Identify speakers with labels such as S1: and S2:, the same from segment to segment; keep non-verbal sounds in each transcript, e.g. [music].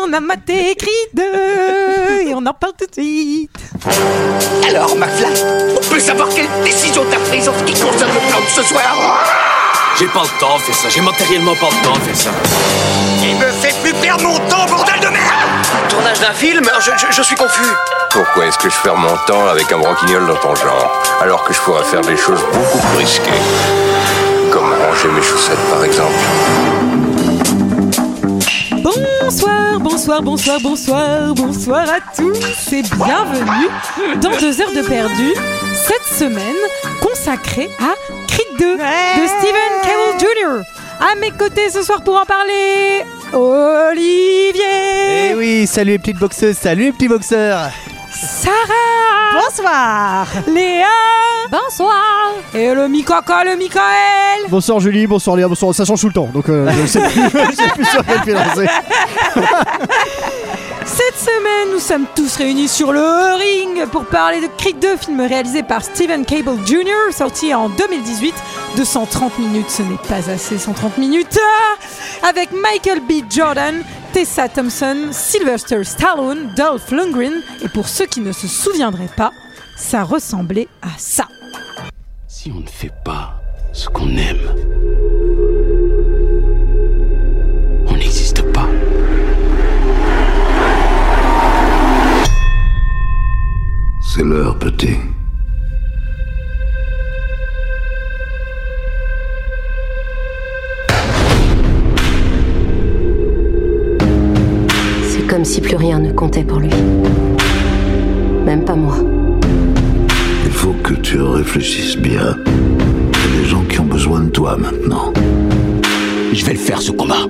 S1: on a maté écrit deux et on en parle tout de suite.
S2: Alors, McFly, on peut savoir quelle décision t'as prise en ce qui concerne le plan de ce soir
S3: J'ai pas le temps de faire ça, j'ai matériellement pas le temps de faire ça.
S2: Il me fait plus perdre mon temps, bordel de merde
S4: Tournage d'un film Euh, je, je- je suis confus.
S5: Pourquoi est-ce que je perds mon temps avec un broquignol dans ton genre, alors que je pourrais faire des choses beaucoup plus risquées Comme ranger mes chaussettes, par exemple.
S1: Bonsoir, bonsoir, bonsoir, bonsoir, bonsoir à tous et bienvenue dans deux heures de perdu cette semaine consacrée à Creed 2 de Steven Cavill Jr. À mes côtés ce soir pour en parler, Olivier,
S6: Eh oui, salut les petites boxeuses, salut les petits boxeurs
S1: Sarah,
S7: Bonsoir
S1: Léa, bonsoir et le Mikaka, le Michael.
S6: Bonsoir Julie, bonsoir Léa, bonsoir, ça change tout le temps, donc euh, je sais plus, [laughs] je sais plus sur quel pied danser.
S1: Cette semaine, nous sommes tous réunis sur le ring pour parler de Creed 2, film réalisé par Steven Cable Jr., sorti en 2018. 230 minutes, ce n'est pas assez, 130 minutes. Ah Avec Michael B. Jordan, Tessa Thompson, Sylvester Stallone, Dolph Lundgren. Et pour ceux qui ne se souviendraient pas, ça ressemblait à ça.
S3: Si on ne fait pas ce qu'on aime, on n'existe pas.
S8: C'est l'heure, petit.
S9: C'est comme si plus rien ne comptait pour lui. Même pas moi.
S8: Il faut que tu réfléchisses bien. Il y a des gens qui ont besoin de toi maintenant.
S3: Je vais le faire ce combat.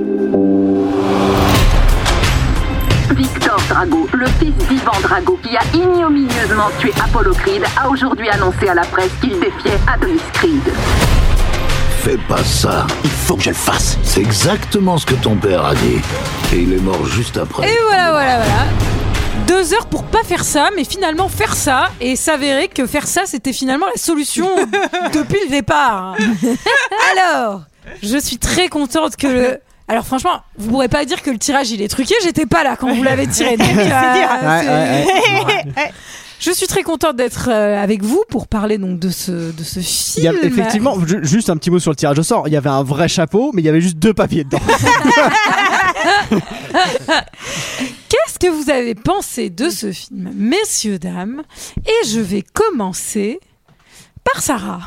S10: Victor Drago, le fils d'Ivan Drago qui a ignominieusement tué Apollo Creed, a aujourd'hui annoncé à la presse qu'il défiait Adonis Creed.
S8: Fais pas ça.
S3: Il faut que je le fasse.
S8: C'est exactement ce que ton père a dit. Et il est mort juste après.
S1: Et voilà, voilà, voilà. Deux heures pour pas faire ça, mais finalement faire ça et s'avérer que faire ça, c'était finalement la solution
S6: [laughs]
S1: depuis le départ. Alors, je suis très contente que
S6: [laughs]
S1: le. Alors franchement, vous pourrez pas dire que le tirage il est truqué. J'étais pas là quand vous
S6: [laughs]
S1: l'avez tiré. donc, euh, c'est- Je suis très contente d'être euh, avec vous pour parler donc de ce de ce
S6: Il y
S1: film.
S6: a- effectivement, ju- juste un petit mot sur le tirage au sort, il y avait un vrai chapeau, mais il y avait juste deux papiers dedans.
S1: Qu'est-ce que vous avez pensé de ce film, messieurs dames Et je vais commencer par Sarah.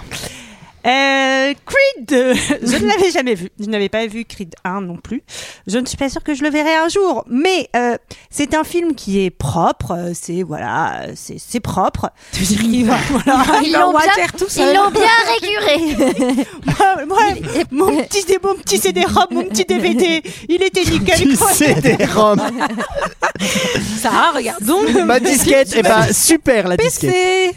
S7: Euh, Creed 2, je ne l'avais jamais vu. Je n'avais pas vu Creed 1 non plus. Je ne suis pas sûre que je le verrai un jour. Mais euh, c'est un film qui est propre. euh, C'est voilà, euh, c'est c'est propre.
S11: Ils
S7: Dans
S11: l'ont bien,
S7: Water, tout ça.
S11: ils l'ont bien réguré.
S7: Moi, moi, mon petit dé- mon petit CD-ROM, mon petit DVD, il était nickel.
S6: tu
S7: quoi.
S6: sais des roms
S1: Sarah, regarde donc.
S6: Ma disquette, et bah super la disquette
S1: PC.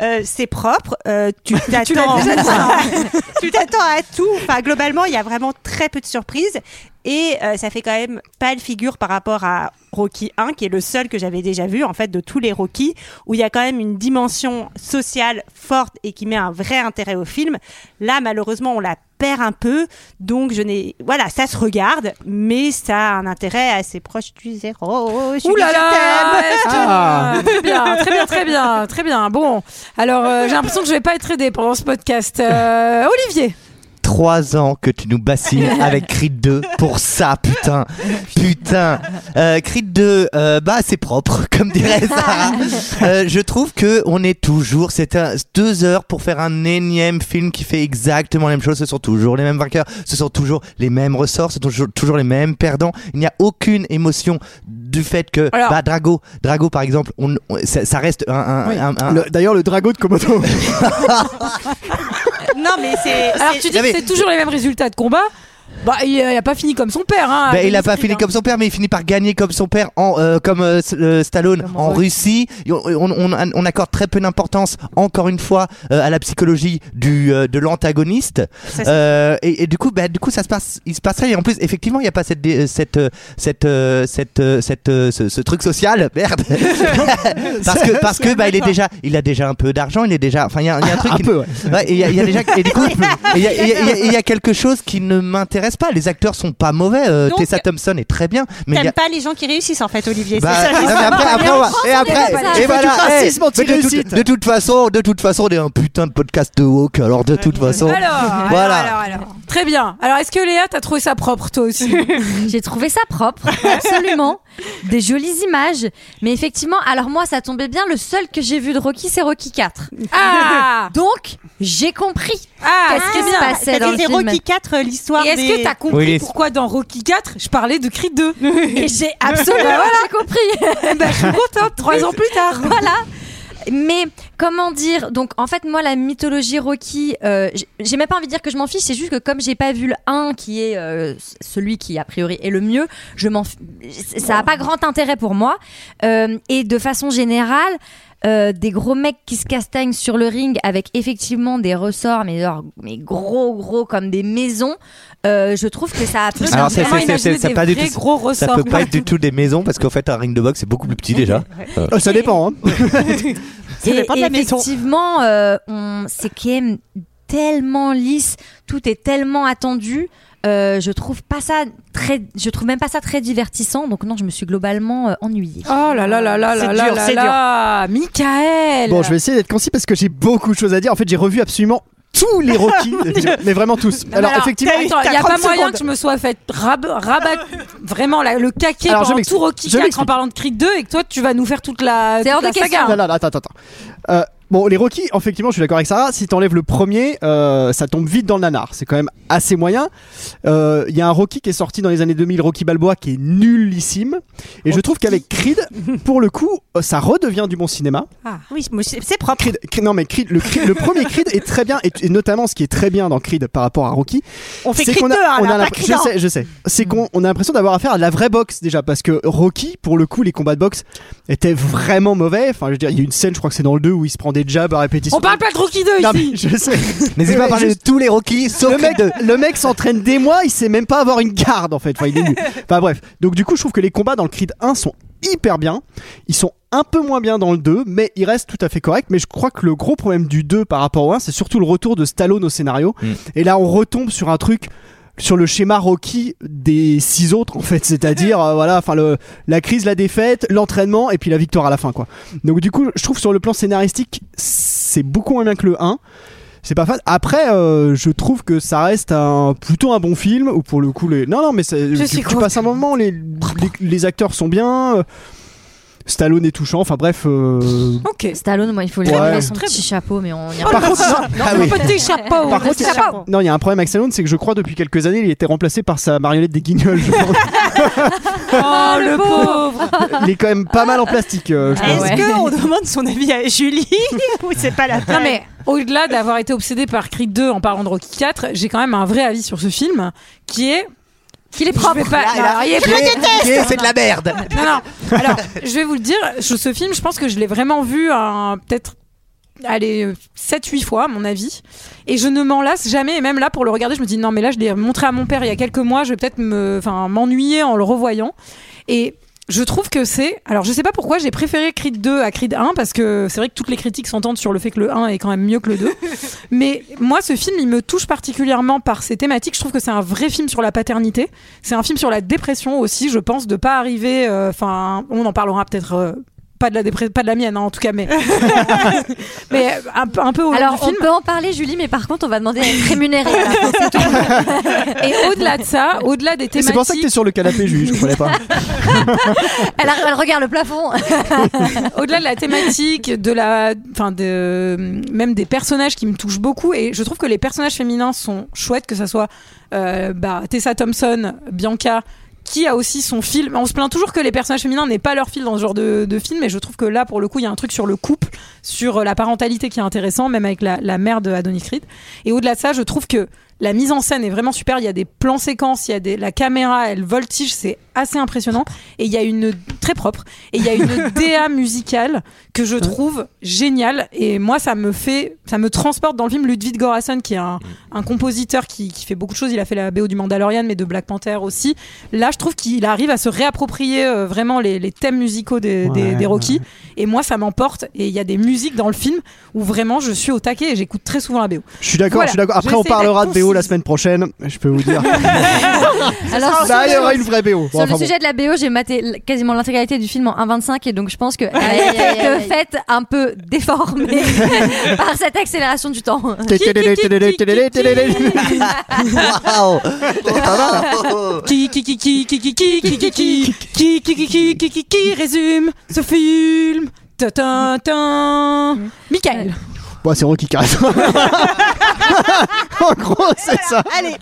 S7: Euh, c'est propre. euh, tu t'attends.
S1: l'as
S7: [laughs] tu t'attends à tout. Enfin, globalement, il y a vraiment très peu de surprises. Et euh, ça fait quand même pas le figure par rapport à Rocky 1, qui est le seul que j'avais déjà vu, en fait, de tous les Rocky, où il y a quand même une dimension sociale forte et qui met un vrai intérêt au film. Là, malheureusement, on la perd un peu. Donc, je n'ai. Voilà, ça se regarde, mais ça a un intérêt assez proche du zéro.
S1: Ouh là là est-ce que-
S6: Ah.
S1: Très bien, très bien, très bien, très bien. Bon, alors euh, j'ai l'impression que je vais pas être aidée pendant ce podcast. Euh, Olivier,
S12: Trois ans que tu nous bassines avec Creed 2 pour ça, putain. Putain. Euh, Creed 2, euh, bah c'est propre, [laughs] comme dirait Sarah. Euh, je trouve que on est toujours, c'est un, deux heures pour faire un énième film qui fait exactement la même chose. Ce sont toujours les mêmes vainqueurs, ce sont toujours les mêmes ressorts, ce sont toujours, toujours les mêmes perdants. Il n'y a aucune émotion du fait que
S1: Alors-
S12: bah, Drago, Drago par exemple, on, on- ça, ça reste un, un- un- un-
S6: Ah Le- D'ailleurs, le drago de
S12: [laughs]
S6: Komodo.
S7: Non, mais c'est.
S1: alors
S7: c'est-
S1: tu dis
S12: mais-
S1: que c'est toujours les mêmes résultats de combat. Bah, il, euh, il a pas fini comme son père. Hein,
S12: Ben, il a
S1: Adonis
S12: pas
S1: Creed,
S12: fini
S1: hein.
S12: comme son père, mais il finit par gagner comme son père, en, euh, comme euh, S- euh, Stallone en Russie. Et On, on- on- on accorde très peu d'importance, encore une fois, euh, à la psychologie du, euh, de l'antagoniste.
S7: Ça, c'est-
S12: Euh, et, et du coup, ben, du coup, ça se passe, il se passe rien. Et en plus, effectivement, il n'y a pas cette, dé- euh, cette, euh, cette, euh, cette, euh, cette, euh, ce, ce truc social, [laughs] merde. parce que, parce que, bah, il est déjà, il a déjà un peu d'argent, il est déjà, enfin, il y a, il y a un truc
S6: un
S12: qui-
S6: peu, ouais.
S12: Ouais, et il y, a- il y a déjà et du coup, et il y, a- il y a- il y a- il y a quelque chose qui ne m'intéresse pas. Les acteurs sont pas mauvais. euh,
S7: Donc,
S12: Tessa Thompson est très bien. Mais il y
S7: T'aimes
S12: a-
S7: pas les gens qui réussissent en fait, Olivier.
S12: Bah,
S7: c'est ça,
S12: non,
S7: je
S12: mais
S7: sais
S12: après,
S7: pas.
S12: après,
S7: Mais
S12: on
S7: en
S12: va-
S7: France,
S12: et
S7: on est
S12: après,
S7: comme ça.
S12: et voilà, eh,
S6: tu
S12: mais de,
S6: réussites.
S12: toute- de toute façon, de toute façon, on est un putain de podcast de woke. Alors de toute façon,
S1: Alors, alors,
S12: voilà.
S1: alors, alors. Très bien. Alors, est-ce que Léa, t'as trouvé ça propre, toi aussi
S13: J'ai trouvé ça propre, absolument.
S12: [laughs]
S13: Des jolies images. Mais effectivement, alors moi, ça tombait bien. Le seul que j'ai vu de Rocky, c'est Rocky 4.
S1: [laughs] Ah
S13: Donc, j'ai compris
S1: Ah,
S13: qu'est-ce qui
S1: bien.
S13: se passait dans le film.
S1: euh, l'histoire. Est-ce
S13: des-
S1: que t'as compris
S13: Oui, les-
S1: pourquoi dans Rocky 4 je parlais de Creed 2
S13: Et j'ai absolument
S1: [laughs] Bah voilà.
S13: compris.
S1: Bah, je suis contente, trois ans plus tard.
S13: Voilà. Mais comment dire Donc en fait moi la mythologie Rocky, euh, j- j'ai même pas envie de dire que je m'en fiche, c'est juste que comme j'ai pas vu le 1 qui est euh, c- celui qui a priori est le mieux, je m'en fi- c- ça a pas grand intérêt pour moi. Euh, et de façon générale, euh, des gros mecs qui se castagnent sur le ring avec effectivement des ressorts mais, alors, mais gros gros comme des maisons, euh, je trouve que
S1: Ah,
S13: ça a peu
S12: Alors
S13: d'intérêt.
S12: ça, c'est- c'est- c'est- ça pas du tout- ça peut pas être du tout des maisons parce qu'en fait un ring de boxe c'est beaucoup plus petit déjà. Euh,
S6: Oh, ça dépend.
S1: [laughs]
S6: hein.
S13: Et
S6: dépend de la maison.
S13: effectivement, euh, on- c'est quand même tellement lisse, tout est tellement attendu. Euh, je trouve pas ça très, je trouve même pas ça très divertissant. Donc non, je me suis globalement euh, ennuyée.
S1: Oh là là là là là là là là Michael
S6: Bon, je vais essayer d'être concis parce que j'ai beaucoup de choses à dire. En fait, j'ai revu absolument tous
S1: [laughs]
S6: les Rocky, mais vraiment tous.
S1: Non, mais
S6: Alors, effectivement,
S1: attends, il n'y a pas moyen que je me sois fait rab- rabat vraiment la- le caquet
S6: Alors, je
S1: pendant
S6: m'explique.
S1: tout Rocky
S6: Je
S1: 4 en
S6: m'explique.
S1: parlant de Creed 2 et que toi tu vas nous faire toute la, toute la saga.
S6: Non, non, non, attends, attends. attends. Euh, bon, les Rocky, effectivement, je suis d'accord avec Sarah. Si t'enlèves le premier, euh, ça tombe vite dans le nanar. C'est quand même assez moyen. Euh, Il y a un Rocky qui est sorti dans les années 2000, Rocky Balboa, qui est nullissime. Et je trouve qu'avec Creed, pour le coup, euh, ça redevient du bon cinéma.
S7: Ah, oui, moi, c'est c'est propre.
S6: Creed- Creed- non mais Creed- le, Creed- le premier Creed est très bien et, et notamment ce qui est très bien dans Creed par rapport à Rocky.
S7: On fait
S6: c'est
S7: Creed
S6: qu'on a-
S7: 2, hein,
S6: on
S7: là,
S6: a
S7: pas
S6: l'impr-
S7: Creed Mm.
S6: Je
S7: 1.
S6: sais, je sais. C'est qu'on on a l'impression d'avoir affaire à de la vraie boxe déjà parce que Rocky pour le coup les combats de boxe étaient vraiment mauvais. Enfin je veux dire il y a une scène je crois que c'est dans le 2 où il se prend des jabs à répétition.
S1: On parle pas de Rocky 2
S6: Non,
S1: ici
S6: mais je sais. [laughs]
S12: N'hésitez pas à parler de tous les Rocky sauf
S6: le mec,
S12: Creed
S6: le mec s'entraîne des mois, il sait même pas avoir une garde en fait. Enfin, il est nul. Enfin bref. Donc du coup, je trouve que les combats dans le Creed 1 sont hyper bien. Ils sont un peu moins bien dans le 2, mais ils restent tout à fait corrects. Mais je crois que le gros problème du 2 par rapport au 1, c'est surtout le retour de Stallone au scénario.
S12: Mm.
S6: Et là, on retombe sur un truc sur le schéma Rocky des six autres en fait c'est-à-dire euh, voilà enfin le la crise la défaite l'entraînement et puis la victoire à la fin quoi donc du coup je trouve sur le plan scénaristique c'est beaucoup moins bien que le 1 c'est pas fan. Après, euh, je trouve que ça reste un, plutôt un bon film où pour le coup les. Non, non, mais ça- tu,
S1: suis
S6: tu passes un moment. Les, les, les acteurs sont bien. euh, Stallone est touchant. Enfin bref. euh,
S13: Stallone, moi, il faut lui
S6: Ouais.
S13: enlever son petit chapeau, mais on. y
S1: Oh,
S6: Par
S13: reviendra.
S6: contre, non, Ah oui.
S1: chapeau.
S6: Par contre, il y a- non, il y a un problème avec Stallone, c'est que je crois depuis quelques années, il était remplacé par sa marionnette des Guignols. je pense.
S1: Oh le pauvre
S6: il est quand même pas mal en plastique. euh, je pense.
S7: Est-ce qu'on demande son avis à Julie [laughs] ou c'est pas la peine
S1: Non mais au-delà d'avoir été obsédé par Creed 2 en parlant de Rocky 4, j'ai quand même un vrai avis sur ce film qui est qu'il est propre. Je vais pas-
S12: Ah,
S1: non, alors, il est
S12: il
S1: propre.
S12: est- il est- C'est de la merde.
S1: Non, non. Alors, je vais vous le dire, je- ce film, je pense que je l'ai vraiment vu hein, peut-être allez 7 8 fois à mon avis et je ne m'en lasse jamais et même là pour le regarder je me dis non mais là je l'ai montré à mon père il y a quelques mois je vais peut-être me enfin m'ennuyer en le revoyant et je trouve que c'est alors je sais pas pourquoi j'ai préféré Creed 2 à Creed 1 parce que c'est vrai que toutes les critiques s'entendent sur le fait que le 1 est quand même mieux que le
S13: [laughs]
S1: 2 mais moi ce film il me touche particulièrement par ses thématiques je trouve que c'est un vrai film sur la paternité c'est un film sur la dépression aussi je pense de pas arriver euh, enfin on en parlera peut-être euh, pas de la dépre- pas de la mienne hein, en tout cas mais [laughs] mais un, peu- un peu au
S13: Alors,
S1: du
S13: on
S1: film.
S13: peut en parler, Julie, mais par contre, on va demander à être rémunéré.
S1: et au-delà de ça au-delà des
S6: Et
S1: thématiques
S6: C'est pour ça que t'es sur le canapé, Julie, je comprenais
S13: [laughs]
S6: pas.
S13: elle, a- elle regarde le plafond.
S1: au-delà de la thématique, de la, enfin de, même des personnages qui me touchent beaucoup, et je trouve que les personnages féminins sont chouettes, que ça soit euh, bah, Tessa Thompson, Bianca, qui a aussi son film. On se plaint toujours que les personnages féminins n'aient pas leur fil dans ce genre de, de film, et je trouve que là, pour le coup, il y a un truc sur le couple, sur la parentalité qui est intéressant, même avec la, la mère de Adonis Creed. Et au-delà de ça, je trouve que la mise en scène est vraiment super. Il y a des plans séquences, il y a des, la caméra, elle voltige, c'est assez impressionnant. Et il y a une très propre. Et il y a
S6: [laughs]
S1: une DA musicale que je trouve géniale. Et moi, ça me fait, ça me transporte dans le film Ludwig Göransson, qui est un, un compositeur qui, qui fait beaucoup de choses. Il a fait la BO du Mandalorian, mais de Black Panther aussi. Là, je trouve qu'il arrive à se réapproprier euh, vraiment les, les thèmes musicaux des, des-
S6: Ouais,
S1: des Rocky. Et moi, ça m'emporte. Et il y a des musiques dans le film où vraiment je suis au taquet et j'écoute très souvent la BO.
S6: Je suis d'accord,
S1: Voilà.
S6: je suis d'accord. Après, on
S1: J'essaie d'être
S6: parlera de BO BO la semaine prochaine, je peux vous dire.
S13: Alors,
S6: Là, il y
S13: sur-
S6: aura une vraie BO. Bon,
S13: Sur
S6: enfin
S13: le
S6: bon.
S13: sujet de la BO, j'ai maté l- quasiment l'intégralité du film en 1,25 et donc je pense que elle
S6: Aïe,
S13: a
S6: aïe, aïe,
S13: été
S6: aïe.
S13: faite un peu déformée par cette accélération du temps.
S12: Waouh
S1: Qui qui qui qui qui qui qui qui qui qui qui qui qui qui qui qui qui résume ce film
S6: Mm.
S1: Tintin Michael.
S6: Bon, c'est Rocky Carré. en gros, c'est ça.
S7: Allez.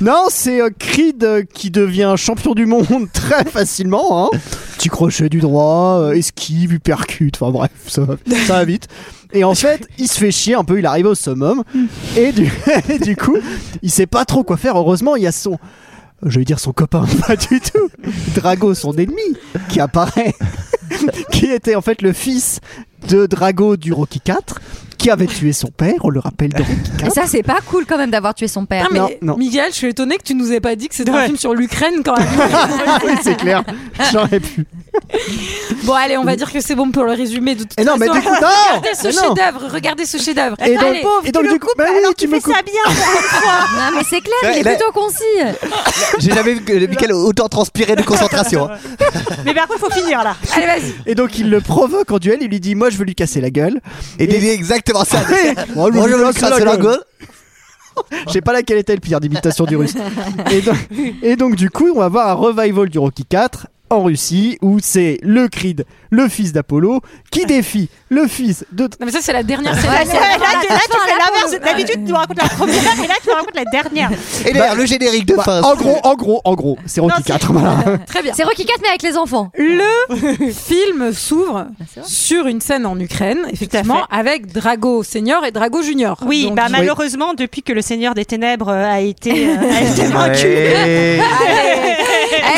S6: Non, c'est euh, Creed euh, qui devient champion du monde [laughs] très facilement. Hein. Petit crochet du droit, euh, esquive, hypercute. Enfin bref, ça va, ça va vite. Et en fait, il se fait chier un peu. Il arrive au summum. Et du, [laughs] et du coup, il sait pas trop quoi faire. Heureusement, il y a son. Je vais dire son copain, [laughs] pas du tout. Drago, son ennemi, qui apparaît. qui était en fait le fils de Drago du Rocky 4, qui avait tué son père, on le rappelle dans Rocky
S13: Et ça, c'est pas cool quand même d'avoir tué son père.
S1: Ah, mais Michael, je suis étonné que tu nous aies pas dit que c'était un film sur l'Ukraine quand même.
S6: [laughs] Ah oui, c'est clair. J'aurais pu.
S1: Bon, allez, on va dire que c'est bon pour le résumé de toute
S6: Et Eh non,
S1: façon. [laughs]
S6: mais du coup, non
S1: Regardez ce
S6: Mais non
S1: chef-d'œuvre, regardez ce chef-d'œuvre.
S6: Et donc-
S1: Allez.
S6: et donc, du coup, bah oui, tu me coupes.
S13: Non, mais c'est clair, il est
S12: Là-
S13: plutôt concis.
S12: J'ai jamais vu que Michael autant transpirer de concentration. hein.
S7: [laughs] Mais par contre, faut finir là.
S1: Allez, vas-y.
S6: Et donc il le provoque en duel, il lui dit Moi je veux lui casser la gueule.
S12: Et il dit exactement ça.
S6: [laughs] Moi
S12: Moi, je veux lui casser la gueule.
S6: Je sais pas laquelle était le pire d'imitation du russe. Et donc, et donc, du coup, on va voir un revival du Rocky 4 en Russie où c'est le Creed, le fils d'Apollo, qui défie le fils de.
S1: Non, mais ça, c'est la dernière scène.
S7: Là, tu- là,
S1: Voilà,
S7: tu
S1: la
S7: là, tu
S1: fin,
S7: fais
S1: la
S7: l'inverse.
S1: pause.
S7: D'habitude, tu nous racontes la première et là, tu nous racontes la dernière.
S12: Et d'ailleurs, le générique de
S6: Bah,
S12: fin.
S6: en gros, en gros, en gros, c'est Rocky 4. Voilà.
S1: Très bien.
S13: C'est Rocky 4 mais avec les enfants.
S1: Le [laughs] film s'ouvre
S6: Bah,
S1: sur une scène en Ukraine, effectivement, avec Drago senior et Drago junior.
S7: Oui,
S1: Donc,
S7: bah
S1: il-
S7: malheureusement, depuis que le Seigneur des Ténèbres euh, a été, euh, a été vaincu.
S12: Ouais.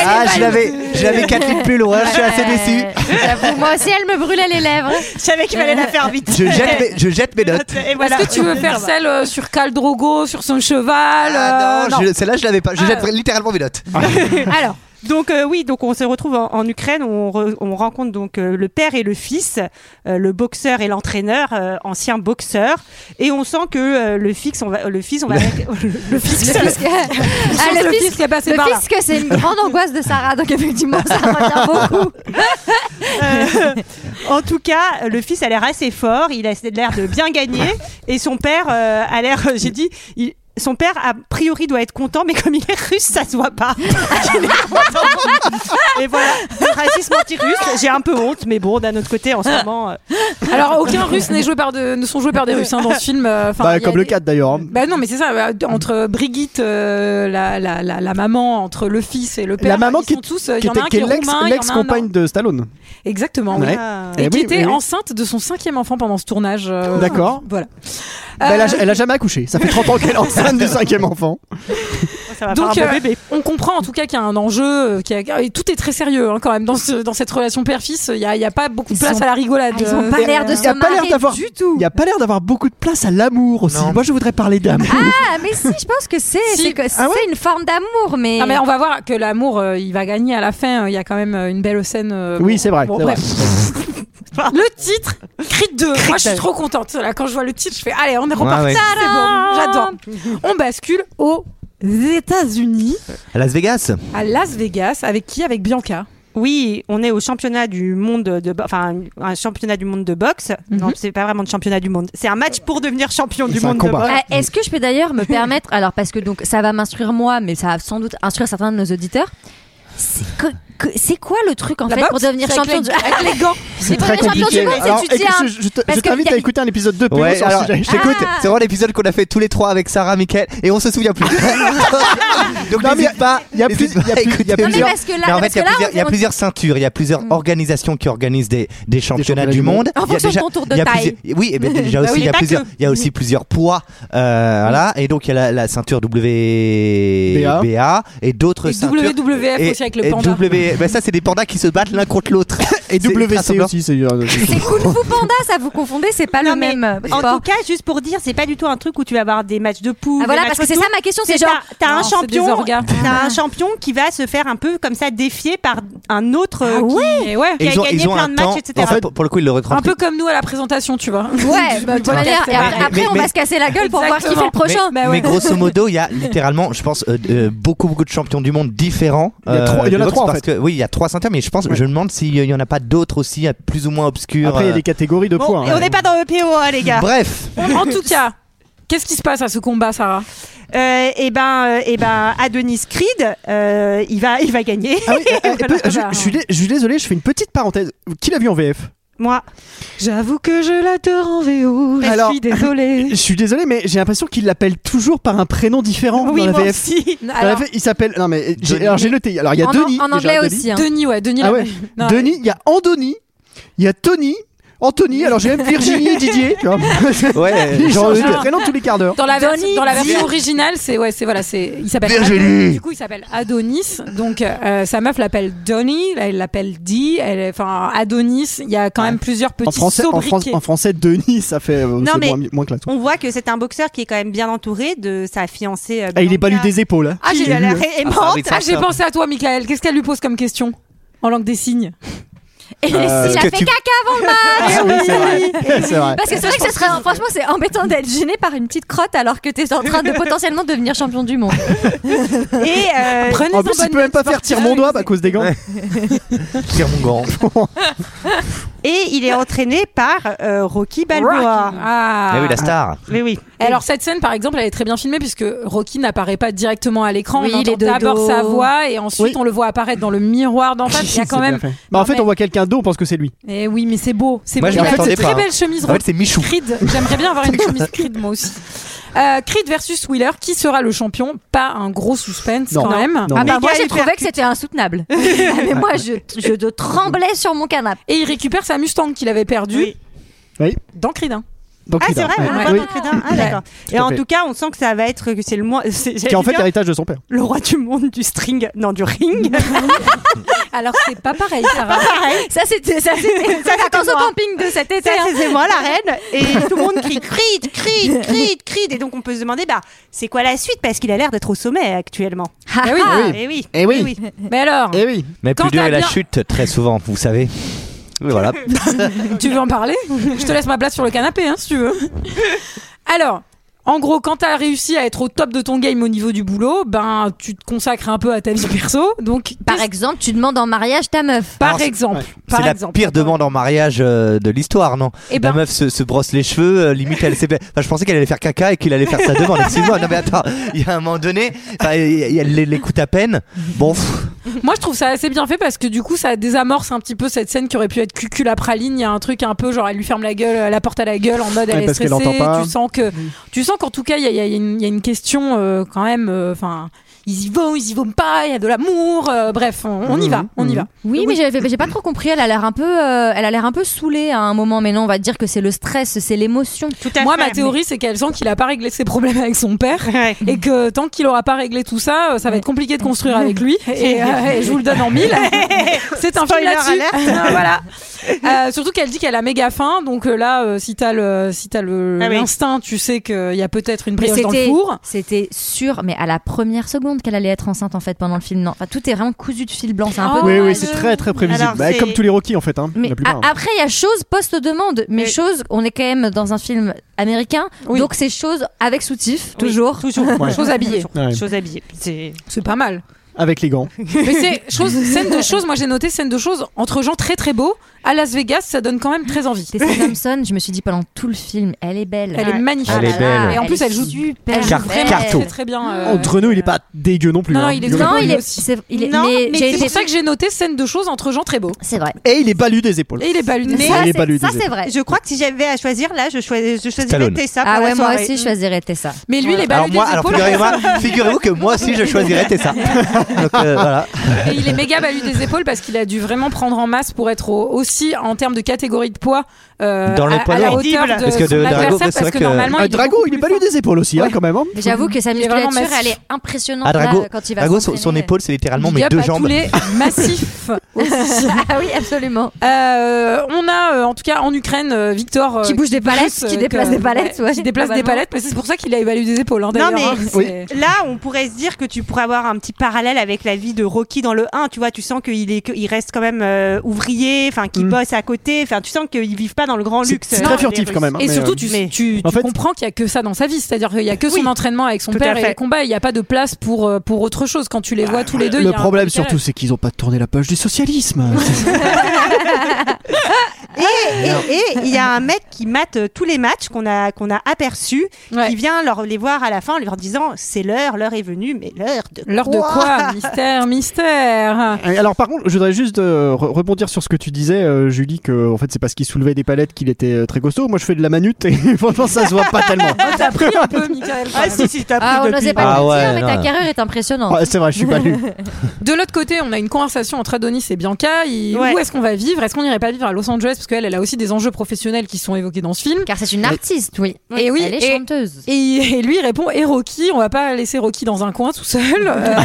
S12: Ah, je l'avais, je l'avais 4 lignes plus loin, je suis assez déçu.
S13: J'avoue, moi aussi, elle me brûlait les lèvres.
S7: Je savais qu'il fallait la faire vite.
S12: Je jette mes, je jette mes notes.
S7: Et voilà.
S1: Est-ce que
S6: [laughs]
S1: tu veux faire celle euh, sur Khal Drogo, sur son cheval
S12: Ah
S1: euh,
S12: non, je- celle-là, je l'avais pas. Je jette littéralement mes notes.
S6: Ah, bah,
S1: Alors,
S7: Donc euh, oui, donc on se retrouve en, en Ukraine, où on, re- on rencontre donc euh, le père et le fils, euh, le boxeur et l'entraîneur, euh, ancien boxeur, et on sent que euh, le fils, on va, le fils, on va, le fils, [laughs]
S13: Le fisc, Ah,
S1: le
S13: le
S1: fisc
S13: fisc,
S1: est passé
S13: le
S1: par là.
S13: fisc, c'est une grande angoisse de Sarah, donc effectivement, ça revient
S1: [laughs]
S13: beaucoup.
S7: Euh, [laughs] en tout cas, le fils a l'air assez fort, il a l'air de bien gagner, et son père euh, a l'air, [laughs] j'ai dit, il- son père a priori doit être content, mais comme il est russe, ça se voit pas. [laughs] Il est content. et voilà, le racisme anti-russe, j'ai un peu honte, mais bon, d'un autre côté, en ce
S13: Ah.
S7: moment, euh,
S1: Alors, aucun russe n'est joué par de, ne sont joués par des russes hein, dans ce film. euh, enfin,
S6: Bah,
S1: il y a
S6: comme le
S1: des-
S6: 4 d'ailleurs. hein.
S1: Bah non, mais c'est ça, bah, d- entre Brigitte, euh, la, la, la, la maman, entre le fils et le père.
S6: La maman
S1: ils
S6: qui,
S1: sont tous, euh, il
S6: qui
S1: y en a
S6: était
S1: un
S6: qui est
S1: est
S6: l'ex-
S1: roumain, il y en a un
S6: l'ex-compagne de Stallone.
S1: non. Exactement, oui.
S6: Ouais.
S1: Et
S6: Eh
S1: qui
S6: oui,
S1: était
S6: oui, oui.
S1: enceinte de son cinquième enfant pendant ce tournage. euh,
S6: D'accord.
S1: Voilà.
S6: Bah, elle, a,
S1: Euh,
S6: elle a jamais accouché. Ça fait 30 ans qu'elle est enceinte
S1: [laughs]
S6: du cinquième enfant.
S7: ça va
S1: Donc,
S7: faire un
S1: euh,
S7: beau bébé.
S1: on comprend en tout cas qu'il y a un enjeu, euh, qu'il y a- et tout est très sérieux hein, quand même dans, ce- dans cette relation père-fils. Il n'y a, il y a pas beaucoup de place
S13: sont-
S1: à la rigolade.
S13: Ah, ils ont
S1: Euh,
S13: pas l'air de
S6: Il y a
S13: se
S6: pas l'air
S13: marier
S6: d'avoir-
S13: du tout.
S7: [laughs]
S6: Il n'y a pas l'air d'avoir beaucoup de place à l'amour aussi.
S12: Non.
S6: Moi, je voudrais parler d'amour.
S13: Ah, mais si, je pense que c'est
S1: Si.
S13: c'est que-
S6: Ah ouais
S13: c'est une forme d'amour, mais.
S1: Ah, mais on va voir que l'amour, euh, il va gagner à la fin. euh, Il y a quand même euh, une belle scène. euh,
S6: oui,
S1: bon,
S6: c'est vrai.
S1: bon,
S6: c'est
S1: bref.
S6: vrai.
S1: Le titre, Creed 2. Moi, je suis trop contente. Là, quand je vois le titre, je fais Allez, on est reparti. Ah,
S12: ouais.
S1: C'est bon, j'adore. On bascule aux États-Unis,
S12: À Las Vegas.
S1: à Las Vegas. Avec qui Avec Bianca.
S7: Oui, on est au championnat du monde de, bo- enfin, un championnat du monde de boxe.
S13: Mm-hmm.
S7: Non, c'est pas vraiment de championnat du monde. C'est un match pour devenir champion du
S6: C'est un
S7: monde de
S6: combat.
S7: boxe.
S13: Ah, Est-ce que je peux d'ailleurs me permettre, alors parce que donc ça va m'instruire moi, mais ça va sans doute instruire certains de nos auditeurs. C'est que- que- c'est quoi le truc en
S1: La
S13: fait
S1: boxe,
S13: pour devenir
S1: c'est avec
S13: champion
S1: les-
S13: du Ah,
S1: avec les gants.
S13: C'est pour devenir champion du monde,
S6: Alors,
S13: c'est que tu
S6: écoute,
S13: tiens.
S6: je, je te-
S13: parce
S6: je
S13: que
S6: t'invite
S13: y a-
S6: à écouter un épisode de PO
S12: Ouais,
S6: sur le
S12: alors,
S6: sujet.
S12: je t'écoute.
S13: Ah.
S12: C'est vraiment l'épisode qu'on a fait tous les trois avec Sarah, Michael, et on se souvient
S13: [laughs]
S12: plus. Donc
S6: Non, mais
S12: n'hésite pas.
S6: il y a
S12: n'hésite
S6: plus-
S12: pas
S6: il y a
S12: à
S6: plus- il y
S12: écouter.
S6: a plus-
S13: Non, mais parce que là,
S12: Mais en fait, il y a
S13: parce que là,
S12: plusieurs- il y a
S13: on- Mm.
S12: plusieurs ceintures, il y a plusieurs organisations qui organisent des, des championnats du monde.
S13: En
S12: Il y a
S13: fonction de
S12: déjà-
S13: ton tour de
S12: il y a
S13: taille.
S12: plusieurs- Oui, eh ben,
S13: [laughs]
S12: déjà
S7: Bah
S12: aussi,
S7: oui,
S12: il y a
S7: pas
S12: plusieurs-
S7: que.
S12: il y a aussi plusieurs poids. euh, voilà. Et donc, il y a la, la ceinture WBA et d'autres
S1: Et
S12: ceintures.
S1: WWF aussi avec le
S12: et
S1: panda.
S12: W- ben, ça, c'est des pandas qui se battent l'un contre l'autre.
S6: et WC
S12: Krasober.
S6: aussi, c'est. euh,
S13: C'est Kung Fu Panda, ça vous confondez, c'est pas le même.
S7: En
S13: sport.
S7: tout cas, juste pour dire, c'est pas du tout un truc où tu vas avoir des matchs de poule.
S13: Ah voilà,
S7: des
S13: parce
S7: matchs
S13: que c'est
S7: autour.
S13: ça ma question, c'est
S7: t'as-
S13: genre-
S7: t'as un
S13: Non, c'est des
S7: champion,
S13: orgas.
S12: Ah bah.
S1: Ah,
S7: t'as un champion qui va se faire un peu comme ça défier par un autre euh, qui, qui
S12: Et
S7: a
S12: ils ont,
S7: gagné
S12: ils ont
S7: plein
S12: un
S7: de
S12: temps.
S7: matchs,
S12: En
S7: etc.
S12: fait, pour le coup, ils le
S1: Un
S12: recrantent.
S1: peu comme nous à la présentation, tu vois.
S13: Ouais, bah, de toute manière, et après,
S12: Mais-
S13: après,
S12: mais-
S13: on va
S12: mais-
S13: se casser la gueule pour voir qui fait le
S1: Exactement.
S13: prochain.
S12: Mais, mais grosso modo,
S13: [laughs]
S12: il y a littéralement, je pense, euh, euh, beaucoup, beaucoup de champions du monde différents.
S6: Il y a trois- il y en a
S12: de boxe,
S6: trois, en
S12: parce
S6: fait.
S12: que- oui, il y a trois centaines, mais je pense, je me demande s'il y en a pas d'autres aussi, euh, plus ou moins obscurs.
S6: Après, il y a
S12: euh,
S6: des catégories de
S7: Bon,
S6: points.
S7: et on
S6: hein.
S7: n'est pas dans le POA, les gars.
S12: Bref.
S1: En tout cas, qu'est-ce qui se passe à ce combat, Sarah
S7: Euh, et ben, euh, et ben, Adonis Creed, euh, il va, il va gagner.
S6: Ah oui, euh, euh,
S7: Voilà.
S6: je, je suis dé- je suis désolé, je fais une petite parenthèse. Qui l'a vu en VF
S7: Moi,
S1: J'avoue que je l'adore en VO. Je
S6: Alors-
S1: suis désolée.
S6: [laughs] Je suis désolé, mais j'ai l'impression qu'il l'appelle toujours par un prénom différent
S7: Oui,
S6: dans la
S7: moi
S6: VF.
S7: aussi.
S6: Dans la VF, il s'appelle. Non, mais j'ai- alors j'ai noté. Alors il y a
S13: En-
S6: Denis.
S13: en
S6: déjà,
S13: anglais
S6: Denis.
S13: aussi, hein.
S1: Denis, ouais, Denis. la-
S6: Ah ouais.
S1: Non,
S6: Denis, il y a Andoni, il y a Tony, Anthony, alors j'ai même Virginie, Didier. tu vois.
S12: Ouais.
S6: [laughs] Ils changent
S1: change.
S6: de prénom tous les quarts d'heure.
S1: Dans la, vers-
S13: Denis
S1: dans la
S13: dit-
S1: version originale, c'est ouais, c'est voilà, c'est il s'appelle
S6: Virginie.
S1: Adonis. Du coup, il s'appelle Adonis. Donc euh, sa meuf l'appelle Donny, elle l'appelle Dee, elle enfin Adonis, il y a quand même plusieurs petits
S6: En français, en, France-
S1: sobriquets.
S6: en français, Denis, ça fait euh, c'est
S7: mais-
S6: moins, moins que la tour.
S7: on voit que c'est un boxeur qui est quand même bien entouré de sa fiancée. euh,
S6: Ah, il est
S7: Bianca.
S6: balu des épaules. hein.
S7: Ah, j'ai
S6: J'ai
S7: la
S6: lu,
S7: la-
S6: hein.
S7: est
S12: Ah,
S7: morte.
S12: oui, ça,
S1: Ah, j'ai
S12: ça.
S1: pensé à toi, Michael. Qu'est-ce qu'elle lui pose comme question en langue des signes
S13: Et s'il
S12: Euh,
S13: a
S12: est-ce
S13: fait
S12: que tu-
S13: caca avant le match
S6: Ah oui, c'est vrai. [laughs] C'est vrai.
S13: Parce que c'est vrai que ce serait, franchement, c'est embêtant d'être gêné par une petite crotte alors que t'es
S6: [laughs]
S13: en train de potentiellement devenir champion du monde.
S7: Et
S12: [laughs]
S7: euh,
S1: Prenez
S6: En plus, il peut même pas faire tirer mon doigt bah, à cause des gants.
S12: Tire mon gant.
S7: et il est entraîné par euh, Rocky Balboa.
S12: Ah
S1: Ah.
S12: oui, la star.
S7: Mais oui.
S1: Et Alors cette scène par exemple elle est très bien filmée puisque Rocky n'apparaît pas directement à l'écran,
S13: Oui,
S1: on
S13: il
S1: entend
S13: est de
S1: d'abord
S13: dos.
S1: sa voix et ensuite
S6: Oui.
S1: on le voit apparaître dans le miroir d'en face. Il y a
S6: C'est
S1: quand
S6: bien
S1: même
S6: fait. Bah, en
S1: Non,
S6: fait, on
S1: mais-
S6: voit quelqu'un d'eau, on pense que c'est lui.
S1: Eh oui, mais c'est beau. C'est
S12: Moi,
S1: beau.
S12: je
S1: Il a
S12: m'attendais
S1: une
S12: pas,
S1: très
S12: hein.
S1: belle chemise
S12: En
S1: rose.
S12: fait, c'est Michou.
S1: Creed. J'aimerais bien avoir une chemise Creed, moi aussi. Euh, Creed versus Wheeler, qui sera le champion Pas un gros suspense
S6: Non.
S1: quand même.
S6: Non.
S13: Ah bah
S7: Méga
S13: moi j'ai
S7: hyper
S13: trouvé que c'était
S1: [laughs]
S13: insoutenable. Ah, mais moi je, je te tremblais sur mon canapé.
S1: Et il récupère sa Mustang qu'il avait perdue
S7: Oui.
S6: Oui.
S1: dans Creed 1.
S6: Donc,
S7: Ah,
S6: il
S7: c'est
S6: a-
S7: vrai,
S6: ouais.
S7: on le voit
S6: Oui.
S7: dans Crétin. Ah, d'accord.
S6: Tout
S7: Et
S6: à
S7: en
S6: fait.
S7: tout cas, on sent que ça va être que c'est le moins. c'est-
S6: Qui est en
S7: j'allais
S6: fait
S7: dire
S6: l'héritage de son père.
S7: le roi du monde du string, non
S6: [laughs]
S7: du ring.
S1: Alors c'est pas pareil, Sarah.
S7: Pareil.
S13: Ça c'était ça
S1: [laughs]
S13: c'était ça vacances au
S7: moi.
S13: camping de cet été.
S7: Ça,
S13: hein.
S7: c'est moi la reine et tout le monde crie Creed, Creed, Creed, Creed et donc on peut se demander bah c'est quoi la suite parce qu'il a l'air d'être au sommet actuellement.
S13: Ah,
S1: oui,
S13: ah.
S7: Et oui.
S6: Eh oui.
S1: Mais alors,
S6: Eh oui.
S12: Mais
S1: Quand
S12: plus dur
S1: t'as
S12: est la
S1: bien-
S12: chute, très souvent, vous savez. Oui, Voilà.
S1: tu veux en parler Je te laisse ma place sur le canapé, hein, si tu veux. Alors. En gros, quand t'as réussi à être au top de ton game au niveau du boulot, ben tu te consacres un peu à ta vie perso. Donc,
S13: Par exemple, tu demandes en mariage ta meuf.
S1: par
S12: Alors, c'est-
S1: exemple,
S6: ouais.
S1: par
S12: C'est la
S1: exemple.
S12: pire demande en mariage euh, de l'histoire, non
S1: Eh
S12: La
S1: ben-
S12: meuf se, se brosse les cheveux, euh, limite elle s'est. Enfin, je pensais qu'elle allait faire caca et qu'il allait faire sa demande. Excuse-moi, non mais attends, il y a un moment donné, enfin, il y a- il y a- elle l'écoute à peine. Bon, pff,
S1: [laughs] Moi, je trouve ça assez bien fait parce que du coup, ça désamorce un petit peu cette scène qui aurait pu être cucul à praline. Il y a un truc un peu genre, elle lui ferme la gueule, euh, la porte à la gueule en mode elle
S6: Ouais,
S1: est
S6: parce qu'elle
S1: stressée.
S6: entend pas. Mm.
S1: Tu sens que, tu sens qu'en tout cas, il y a, il y a- il y a une- il y a une question euh, quand même. Enfin, ils y vont, ils y vont pas. Il y a de l'amour. euh, bref, on, on
S6: Mm.
S1: y va, on y va.
S13: Oui, mais j'avais- j'ai pas trop compris. Elle a l'air un peu, euh, elle a l'air un peu saoulée à un moment. Mais non, on va dire que c'est le stress, c'est l'émotion.
S7: Tout à
S1: Moi,
S7: fait.
S1: ma théorie, c'est qu'elle sent qu'il a pas réglé ses problèmes avec son père.
S7: Ouais.
S1: Et que tant qu'il aura pas réglé tout ça, euh, ça va être compliqué de construire avec
S7: [laughs]
S1: lui. Et, euh, et je vous le donne en mille. C'est un film
S7: Spoiler
S1: là-dessus. [laughs]
S7: alert.
S1: voilà. Euh, surtout qu'elle dit qu'elle a méga faim. Donc euh, là, euh, si t'as le, si t'as le
S7: Ah oui.
S1: l'instinct, tu sais qu'il y a peut-être une
S13: Mais
S1: brioche dans le
S13: c'était-
S1: four.
S13: C'était sûr, mais à la première seconde qu'elle allait être enceinte en fait pendant le film. Non, enfin tout est vraiment cousu de fil blanc. C'est un
S1: Oh,
S13: peu.
S6: Oui, oui,
S1: ouais,
S6: c'est
S1: je-
S6: très très prévisible.
S7: Alors,
S6: Bah,
S7: c'est-
S6: comme tous les Rocky en fait, hein,
S13: Mais
S6: la
S12: Ah.
S6: plupart.
S13: a- après, il y a chose post-demande. Mais
S7: Mais-
S13: chose, on est quand même dans un film américain,
S1: Oui.
S13: donc c'est chose avec soutif
S7: Oui,
S13: toujours.
S7: toujours
S6: hein. Ouais.
S1: Chose habillée.
S6: ah, Ouais.
S7: chose habillée. C'est
S1: C'est pas
S13: [laughs]
S1: mal.
S6: Avec les gants.
S1: Mais c'est chose, scène de choses. Moi, j'ai noté scène de choses entre gens très très beaux. À Las Vegas, ça donne quand même très envie.
S13: Tessa Thompson, je me suis dit pendant tout le film, elle est belle. Ah
S1: Elle est magnifique.
S12: Elle est belle.
S1: Et en plus, Ah, elle joue
S13: super.
S1: Elle joue
S12: Car-
S1: vraiment
S12: Carto.
S1: très, très bien. euh,
S6: Entre nous, il est pas dégueu non plus.
S1: Non,
S6: hein.
S1: il est
S6: Dégueu
S1: vraiment-
S13: Non,
S6: pas.
S13: il est.
S1: aussi.
S13: c'est- il est-
S7: Non,
S13: mais j'ai
S7: mais
S1: C'est
S13: été-
S1: pour ça que j'ai noté scène de choses entre gens très beaux.
S13: C'est vrai.
S6: Et il est balu des épaules.
S1: Et il est pas luné.
S7: Mais-
S13: ça,
S6: Elle est
S13: c'est-
S6: baludée.
S13: ça, Ah, c'est vrai.
S7: je crois que si j'avais à choisir là, je, choisis, je choisirais
S12: Stallone.
S7: Tessa pour
S13: Ah
S7: la
S13: ouais, moi
S7: soirée.
S13: aussi, je choisirais Tessa.
S1: Mais lui, il est
S12: alors
S1: balayé
S12: moi,
S1: des
S12: alors
S1: épaules. [laughs]
S12: figurez-moi- figurez-vous que moi aussi je choisirais Tessa. Donc euh, voilà.
S1: Et il est méga balu des épaules parce qu'il a dû vraiment prendre en masse pour être au- aussi en termes de catégorie de poids euh,
S12: Dans le
S1: à,
S12: poids
S1: à la
S12: lourd.
S1: hauteur de
S12: Parce que de
S1: son
S12: Drago,
S1: adversaire
S12: c'est
S1: parce
S12: vrai
S1: que,
S12: que-
S1: normalement
S6: Ah,
S1: il est
S6: Drago, il est balu des épaules aussi, hein, quand même. hein.
S13: Mais J'avoue que sa
S1: Il est vraiment
S13: musculature, elle
S1: massif.
S13: est impressionnante
S12: Ah, Drago,
S13: là, quand il va
S12: Drago, son,
S13: s'entraîner.
S12: son épaule, c'est littéralement
S1: Big
S12: mes
S1: up
S12: deux
S1: à
S12: jambes.
S1: tous les massifs.
S12: [laughs]
S1: aussi.
S13: [laughs] Ah oui, absolument.
S1: Euh, on a euh, en tout cas en Ukraine euh, Victor euh,
S13: Qui bouge des palettes,
S1: pousse, euh,
S13: qui déplace
S1: que-
S13: des palettes, ouais,
S1: qui déplace des
S13: globalement.
S1: palettes, mais c'est pour ça qu'il a évalué des épaules. hein,
S7: Non
S1: d'ailleurs,
S7: mais
S1: hein, c'est-
S7: c'est- Mm. là on pourrait se dire que tu pourrais avoir un petit parallèle avec la vie de Rocky dans le 1, tu vois, tu sens qu'il est qu'il reste quand même euh, ouvrier, enfin
S13: Mm.
S7: qu'il bosse à côté, enfin tu sens qu'ils vivent pas dans le grand
S6: C'est-
S7: luxe.
S6: c'est
S7: euh,
S6: très
S7: les
S6: furtif, quand
S7: Russes.
S6: même, hein,
S1: Et
S6: mais,
S1: surtout,
S6: euh,
S1: tu,
S6: mais-
S1: tu,
S6: en
S1: tu
S6: fait-
S1: comprends qu'il n'y a que ça dans sa vie. C'est-à-dire qu'il n'y a que son entraînement avec son
S7: tout à
S1: père et
S7: fait.
S1: les combats. Il n'y a pas de place pour, euh, pour autre chose. Quand tu les vois tous les deux, il y
S6: Bah, Le
S1: a un
S6: problème
S1: décalage.
S6: surtout, c'est qu'ils n'ont pas tourné la page du socialisme.
S7: Et, et- et il y a un mec qui mate euh, tous les matchs qu'on a, qu'on a aperçus, qui vient leur, les voir à la fin en leur disant c'est l'heure, l'heure est venue, mais l'heure de
S1: L'heure de quoi Mystère,
S6: [laughs]
S1: mystère.
S6: Et Alors par contre, je voudrais juste euh, re- rebondir sur ce que tu disais, euh, Julie, que en fait c'est parce qu'il soulevait des palettes qu'il était euh, très costaud. Moi, je fais de la manute et [laughs] franchement, ça se voit pas tellement.
S1: Oh, t'as pris un peu, Michael.
S7: Ah si, si, t'as
S1: [laughs]
S13: Ah, on n'osait pas
S6: Ah
S13: le
S6: ouais,
S13: dire, mais
S6: non,
S13: ta
S6: non.
S13: carrure est impressionnante.
S6: Ouais, c'est vrai, je suis balu.
S1: De l'autre côté, on a une conversation entre Adonis et Bianca. Il- Où est-ce qu'on va vivre Est-ce qu'on n'irait pas vivre à Los Angeles Parce qu'elle, elle a aussi des enjeux professionnels qui sont évoqués dans ce film.
S13: Car c'est une artiste, oui.
S1: Et oui,
S13: Elle est
S1: et-
S13: chanteuse.
S1: Et, et lui il répond Et Rocky, on va pas laisser Rocky dans un coin tout seul. Euh,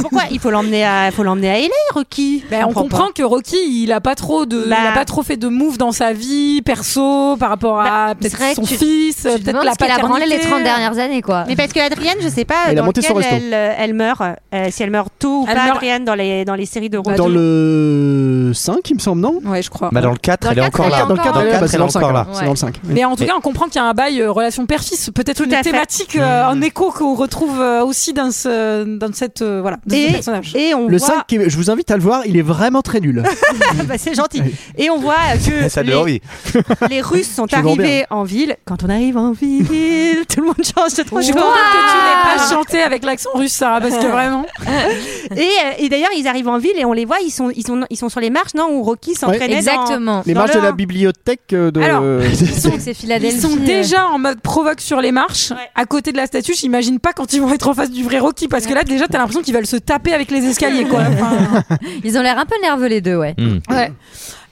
S7: Pourquoi Il faut l'emmener à, faut l'emmener à LA, Rocky.
S1: Ben, on comprend que Rocky, il a pas trop de,
S7: Bah.
S1: il a pas trop fait de move dans sa vie perso par rapport à
S13: c'est vrai
S1: peut-être son
S13: que tu-
S1: fils,
S13: tu te
S1: peut-être
S13: demandes
S1: la
S13: ce qu'il a branlé les 30 dernières années, quoi.
S7: Mais parce que Adrienne, je sais pas
S6: Mais il a
S7: dans
S6: monté son
S7: lequel
S6: resto.
S7: elle, euh, elle meurt, euh, si elle meurt tôt ou
S1: Elle
S7: pas,
S1: meurt-
S7: Adrienne, dans les, dans les séries de Rocky.
S6: Dans le 5, il me semble, non
S1: Ouais, je crois.
S12: Bah, dans le 4,
S6: Dans
S12: elle
S6: le
S12: est
S6: quatre,
S12: encore
S6: elle est
S12: là.
S6: Dans le quatre, elle est là, bah, c'est
S12: elle est
S6: dans le cinq,
S12: encore là.
S6: hein. C'est dans le cinq.
S1: Mais en tout cas, on comprend qu'il y a un bail euh, relation père-fils, peut-être une
S7: à fait.
S1: thématique euh, en écho qu'on retrouve euh, aussi dans ce, dans cette, euh, voilà, dans ce
S7: Et,
S1: personnage.
S7: et on
S6: Le
S7: voit...
S6: 5, qui est- je vous invite à le voir, il est vraiment très nul.
S7: Bah, c'est gentil. Et on voit
S6: [laughs]
S7: que
S12: Ça
S7: les,
S12: donne envie.
S7: les Russes sont
S6: Tu vends
S7: arrivés en ville. Quand on arrive en ville, tout le monde change de
S1: Je suis contente que tu n'aies pas chanté avec l'accent russe, Sarah, parce que vraiment.
S7: Et, euh, et d'ailleurs, ils arrivent en ville et on les voit, ils sont, ils sont, ils sont sur les marches, non Où Rocky s'entraînait.
S13: Ouais. Exactement.
S6: Les
S7: dans
S6: marches de
S7: le
S6: la
S7: un.
S6: bibliothèque euh, de. [laughs]
S1: Alors,
S13: Donc c'est Philadelphie.
S1: Ils sont
S13: euh,
S1: déjà en mode provoque sur les marches, à côté de la statue. J'imagine pas quand ils vont être en face du vrai Rocky, parce que là, déjà, t'as l'impression qu'ils veulent se taper avec les escaliers, quoi. Enfin,
S13: Ils ont l'air un peu nerveux les deux, ouais.
S6: Mm.
S1: Ouais.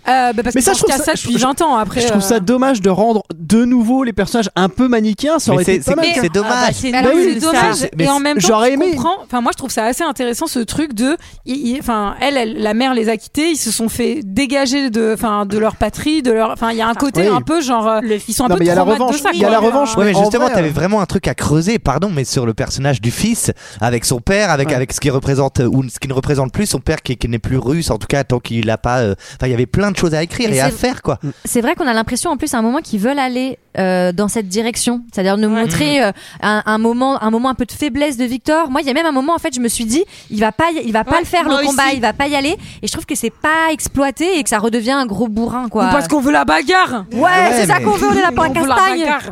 S1: Euh, bah parce
S6: Mais
S1: que
S6: ça,
S1: je
S6: je trouve
S1: ça,
S6: ça- je
S1: depuis
S6: trouve-
S1: 20 ans après. euh,
S6: je trouve
S7: euh,
S6: ça dommage de rendre de nouveau les personnages un peu manichéens. Ça
S12: Mais
S6: aurait
S12: c'est-
S6: été pas
S12: c'est-
S6: mal. hein.
S12: c'est
S6: qu'un-
S12: dommage.
S1: Ah, c'est
S7: Bah
S1: nul,
S7: oui,
S1: c'est
S7: ça.
S1: dommage.
S6: Mais
S1: et en même temps,
S6: j'aurais
S1: je
S6: aimé.
S1: comprends. Enfin, moi, je trouve ça assez intéressant ce truc de, il- il- enfin, elle, elle- la mère les a quittés, ils se sont fait dégager de, enfin, de leur patrie, de leur, enfin, il y a un côté
S6: Oui.
S1: un peu genre, euh, ils sont un
S6: Non,
S1: peu
S6: mais il y a la
S1: traumatisés
S6: revanche.
S1: de ça,
S6: Il y a
S1: quoi.
S6: la revanche.
S12: Ouais, mais euh,
S6: en
S12: justement,
S6: vrai,
S12: t'avais vraiment un truc à creuser, pardon, mais sur le personnage du fils, avec son père, avec, avec ce qui représente, euh, ou ce qui ne représente plus son père, qui, qui n'est plus russe, en tout cas, tant qu'il a pas. euh, Enfin, il y avait plein de choses à écrire
S13: Mais
S12: et à
S13: c'est-
S12: faire, quoi.
S13: C'est vrai qu'on a l'impression en plus à un moment qu'ils veulent aller euh, dans cette direction, c'est-à-dire nous montrer
S1: Mm.
S13: euh, un, un moment, un moment un peu de faiblesse de Victor. Moi, il y a même un moment en fait, je me suis dit, il va pas, y- il va pas
S1: Ouais,
S13: le faire
S1: moi
S13: le combat,
S1: aussi.
S13: il va pas y aller. Et je trouve que c'est pas exploité et que ça redevient un gros bourrin quoi.
S1: Ou parce qu'on veut la bagarre.
S13: Ouais, c'est ça
S12: mais-
S13: qu'on veut, on est là pour la
S1: On veut la
S13: castagne.
S1: bagarre.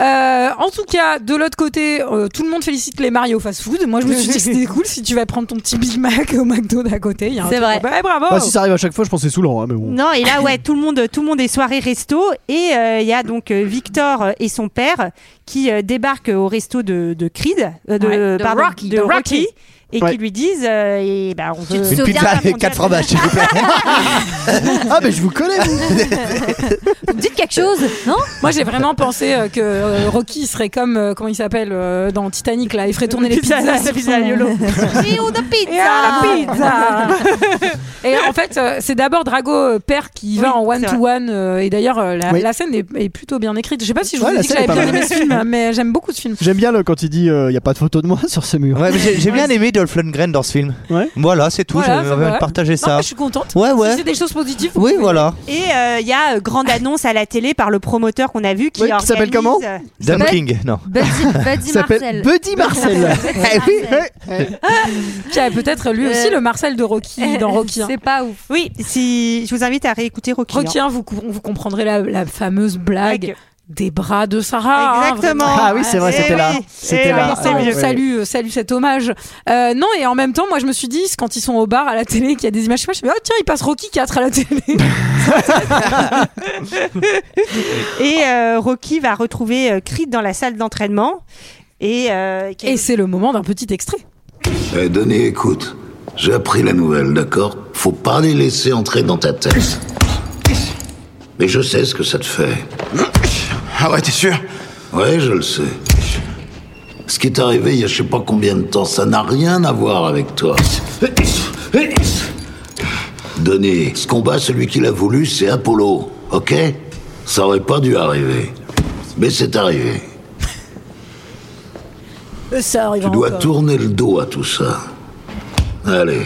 S1: Euh, en tout cas, de l'autre côté, euh, tout le monde félicite les Mario Fast Food. Moi, je me suis dit que
S13: [laughs]
S1: c'était cool si tu vas prendre ton petit Big Mac au McDo d'à côté. il y a un
S13: C'est
S1: truc-
S13: vrai.
S1: Bah,
S12: oh.
S1: bravo.
S6: bah, si ça arrive à chaque fois, je pense que c'est saoulant. hein, mais bon.
S7: Non, et
S13: [coughs]
S7: là, ouais, tout le monde, tout le monde est soirée resto. Et euh, il y a donc euh, Victor euh, et son père qui euh, débarquent au resto de, de Creed, euh, de,
S13: Ouais, de
S7: pardon,
S13: Rocky,
S7: de
S13: de
S7: Rocky,
S13: Rocky.
S7: et
S6: Ouais.
S7: qui lui disent, euh, et ben, on veut.
S12: Une pizza avec 4 fromages, s'il vous plaît.
S6: [laughs] Ah, mais je vous connais, vous.
S13: Vous me dites quelque chose, non
S1: Moi, j'ai vraiment pensé euh, que euh, Rocky serait comme, euh, comment il s'appelle, euh, dans Titanic, là, il ferait tourner les
S7: Pizza,
S1: pizzas.
S7: la
S1: sur
S7: pizza,
S1: son-
S7: YOLO.
S13: Et on a pizza.
S1: Et à la pizza Et en fait, euh, c'est d'abord Drago euh, père qui va
S7: Oui,
S1: en
S7: c'est
S1: one-to-one. euh, et d'ailleurs, euh, la,
S6: Oui.
S1: la scène est, est plutôt bien écrite. Je sais pas si je vous
S6: Ouais,
S1: ai
S6: la
S1: dit que
S6: scène est
S1: j'avais
S6: pas
S1: bien
S6: mal.
S1: aimé ce film, mais j'aime beaucoup ce film.
S6: J'aime bien le, quand il dit euh, il n'y a pas de photo de moi [laughs] sur ce mur.
S12: Ouais, mais j'ai j'ai bien aimé Dolph Lundgren dans ce film.
S6: Ouais.
S12: Voilà, c'est tout,
S1: Voilà,
S12: j'avais
S1: ça
S12: envie de
S1: va.
S12: partager
S1: Non, mais
S12: ça.
S1: je suis contente.
S12: Ouais, ouais.
S1: Si c'est des choses positives. vous
S12: Oui,
S1: pouvez-
S12: voilà.
S7: Et euh, il y a euh,
S13: [coughs]
S7: grande annonce à la télé par le promoteur qu'on a vu qui
S6: Oui, qui s'appelle comment
S7: organise- euh,
S12: Dan
S13: s'appelle-
S12: King, non.
S13: [laughs] Buddy,
S6: Il
S13: Buddy
S6: s'appelle
S13: Marcel.
S6: Buddy Marcel. [laughs]
S13: [laughs]
S6: Eh oui, eh.
S7: Oh,
S1: Qui a peut-être lui aussi
S13: Euh,
S1: le Marcel de Rocky dans Rocky. hein.
S13: C'est pas ouf.
S7: Oui, si je vous invite à réécouter Rocky.
S1: Rocky,
S7: hein.
S1: hein, vous, cou- vous comprendrez la, la fameuse blague
S7: Blague.
S1: des bras de Sarah. hein,
S7: Exactement.
S1: vraiment.
S6: Ah oui, c'est vrai,
S7: Eh
S6: c'était
S7: oui,
S6: là.
S7: eh
S6: C'était
S7: oui,
S6: là.
S7: c'est
S1: Ah,
S7: mieux.
S1: on salue, euh, salue cet hommage. Euh, non, et en même temps, moi, je me suis dit, c'est quand ils sont au bar à la télé, qu'il y a des images, je sais pas, je me suis dit, oh tiens, il passe Rocky 4 à la télé.
S7: Et euh, Rocky va retrouver euh, Creed dans la salle d'entraînement. Et, euh,
S1: et c'est le moment d'un petit extrait.
S8: Eh, Denis, écoute. J'ai appris la nouvelle, d'accord Faut pas les laisser entrer dans ta tête. Mais je sais ce que ça te fait. Ah ouais, t'es sûr Ouais, je le sais. Ce qui est arrivé il y a je sais pas combien de temps, ça n'a rien à voir avec toi. Denis, ce combat, celui qui l'a voulu, c'est Apollo, ok Ça aurait pas dû arriver. Mais c'est arrivé.
S1: Euh, Ça arrive
S8: Tu dois
S1: encore.
S8: tourner le dos à tout ça. Allez.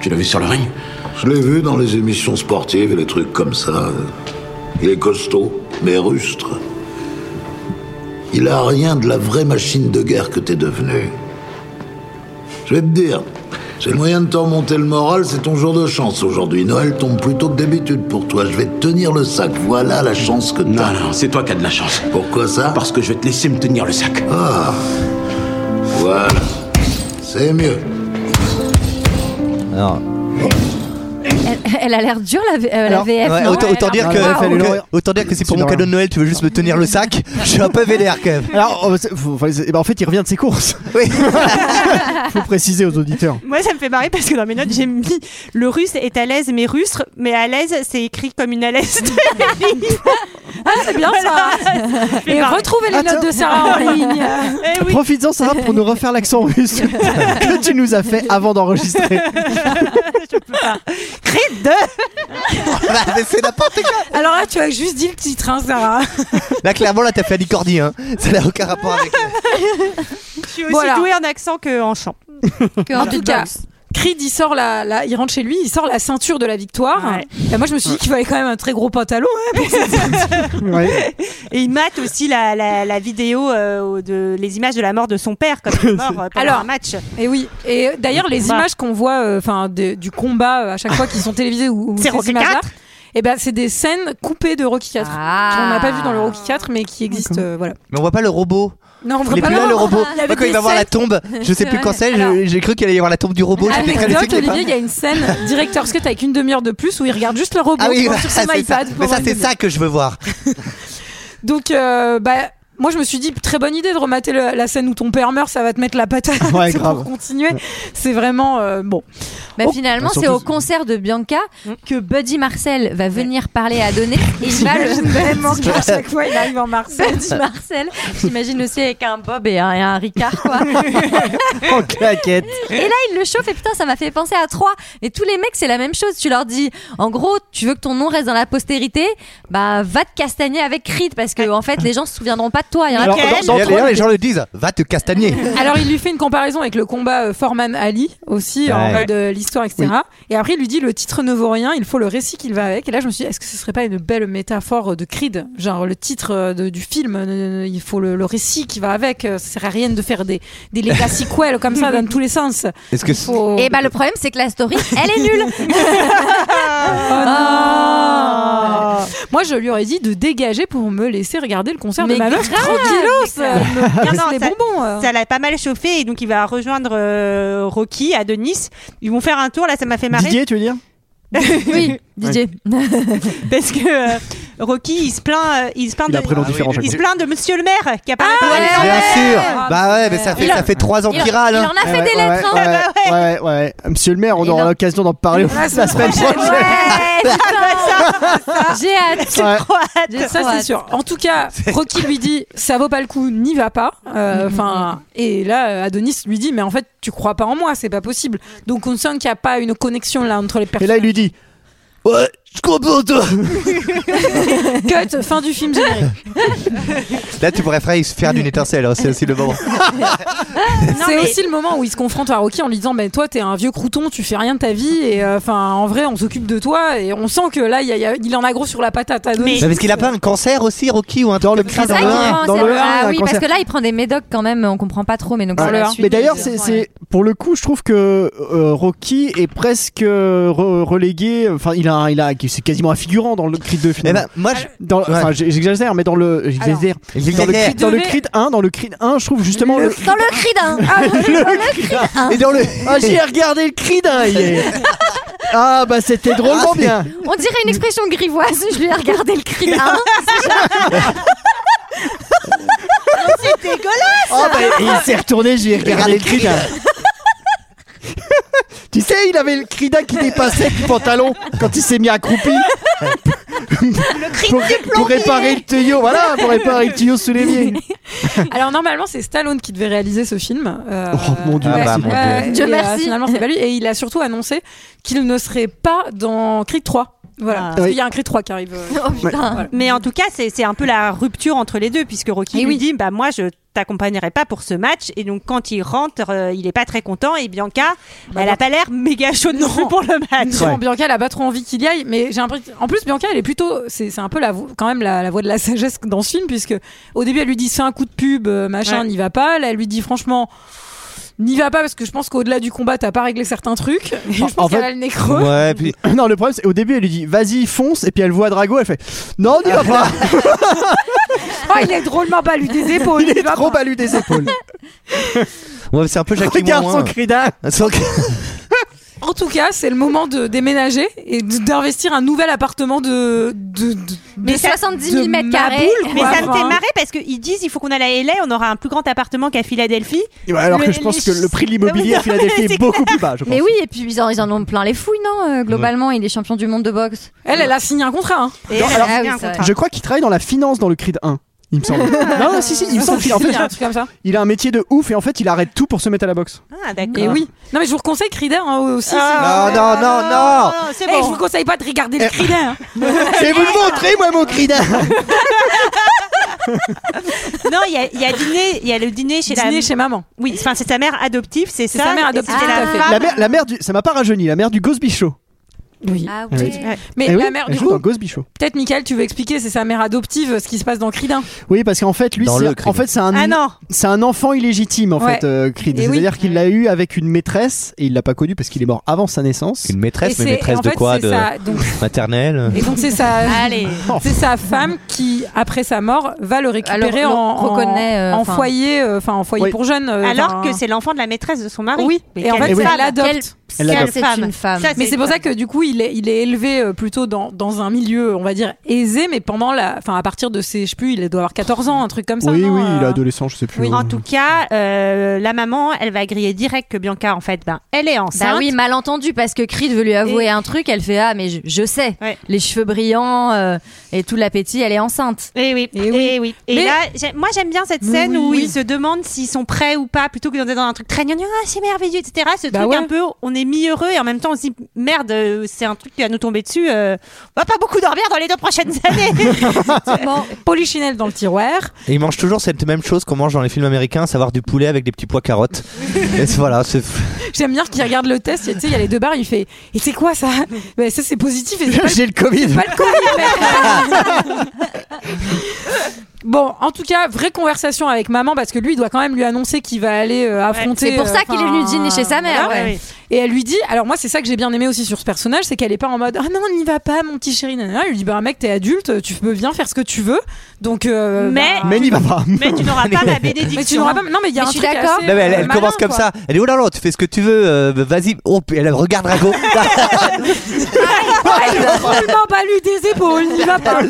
S8: Tu l'as vu sur le ring Je l'ai vu dans les émissions sportives et les trucs comme ça. Il est costaud, mais rustre. Il a rien de la vraie machine de guerre que t'es devenu. Je vais te dire, j'ai le moyen de te remonter le moral, c'est ton jour de chance aujourd'hui. Noël tombe plus tôt que d'habitude pour toi. Je vais te tenir le sac. Voilà la chance que t'as. Non, non, c'est toi qui as de la chance. Pourquoi ça Parce que je vais te laisser me tenir le sac. Ah. Voilà. C'est mieux.
S12: Non.
S13: Elle, elle a l'air dure la, V- euh, la
S12: Alors,
S13: VF.
S12: ouais,
S13: non
S12: autant,
S13: Elle a
S12: autant
S13: l'air
S6: Ah,
S12: dire que,
S1: Ah,
S13: waouh.
S12: que- autant dire que c'est pour mon cadeau de Noël, tu veux juste me tenir
S1: [laughs]
S12: le sac. Je suis un peu vénère quand même.
S6: Alors, euh, c'est- faut- faut- c'est- eh ben, en fait, il revient de ses courses.
S12: Oui.
S6: [laughs] faut préciser aux auditeurs.
S7: Moi, ça me fait marrer parce que dans mes notes, j'ai mis le russe est à l'aise, mais rustre, mais à l'aise, c'est écrit comme une à l'aise.
S1: Ah, c'est bien ça. [laughs] Et retrouvez les notes de
S12: [laughs]
S1: Sarah en ligne.
S6: Profites-en, Sarah, pour nous refaire l'accent
S1: [laughs]
S6: russe que tu nous as fait
S12: [laughs]
S6: avant d'enregistrer.
S12: Ah
S7: Crête
S12: bah, c'est n'importe quoi.
S1: Alors là, tu as juste dit le titre, hein, Sarah.
S12: Là, clairement, là, t'as fait Alicordi, hein. Ça n'a aucun rapport avec.
S7: Je suis aussi
S1: Voilà.
S7: douée en accent qu'en chant.
S1: en tout cas, Creed, il sort la, la- il rentre chez lui, il sort la ceinture de la victoire. Et moi, je me suis dit qu'il fallait quand même un très gros pantalon. hein, pour cette ceinture.
S7: Et il mate aussi la, la- la vidéo, euh, de, les images de la mort de son père, comme il est mort euh, pendant
S1: Alors,
S7: un match.
S1: Et Eh oui. Et d'ailleurs, les
S7: Bah.
S1: images qu'on voit, euh, enfin, du combat euh, à chaque fois qu'ils sont télévisés ou, ou
S7: [laughs] C'est
S1: ces
S7: Rocky
S1: images-là,
S7: 4.
S1: eh ben, c'est des scènes coupées de Rocky 4
S7: Ah.
S13: Ah.
S1: qu'on n'a pas vu dans le Rocky 4 mais qui existent. euh, voilà.
S12: Mais on voit pas le robot.
S1: Non, on voit
S12: il est
S1: pas
S12: plus
S1: le
S12: là le
S1: robot.
S12: robot.
S1: Il y avait
S12: Moi, quand il
S1: des
S12: va voir la
S1: sept.
S12: tombe, je sais
S1: C'est
S12: plus quand
S1: vrai.
S12: c'est. je-
S1: Alors-
S12: J'ai cru qu'il allait y avoir la tombe du robot. j'étais très déçu
S1: Anecdote,
S12: qu'il y ait pas.
S1: Olivier, il y a une scène
S12: [laughs]
S1: directeur Scott avec une demi-heure de plus où il regarde juste le robot
S12: Ah oui,
S1: sur
S12: bah,
S1: son
S12: ça, c'est
S1: iPad.
S12: ça.
S1: pour
S12: Mais ça,
S1: une
S12: c'est
S1: demi-heure.
S12: ça que je veux voir.
S1: Donc, euh, bah, moi, je me suis dit, très bonne idée de remater le- la scène où ton père meurt, ça va te mettre la patate
S12: Ouais,
S1: [laughs] C'est
S12: grave.
S1: pour continuer. C'est vraiment euh, bon.
S12: [laughs]
S13: Bah,
S1: Oh. Hum.
S13: finalement,
S1: Bah,
S13: c'est
S1: surtout-
S13: au concert de Bianca que Buddy Marcel va venir parler
S1: [laughs]
S13: à Donné. Et il va
S1: J'imagine
S13: le
S1: vraiment qu'à chaque fois, il arrive en Marcel.
S13: [laughs] Buddy Marcel, j'imagine aussi avec un Bob et un, et un
S1: [laughs]
S13: Ricard, quoi.
S6: [laughs] En claquette.
S13: Et là, il le chauffe et putain, ça m'a fait penser à trois. Et tous les mecs, c'est la même chose. Tu leur dis, en gros, tu veux que ton nom reste dans la postérité, bah va te castagner avec Creed parce
S1: Ah.
S13: que en fait, les gens se souviendront pas de toi. Il y en a
S12: Alors,
S13: qui-
S12: dans- dans D'ailleurs, les gens le disent va
S1: [laughs]
S12: te castagner.
S1: Alors, il lui fait une comparaison avec le combat euh, Foreman-Ali aussi, en
S12: Ouais.
S1: mode euh, l'histoire, etc. Et après, il lui dit le titre ne vaut rien, il faut le récit qu'il va avec. Et là, je me suis dit, est-ce que ce serait pas une belle métaphore euh, de Creed Genre, le titre euh, de- du film, euh, euh, il faut le, le récit qui va avec. euh, Ça sert à rien de faire des, des legacy
S7: [laughs]
S1: sequels comme ça dans tous les sens. Eh ben,
S12: Est-ce que
S7: Oh.
S13: Et bah le problème, c'est que la story, elle est nulle.
S7: Oh
S1: Ah. Moi, je lui aurais dit de dégager pour me laisser regarder le concert
S7: Mais
S1: de ma meuf
S7: grave,
S1: tranquillos.
S7: mais grave.
S1: Elle me casse
S7: Non, non,
S1: les
S7: ça-
S1: bonbons. euh.
S7: Ça l'a pas mal chauffé et donc il va rejoindre euh, Rocky à Denis. Ils vont faire un tour, là ça m'a fait marrer.
S6: Didier, tu veux dire
S7: [laughs]
S13: oui,
S6: Didier.
S7: Parce que euh, Rocky il se plaint, euh, il se plaint
S12: Ah Il a
S7: de,
S12: un prénom différent chaque
S7: il se
S12: fois.
S7: plaint de Monsieur le Maire qui
S13: Ah,
S7: a pas répondu à la
S12: Bien
S7: lettre.
S12: sûr. Bah ouais, mais ça fait
S7: Il en-
S12: ça fait trois ans
S7: Ah, il en-
S12: qu'il râle.
S7: il
S12: hein.
S7: en a fait des
S6: Ouais,
S7: lettres, hein.
S6: ouais,
S7: Bah
S6: ouais, ouais, ouais. Euh, Monsieur le maire, on aura l'occasion d'en parler la semaine
S7: [laughs]
S6: prochaine.
S7: Ah,
S13: J'ai hâte.
S1: J'ai
S7: trop hâte.
S13: J'ai
S1: Ça
S13: trop
S1: c'est
S13: hâte.
S1: sûr. En tout
S6: [laughs]
S1: cas, Rocky lui dit ça vaut pas le coup, n'y va pas.
S6: Mm-hmm.
S1: Euh, Enfin, et là, euh, Adonis lui dit mais en fait tu crois pas en moi, c'est pas possible. Donc on sent qu'il n'y a pas une connexion là entre les
S6: Et
S1: personnes.
S6: là, il lui dit Ouais, je comprends toi.
S1: Cut, fin du film
S6: [laughs]
S1: générique.
S12: Là, tu pourrais faire- faire d'une étincelle. hein, C'est aussi le moment.
S1: C'est aussi le moment où il se confronte à Rocky en lui disant ben toi t'es un vieux crouton, tu fais rien de ta vie et euh, enfin en vrai on s'occupe de toi et on sent que là il, y a- il y a- il en a gros sur la patate. Adonis.
S12: Bah, parce qu'il a pas un cancer aussi, Rocky ou un dans le
S13: C'est ça qui prend, c'est- ah oui, parce
S6: cancer.
S13: que là, il prend des médocs quand même, on comprend pas trop, mais donc
S6: Ouais.
S13: sur le
S6: Mais d'ailleurs, c'est c'est- pour le coup, je trouve que euh, Rocky est presque euh, re- relégué. Enfin, il a, il a, c'est quasiment un figurant dans le Creed 2 finalement.
S12: Eh ben, moi, je-
S6: [laughs] Dans- enfin, j'ai- j'exagère, mais dans le,
S12: Alors,
S6: j'exagère. Dans le,
S12: J'exagère.
S6: Creed, dans le Creed 1, dans le Creed 1, je trouve justement le.
S13: Dans le Creed
S6: [laughs]
S13: 1. Dans le Creed 1.
S12: Et dans le.
S6: Ah, j'ai regardé le Creed
S12: [laughs]
S6: 1 hier. Ah bah c'était drôlement
S13: Ah,
S6: bien.
S13: On dirait une expression grivoise, je lui ai regardé le Creed 1.
S7: C'est dégueulasse
S12: Oh, bah,
S6: Et Ah, il s'est retourné, j'ai regardé le Krida. [laughs] tu sais, il avait le Krida qui dépassait du pantalon quand il s'est mis accroupi.
S1: Le cri
S6: pour, pour réparer le tuyau, voilà, pour réparer le tuyau sous l'évier.
S1: Alors normalement, c'est Stallone qui devait réaliser ce film. Euh,
S6: Oh, mon Dieu, merci.
S1: ouais,
S6: Ah, mon Dieu.
S1: et,
S6: Dieu
S1: euh,
S6: merci.
S1: finalement, c'est pas lui. Et il a surtout annoncé qu'il ne serait pas dans Creed 3. Voilà.
S6: Ah.
S1: Parce
S7: Oui.
S1: qu'il y a un Creed 3 qui arrive.
S6: [laughs]
S1: euh,
S6: Oh,
S1: voilà.
S7: Mais en tout cas, c'est c'est un peu la rupture entre les deux, puisque
S1: Eh
S7: Rocky lui dit bah, Moi, je t'accompagnerai pas pour ce match. Et donc, quand il rentre, euh, il est pas très content. Et Bianca,
S1: Bah,
S7: elle a pas l'air méga chaude non plus pour le match.
S1: Non, Bianca, elle a pas trop envie qu'il y aille, mais j'ai l'impression. En plus, Bianca, elle est plutôt. C'est c'est un peu la vo- quand même la, la voix de la [laughs] sagesse dans ce film, puisque au début, elle lui dit c'est un coup de pub, euh, machin,
S7: Ouais.
S1: n'y va pas. Là, elle lui dit franchement. N'y va pas parce que je pense qu'au-delà du combat, t'as pas réglé certains trucs. Et je pense qu'elle a le nez creux. [laughs]
S6: [clears throat] Non, le problème, c'est au début, elle lui dit vas-y, fonce, et puis elle voit Drago, elle fait non, n'y va pas.
S1: Oh, il est drôlement balu des épaules.
S6: Il est [laughs] trop balu des épaules.
S12: Ouais, c'est un peu Jackie
S6: Regarde
S12: Morin.
S6: [laughs] son Krida.
S12: Son-
S1: En tout cas, c'est le moment de déménager et de- d'investir un nouvel appartement de, de, de- de- de ma boule,
S7: Mais
S1: quoi.
S7: ça me fait
S1: Enfin,
S7: marrer parce qu'ils disent il faut qu'on aille à LA, on aura un plus grand appartement qu'à Philadelphie.
S6: Et ouais, alors que je
S7: les-
S6: pense que le prix de l'immobilier
S7: Non,
S6: à Philadelphie
S7: mais
S6: est
S7: c'est
S6: beaucoup
S7: clair.
S6: plus bas, je pense.
S13: Mais oui, et puis ils en, ils en ont plein les fouilles, non euh, Globalement, il est champion du monde de boxe.
S1: Elle, elle a signé un contrat. hein.
S13: Et
S6: Non,
S13: elle,
S6: alors,
S13: ah oui, c'est vrai.
S6: je crois qu'il travaille dans la finance dans le Creed 1. Il me semble. non, non, si, si, il me semble qu'il en
S1: Il
S6: fait,
S1: y a un truc comme ça.
S6: il a un métier de ouf et en fait, il arrête tout pour se mettre à la boxe.
S7: Ah, d'accord.
S1: Et Eh oui. Non, mais je vous conseille Crider hein, aussi.
S6: Ah,
S1: si vous-
S6: non, non, non.
S7: c'est
S1: Eh,
S7: bon.
S1: Je vous conseille pas de regarder
S6: Eh.
S1: le Crider. hein.
S6: Je vais vous le montrer, moi, mon Krida.
S7: Non, il y a, il y a dîner, il y a le dîner chez la
S1: Dîner chez maman.
S7: Oui, enfin c'est sa mère adoptive, c'est
S1: C'est
S7: ça.
S1: sa mère
S7: et
S1: adoptive,
S7: c'était
S1: tout à
S7: la
S1: fait.
S7: femme.
S6: [laughs] La mère, la mère du, ça m'a pas rajeuni, la mère du Ghost Bichot.
S1: Oui.
S6: Ouais.
S1: Ah. Mais
S6: Eh
S1: la
S6: oui,
S1: mère,
S6: elle
S1: du
S6: joue
S1: coup,
S6: dans Ghost Bichot.
S1: peut-être, Michael, tu veux expliquer, c'est sa mère adoptive, ce qui se passe dans Crider.
S6: Oui, parce qu'en fait, lui,
S12: Dans le
S6: c'est
S12: Creed.
S6: en fait, c'est un,
S1: Ah non.
S6: c'est un enfant illégitime, en
S1: Ouais.
S6: fait, euh, Creed.
S1: Et oui.
S6: C'est-à-dire qu'il l'a eu avec une maîtresse et il l'a pas connu parce qu'il est mort avant sa naissance. Une
S1: maîtresse, Et mais c'est- maîtresse et en de fait, quoi, c'est de- ça, donc-
S12: Maternelle.
S1: Et donc c'est sa,
S13: Allez.
S6: Oh.
S1: c'est sa femme qui, après sa mort, va le récupérer
S13: Alors,
S1: en,
S13: le
S1: en-
S13: reconnaît, euh,
S1: en
S13: enfin-
S1: foyer, euh, enfin en foyer pour jeunes. euh,
S7: Alors
S1: enfin,
S7: que c'est l'enfant de la maîtresse de son mari.
S1: Oui.
S7: Mais
S1: et en
S7: quelle
S1: fait, elle
S7: femme.
S1: l'adopte.
S7: Quelle- quelle femme. Ça,
S1: mais c'est pour
S7: une
S1: ça que du coup, il est, il est élevé euh, plutôt dans, dans un milieu, on va dire aisé, mais pendant la, enfin à partir de ses, je sais plus, il doit avoir 14 ans, un truc comme ça.
S6: Oui,
S1: non,
S6: oui,
S1: euh,
S6: il
S1: [laughs]
S6: est adolescent, je sais plus.
S7: Oui.
S6: Euh,
S7: En tout cas, euh, la maman, elle va griller direct que Bianca, en fait, ben, elle est enceinte.
S13: Bah oui, malentendu, parce que Creed veut lui avouer
S7: Et-
S13: un truc, elle fait Ah, mais je, je sais, les cheveux brillants euh, et tout l'appétit, elle est enceinte.
S7: Et Eh oui, et oui.
S13: Eh
S7: Et,
S13: Mais-
S7: là, j'ai- moi j'aime bien cette
S13: Mais
S7: scène
S13: oui,
S7: où
S13: oui.
S7: ils se demandent s'ils sont prêts ou pas, plutôt que d'être dans un truc très gnangnan, ah, c'est merveilleux, etc. Ce
S1: Bah
S7: truc
S1: ouais.
S7: un peu, on est mis heureux et en même temps on se dit merde, euh, c'est un truc qui va nous tomber dessus. euh, on va pas beaucoup dormir dans les deux prochaines [laughs] années.
S1: Bon, polichinelle dans le tiroir.
S12: Et ils mangent toujours cette même chose qu'on mange dans les films américains, à savoir du poulet avec des petits pois carottes. et c'est- voilà, c'est.
S1: J'aime bien qu'il regarde le test. et Tu sais, il y a les deux barres. Il fait. Et c'est quoi ça Ben, Ça, c'est positif.
S6: [laughs]
S1: et c'est pas
S6: [laughs] J'ai le Covid.
S1: c'est pas le Covid,
S13: [laughs]
S1: mec. Bon, en tout cas, vraie conversation avec maman parce que lui, il doit quand même lui annoncer qu'il va aller euh, affronter.
S13: c'est pour ça qu'il est venu dîner chez sa mère, ouais. Ouais.
S1: Et elle lui dit, alors moi, c'est ça que j'ai bien aimé aussi sur ce personnage, c'est qu'elle est pas en mode, ah non, on n'y va pas, mon petit chéri. nanana. Elle lui dit, bah mec, t'es adulte, tu peux bien faire ce que tu veux. Donc, euh,
S7: Mais-
S1: bah,
S12: Mais n'y va pas.
S7: mais tu n'auras pas ma bénédiction.
S1: Mais tu n'auras pas- non, mais il y a un
S13: je suis
S1: truc
S13: d'accord.
S1: assez,
S12: Non, mais elle,
S1: euh,
S12: elle
S1: malin,
S12: commence comme
S1: quoi.
S12: ça. Elle est oh là là, tu fais ce que tu veux, euh, vas-y. Oh, puis elle regarde Rago. [laughs]
S1: Ah, il a complètement balu des épaules, il va pas.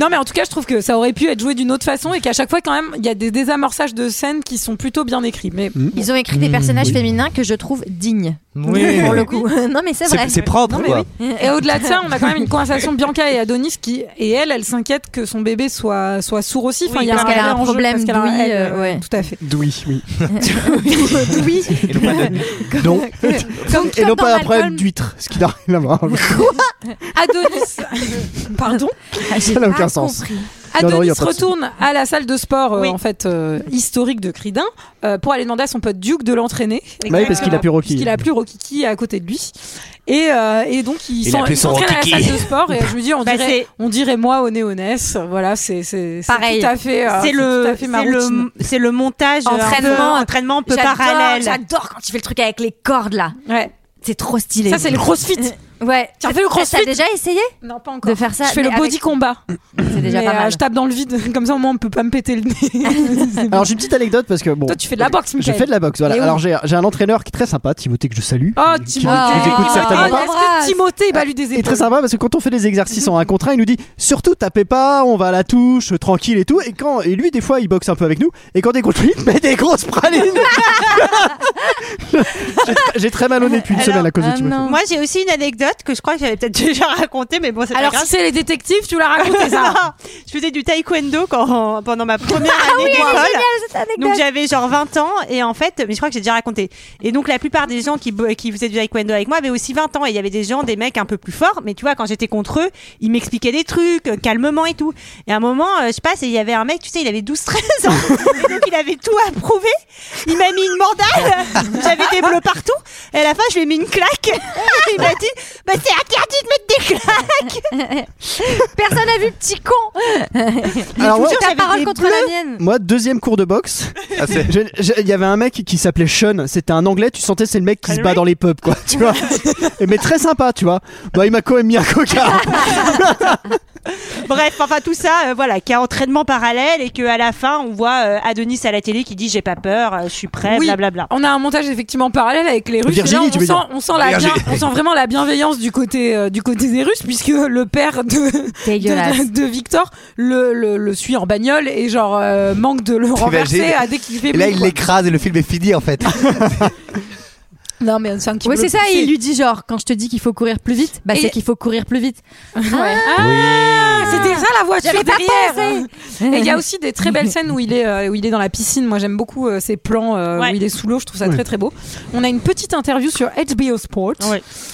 S1: Non mais en tout cas je trouve que ça aurait pu être joué d'une autre façon et qu'à chaque fois quand même il y a des désamorçages de scènes qui sont plutôt bien écrits mais
S13: Ils ont écrit des personnages féminins que je trouve dignes.
S1: Oui.
S13: Pour le coup. [laughs] non, mais c'est
S1: C'est-
S13: vrai.
S1: c'est
S12: propre,
S13: Non, mais
S12: quoi.
S13: oui.
S1: et au-delà de ça on a quand même une conversation de Bianca et Adonis qui et elle elle s'inquiète que son bébé soit soit sourd aussi
S13: Oui,
S1: il y a
S13: parce qu'elle a
S1: vrai
S13: un
S1: enjeu,
S13: problème
S1: parce qu'elle a un-
S13: d'ouïe,
S1: elle,
S13: euh,
S1: euh,
S13: ouais.
S1: tout à fait
S6: Doui, oui.
S1: oui Comme-
S6: Non. et
S1: comme
S6: non
S1: dans
S6: pas un problème
S1: Malcolm.
S6: d'huître, ce qui n'a rien à voir.
S13: [laughs]
S1: Adonis pardon
S6: Ça n'a aucun sens. Non,
S1: Adonis
S6: non, il y a pas de-
S1: retourne à la salle de sport euh, en fait euh, historique de Cridin euh, pour aller demander à son pote Duke de l'entraîner.
S6: Bah oui, parce qu'il a plus Rocky.
S1: Il a plus Rokiki à côté de lui. Et, euh, et donc il
S6: Il
S1: s'en-
S6: a plus
S1: il
S6: son
S1: s'entraîne à la
S6: Rokiki.
S1: salle de sport et je me dis
S13: [laughs]
S1: on
S7: Bah,
S1: dirait
S7: c'est-
S1: on dirait moi au néonesse voilà c'est c'est c'est
S13: Pareil.
S1: tout à fait euh,
S7: C'est le-
S1: tout à fait ma
S7: c'est le-
S1: routine.
S7: c'est le montage euh,
S13: Entraînement,
S7: un peu- entraînement un peu
S13: J'adore,
S7: parallèle.
S13: J'adore quand tu fais le truc avec les cordes là.
S1: Ouais.
S13: C'est trop stylé. [laughs]
S1: Ça, c'est le crossfit.
S13: Ouais.
S1: Tiens, fais le
S13: T'as-
S1: crossfit.
S13: T'as déjà essayé
S1: Non, pas encore.
S13: De faire ça.
S1: Je fais le
S13: mais
S1: body
S13: avec-
S1: combat.
S13: C'est déjà
S1: Mais,
S13: pas
S1: euh,
S13: mal.
S1: je tape dans le vide, [laughs] comme ça au moins on peut pas me péter le
S13: [laughs]
S1: nez.
S6: Alors j'ai une petite anecdote parce que bon.
S1: Toi, tu fais de la boxe,
S6: Je
S1: Michael.
S6: fais de la boxe.
S1: Et
S6: Voilà.
S1: oui.
S6: Alors j'ai j'ai un entraîneur qui est très sympa, Timothée que je salue.
S1: Oh,
S6: qui nous écoute
S1: Timothée.
S6: certainement
S1: Oh,
S6: pas.
S1: Est-ce que Timothée bat lui des
S6: Et
S1: épaules
S6: très sympa parce que quand on fait des exercices en un contre un, il nous dit surtout tapez pas, on va à la touche, euh, tranquille et tout. Et quand et lui des fois il boxe un peu avec nous et quand des contre lui, il met des grosses
S1: [laughs]
S6: pralines. J'ai- J'ai très mal au nez depuis une semaine à cause de
S13: euh,
S6: Timothée.
S7: Moi, j'ai aussi une anecdote que je crois que j'avais peut-être [laughs] déjà racontée, mais bon, c'est pas
S1: Alors,
S7: grave.
S1: si c'est les détectives, tu l'as raconté
S7: [laughs]
S1: ça.
S7: Non, je faisais du taekwondo quand, pendant ma première
S1: Ah oui,
S7: année
S1: elle est
S7: d'école.
S1: géniale, cette anecdote.
S7: Donc j'avais genre 20 ans et en fait, mais je crois que j'ai déjà raconté. Et donc la plupart des gens qui, bo- qui faisaient du taekwondo avec moi avaient aussi 20 ans et il y avait des gens, des mecs un peu plus forts, mais tu vois, quand j'étais contre eux, ils m'expliquaient des trucs euh, calmement et tout. Et à un moment, euh, je passe et il y avait un mec, tu sais, il avait 12-13 ans. Et donc il avait tout approuvé. Il m'a mis une mandale. J'avais des bleus partout. Et à la fin, je lui ai mis une claque. [laughs] Et il m'a dit, bah c'est interdit de mettre des claques.
S13: Personne n'a vu petit con.
S6: Alors, moi-
S13: ta parole contre la mienne.
S6: Moi, deuxième cours de boxe,
S12: Ah, c'est-
S6: je- je- il y avait un mec qui s'appelait Sean, c'était un anglais, tu sentais c'est le
S1: Ah,
S6: mec qui se bat dans les pubs, quoi, tu
S1: [laughs]
S6: vois. Et mais très sympa, tu vois. Bah, il m'a quand même mis un coca.
S7: Bref, enfin tout ça, euh, voilà, qui a entraînement parallèle et que à la fin, on voit euh, Adonis à la télé qui dit j'ai pas peur, euh, je suis prêt,
S1: Oui.
S7: blablabla.
S1: On a un montage effectivement parallèle avec les Russes. et
S7: Virginie,
S1: là, on,
S7: tu veux
S1: sent,
S7: dire.
S1: on sent la bien-
S7: Virginie.
S1: on sent vraiment la bienveillance du côté euh, du côté des Russes puisque le père de
S13: [laughs] Dégueulasse.
S1: de, de- de Victor le, le, le suit en bagnole et genre euh, manque de le renverser
S12: T'imagines
S1: à dès qu'il fait
S12: Et là,
S1: boum,
S12: il
S1: quoi.
S12: l'écrase et le film est fini en fait.
S1: Non mais c'est un petit
S13: Ouais,
S1: peu
S13: c'est ça.
S1: poussé.
S13: Il lui dit genre, quand je te dis qu'il faut courir plus vite, bah c'est qu'il faut courir plus
S7: [laughs]
S13: vite.
S1: Ah, c'était ça la voiture
S13: J'avais pas
S1: derrière.
S13: pensé. [laughs]
S1: Et il y a aussi des très belles scènes où il est euh, où il est dans la piscine. Moi j'aime beaucoup euh, ces plans euh, où il est sous l'eau. Je trouve ça très très beau. On a une petite interview sur HBO Sport.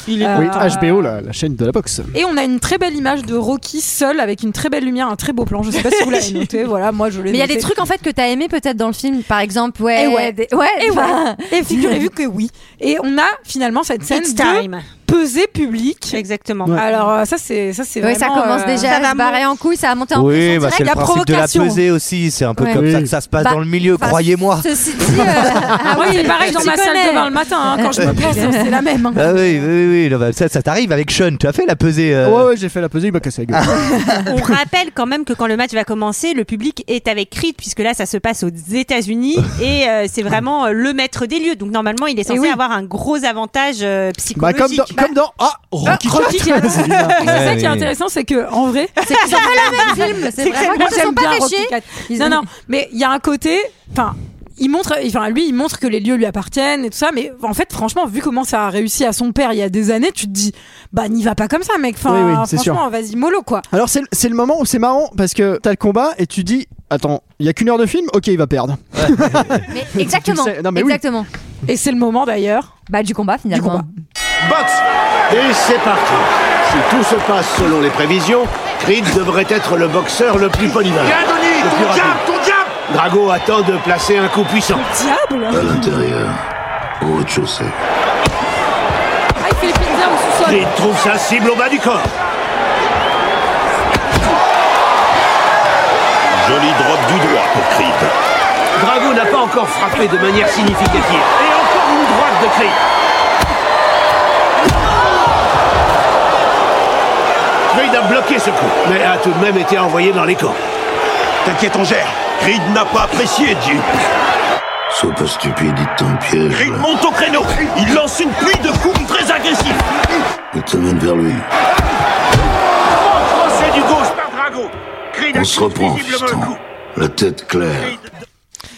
S6: Il
S13: Euh,
S1: est-
S6: oui, HBO, Oh la, la chaîne de la boxe.
S1: Euh, Et on a une très belle image de Rocky seul avec une très belle lumière, un très beau plan. Je sais pas si vous
S13: [laughs]
S1: l'avez noté. Voilà, moi je l'ai.
S13: Mais il y a
S1: noté.
S13: des trucs en fait que t'as aimé peut-être dans le film, par exemple, ouais.
S1: Et Eh ouais,
S13: des- ouais.
S1: et ouais.
S13: [laughs] enfin,
S1: Et figurez-vous que oui. Et on a finalement cette scène
S7: It's
S1: de
S7: time.
S1: pesée publique.
S7: Exactement.
S1: Alors euh, ça c'est ça c'est
S13: Ouais, ça
S1: vraiment,
S13: commence
S1: euh,
S13: déjà à se barrer en couilles, ça a monté en
S12: oui,
S13: pression
S12: bah,
S13: directe.
S12: c'est le principe de la pesée aussi. C'est un peu comme
S13: Oui.
S12: ça que ça se passe
S13: Bah,
S12: dans le milieu,
S13: enfin,
S12: croyez-moi.
S13: Ceci dit, euh, ah
S1: Moi,
S13: oui,
S1: c'est pareil dans
S13: tu
S1: ma salle
S13: connais.
S1: de bain le matin hein, quand je me place, c'est la même. hein.
S12: Ah oui, oui, oui, oui, non, bah, ça, ça t'arrive avec Sean. Tu as fait la pesée. euh,
S6: Ouais, ouais, j'ai fait la pesée, il m'a cassé la gueule.
S7: Ah, On rappelle quand même que quand le match va commencer, le public est avec Creed puisque là ça se passe aux États-Unis et euh, c'est vraiment euh, le maître des lieux. Donc normalement, il est censé avoir un gros avantage euh,
S6: Bah,
S7: psychologique.
S6: comme dans, comme dans ah, Rocky,
S1: Rocky
S6: IV.
S1: IV.
S6: C'est
S1: Et
S6: bizarre.
S1: c'est ça qui est intéressant, c'est que en vrai,
S13: C'est [laughs] qu'ils ont pas le même film, c'est
S1: que
S13: vraiment
S1: moi,
S13: qu'ils se
S1: j'aime
S13: sont pas
S1: bien
S13: fait
S1: Rocky
S13: chier.
S1: IV.
S13: Ils-
S1: Non, non, [laughs] mais il y a un côté, enfin. Il montre, enfin lui, il montre que les lieux lui appartiennent et tout ça, mais en fait, franchement, vu comment ça a réussi à son père il y a des années, tu te dis, bah n'y va pas comme ça, mec. Enfin,
S6: Oui, oui, c'est Ah.
S1: franchement, vas-y mollo quoi.
S6: Alors c'est le- c'est le moment où c'est marrant parce que t'as le combat et tu dis attends il y a qu'une heure de film ok il va perdre. [laughs]
S13: Mais exactement.
S6: Tu le sais. Non, mais oui.
S13: exactement.
S1: Et c'est le moment d'ailleurs.
S13: Bah du combat finalement.
S14: Boxe Et c'est parti Si tout se passe selon les prévisions, Creed devrait être le boxeur le plus polyvalent.
S2: Viens, Denis,
S14: Le
S2: ton
S14: plus rapide.
S2: diable, ton diable
S14: Drago attend de placer un coup puissant.
S1: Diable
S8: À l'intérieur, au rez-de-chaussée.
S1: Ah, il fait les pizzas au sous-sol.
S14: Creed trouve sa cible au bas du corps.
S15: Joli drop du droit pour Creed.
S4: Drago n'a pas encore frappé de manière significative. Et encore une droite de Creed.
S14: Creed a bloqué ce coup, mais a tout de même été envoyé dans les camps.
S15: T'inquiète, on gère. Creed n'a pas apprécié, Jim.
S8: Sois pas stupide, il t'en piège.
S15: Creed monte au créneau. Il lance une pluie de coups très agressifs.
S8: Il t'amène vers lui.
S14: Crochet du gauche par Drago. Creed
S8: On se reprend, putain. La tête claire.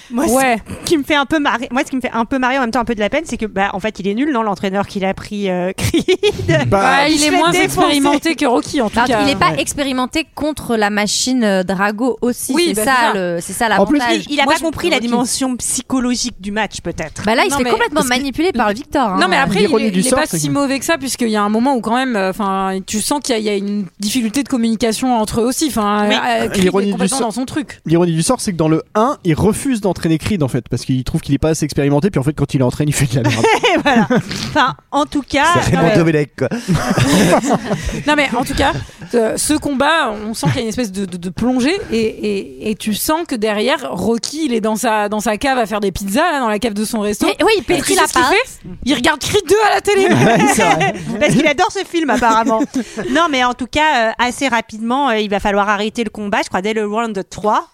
S7: Moi,
S1: Ouais.
S7: ce [laughs] qui me fait un peu marrer, moi ce qui me fait un peu marrer en même temps un peu de la peine, c'est que bah en fait il est nul, non l'entraîneur qu'il a pris euh, [laughs] Creed.
S1: Bah, il
S7: se
S1: est
S7: fait
S1: moins
S7: défoncer.
S1: expérimenté que Rocky en tout
S13: Alors,
S1: cas.
S13: il n'est pas expérimenté contre la machine euh, Drago aussi.
S1: Oui, bah,
S13: c'est ça,
S1: c'est ça.
S13: le- c'est ça
S1: En plus,
S13: l'avantage.
S1: il-
S7: Il a
S1: Moi,
S7: pas
S1: je-
S7: compris la
S1: Rocky.
S7: dimension psychologique du match peut-être.
S13: Bah là, il
S1: Non,
S13: se fait
S1: mais-
S13: complètement
S1: parce que-
S13: manipuler par Victor. hein.
S1: Non mais après il,
S13: L'ironie
S1: est-
S13: du
S1: il est
S13: sort,
S1: pas
S13: c'est
S1: si
S13: que-
S1: mauvais que ça puisqu'il y a un moment où quand même euh, enfin tu sens qu'il y, a- il y a une difficulté de communication entre eux aussi enfin
S7: Oui.
S1: euh, Creed est
S6: L'ironie du
S1: complètement
S6: sort.
S1: dans son truc.
S6: L'ironie du sort c'est que dans le 1 il refuse d'en- entraîner Creed en fait, parce qu'il trouve qu'il est pas assez expérimenté, puis en fait quand il entraîne, il fait de la merde.
S7: Et voilà. [laughs] Enfin, en tout cas.
S12: C'est Raymond
S7: euh,
S12: Domenech, quoi.
S1: Non mais en tout cas, euh, ce combat, on sent qu'il y a une espèce de, de- de plongée et, et- et tu sens que derrière, Rocky, il est dans sa, dans sa cave à faire des pizzas, là, dans la cave de son resto.
S13: oui, il
S1: pétrit
S13: pétrit la pâte.
S1: Il regarde Creed 2 à la
S7: [laughs]
S1: télé.
S7: Ah Parce qu'il adore ce film [laughs] apparemment. non, mais en tout cas, euh, assez rapidement, euh, il va falloir arrêter le combat. Je crois dès le round 3.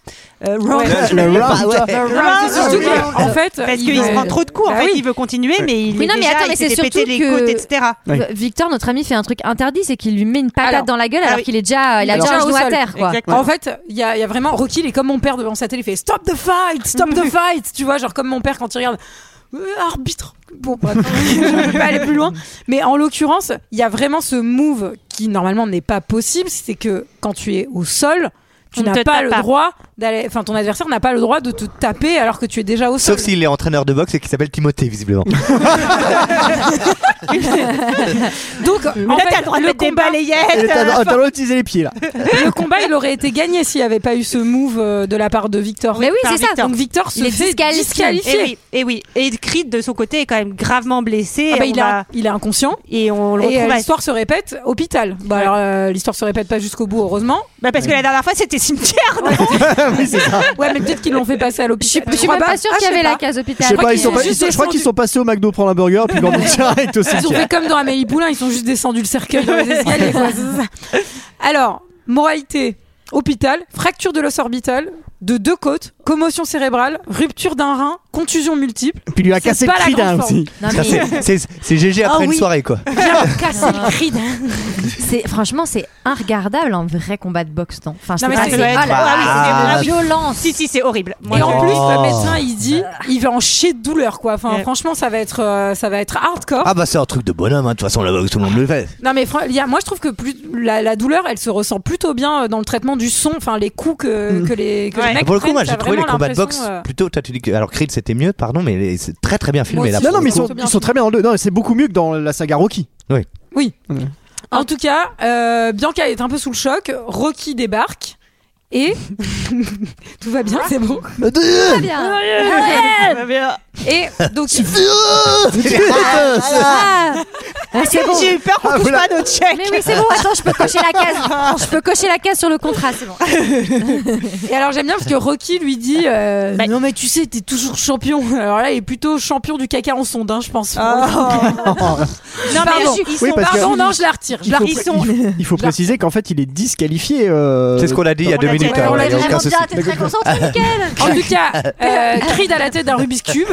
S7: Euh, round-
S1: Le- le
S13: Ah
S1: round, Ah, ouais. Le round, c'est surtout que, en fait,
S7: parce
S1: il
S7: qu'il
S1: veut-
S7: se prend trop de coups. En
S1: Bah
S7: fait,
S1: oui.
S7: il veut continuer, mais il
S13: Oui,
S7: est
S13: non, mais
S7: déjà,
S13: attends,
S7: il
S13: mais
S7: s'est
S13: c'est
S7: fait
S13: surtout
S7: péter les
S13: que
S7: côtes, etc.
S13: V- Victor, notre ami, fait un truc interdit, c'est qu'il lui met une patate dans la
S1: ah
S13: gueule alors qu'il est déjà, Ah, il a
S1: Alors,
S13: déjà un
S1: au
S13: genou à
S1: sol.
S13: terre, quoi.
S1: Exactement. En fait, il y, a il y a vraiment Rocky, il est comme mon père devant sa télé, il fait stop the fight, stop
S13: [laughs]
S1: the fight, tu vois, genre comme mon père quand il regarde euh, arbitre. Bon, bref, [laughs] je vais pas aller plus loin. Mais en l'occurrence, il y a vraiment ce move qui normalement n'est pas possible, c'est que quand tu es au sol. Tu
S7: On
S1: n'as
S7: te
S1: pas
S7: tape
S1: le
S7: pas.
S1: droit d'aller. Enfin, ton adversaire n'a pas le droit de te taper alors que tu es déjà au sol.
S12: Sauf s'il est entraîneur de boxe et qu'il s'appelle Timothée, visiblement.
S1: Donc, en
S7: là,
S1: fait,
S7: t'as le droit de mettre des
S1: combat-
S7: balayettes,
S6: T'as [laughs]
S1: oh,
S6: t'as le droit d'utiliser les pieds là.
S1: le combat il aurait été gagné s'il n'y avait pas eu ce move euh, de la part de Victor.
S13: Mais oui,
S1: Par
S13: c'est ça.
S1: Victor. Donc Victor se
S13: Il est
S1: fait
S13: disqualifié.
S1: disqualifier.
S7: Et Eh oui, et oui. Et Creed de son côté est quand même gravement blessé.
S1: Ah bah,
S7: On
S1: il a-
S7: va-
S1: il est inconscient.
S7: Et on le
S1: Et euh,
S7: retrouve. à-
S1: l'histoire se répète, hôpital. Bah alors euh, l'histoire se répète pas jusqu'au bout, heureusement.
S7: Bah, parce que la dernière fois c'était cimetière. non
S1: Ouais, mais peut-être qu'ils l'ont fait passer à l'hôpital.
S13: Je suis
S1: crois
S13: même pas sûre
S1: Ah,
S13: qu'il y
S1: je sais
S13: avait la
S1: pas.
S13: case
S6: Je
S13: hôpital.
S6: sais pas, ils sont pas-
S1: juste
S6: ils sont- je crois
S1: descendu.
S6: qu'ils sont passés au McDo prendre un burger, puis ils l'ont mis direct au
S1: [laughs] Ils ont
S6: cimetière.
S1: fait comme dans Amélie Poulain, ils ont juste descendu le cercueil dans les escaliers. quoi. C'est ça. Alors, moralité hôpital, fracture de l'os orbital, de deux côtes, commotion cérébrale, rupture d'un rein, contusion multiple.
S6: Puis il lui a
S1: C'est
S6: cassé
S1: pas
S6: le
S1: la
S6: cri d'un
S1: grande forme. Ah
S6: aussi.
S12: Ça,
S13: Non,
S12: c'est- c'est- C'est GG après
S13: Ah
S12: une
S13: oui.
S12: soirée, quoi.
S1: Casser le cri d'un-
S13: C'est franchement, c'est inregardable un vrai combat de boxe, non Enfin, je
S1: Non,
S13: sais
S1: mais
S13: pas,
S1: ça
S13: c'est
S1: doit être-
S13: ah là
S1: Ah
S13: là,
S1: oui,
S13: c'est
S1: c'est-
S13: de la
S1: ah oui.
S13: violence.
S7: Si si, c'est horrible. Moi,
S1: Et en
S7: je-
S1: plus,
S12: Oh.
S1: le médecin, il dit,
S13: Ah.
S1: il va en chier de douleur, quoi. Enfin, franchement, ça va être, euh, ça va être hardcore.
S12: Ah bah c'est un truc de bonhomme, hein. de toute façon la boxe tout le monde le fait.
S1: Non, mais fran- il y a- moi, je trouve que plus la, la douleur, elle se ressent plutôt bien euh, dans le traitement du son, enfin les coups que, que les que les mecs.
S12: Mm. pour le coup,
S1: prennent,
S12: moi
S1: t'as
S12: j'ai trouvé les
S1: vraiment
S12: combats de boxe
S1: l'impression, euh,
S12: plutôt. Toi, tu dis que alors Creed c'était mieux, pardon, mais les- c'est très très bien filmé là.
S6: Non, non, mais ils
S12: pour
S6: sont,
S12: le coup.
S6: ils sont très bien dans le 2. Non, c'est beaucoup mieux que dans la saga Rocky.
S12: Oui.
S1: Oui. En tout cas, euh, Bianca est un peu sous le choc. Rocky débarque et [laughs] tout va bien, c'est bon.
S13: Très bien.
S1: Et [laughs] donc
S12: [laughs]
S1: [laughs]
S13: Ah, ah, c'est bon.
S7: J'ai eu peur qu'on touche
S6: voilà.
S7: pas à nos chèques.
S13: Mais oui, c'est bon. Attends, je peux cocher la case. Je peux cocher la case sur le contrat, c'est bon.
S1: [laughs] Et alors j'aime bien parce que Rocky lui dit euh,
S13: Bah,
S1: non mais tu sais t'es toujours champion. [laughs] Alors là il est plutôt champion du caca en sonde hein, je pense.
S13: Ah.
S1: Non mais
S7: Pardon.
S1: je suis-
S7: Ils
S6: Oui,
S7: sont-
S6: parce que-
S1: pardon non je la retire. Je
S6: Il
S1: la
S6: faut,
S1: retire.
S6: pré- il faut- il faut préciser qu'en fait, il est disqualifié. euh,
S12: C'est ce qu'on a dit il y a
S6: dans-
S12: deux minutes. hein,
S1: on
S12: ouais,
S1: l'a
S12: il y a
S1: dit
S12: aucun souci.
S13: ah, t'es très concentré,
S12: [laughs]
S13: nickel.
S1: En tout
S6: [laughs]
S1: cas euh, Creed à la tête d'un Rubik's cube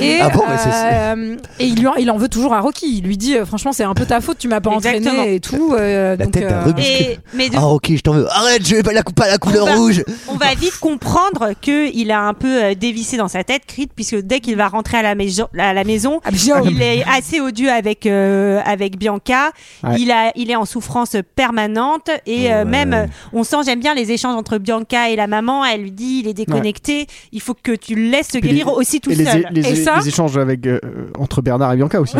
S1: et
S12: Ah bon, mais c'est-
S1: euh, et il lui en- il en veut toujours à Rocky. Il lui dit euh, franchement c'est un peu ta faute tu m'as pas
S7: Exactement.
S1: entraîné et tout. euh,
S12: La
S1: donc,
S12: tête d'un
S1: euh,
S12: Rubik's
S7: Et- mais de-
S12: Ah ok, je t'en veux. Arrête, je vais pas la couper à la couleur
S7: Bah,
S12: rouge.
S7: On va vite comprendre que il a un peu euh, dévissé dans sa tête, Creed, puisque dès qu'il va rentrer à la maison, à la maison,
S1: ah,
S6: Ah,
S7: il est assez odieux avec euh, avec Bianca.
S6: Ouais.
S7: Il a, il est en souffrance permanente et euh, même, euh, on sent, j'aime bien les échanges entre Bianca et la maman. Elle lui dit, il est déconnecté. Il faut que tu le laisses se
S6: Puis les-
S7: guérir aussi tout
S6: et les,
S7: seul.
S6: les-
S1: Et
S6: les-
S1: ça-
S6: les échanges avec, euh, entre Bernard et Bianca
S1: [laughs]
S6: aussi.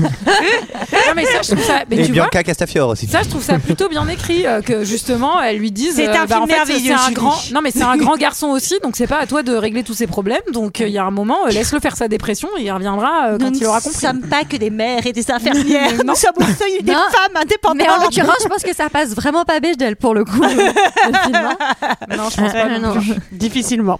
S1: Non mais ça je trouve ça. Mais
S12: Et
S1: tu vois,
S12: Bianca Castafiore aussi.
S1: Ça, je trouve ça plutôt bien écrit euh, que justement elle lui dise.
S7: C'est
S1: euh,
S7: un
S1: bah,
S7: film
S1: en fait,
S7: merveilleux,
S1: c'est un
S7: Julie.
S1: grand. Non, mais c'est un
S13: [laughs]
S1: grand garçon aussi, donc c'est pas à toi de régler tous ses problèmes. Donc euh, il y a un moment, euh, laisse-le faire sa dépression, et il reviendra euh, quand
S7: Nous
S1: il aura compris.
S7: ne sommes pas que des mères et [laughs] des infirmières.
S1: Non.
S7: Nous sommes au seuil des
S13: Non.
S7: femmes indépendantes.
S13: Mais en l'occurrence, je pense que ça passe vraiment pas bêche d'elle pour le coup. le film, hein.
S7: non, je pense pas.
S13: Euh,
S7: Ah, non
S13: non.
S7: plus. [laughs] Difficilement.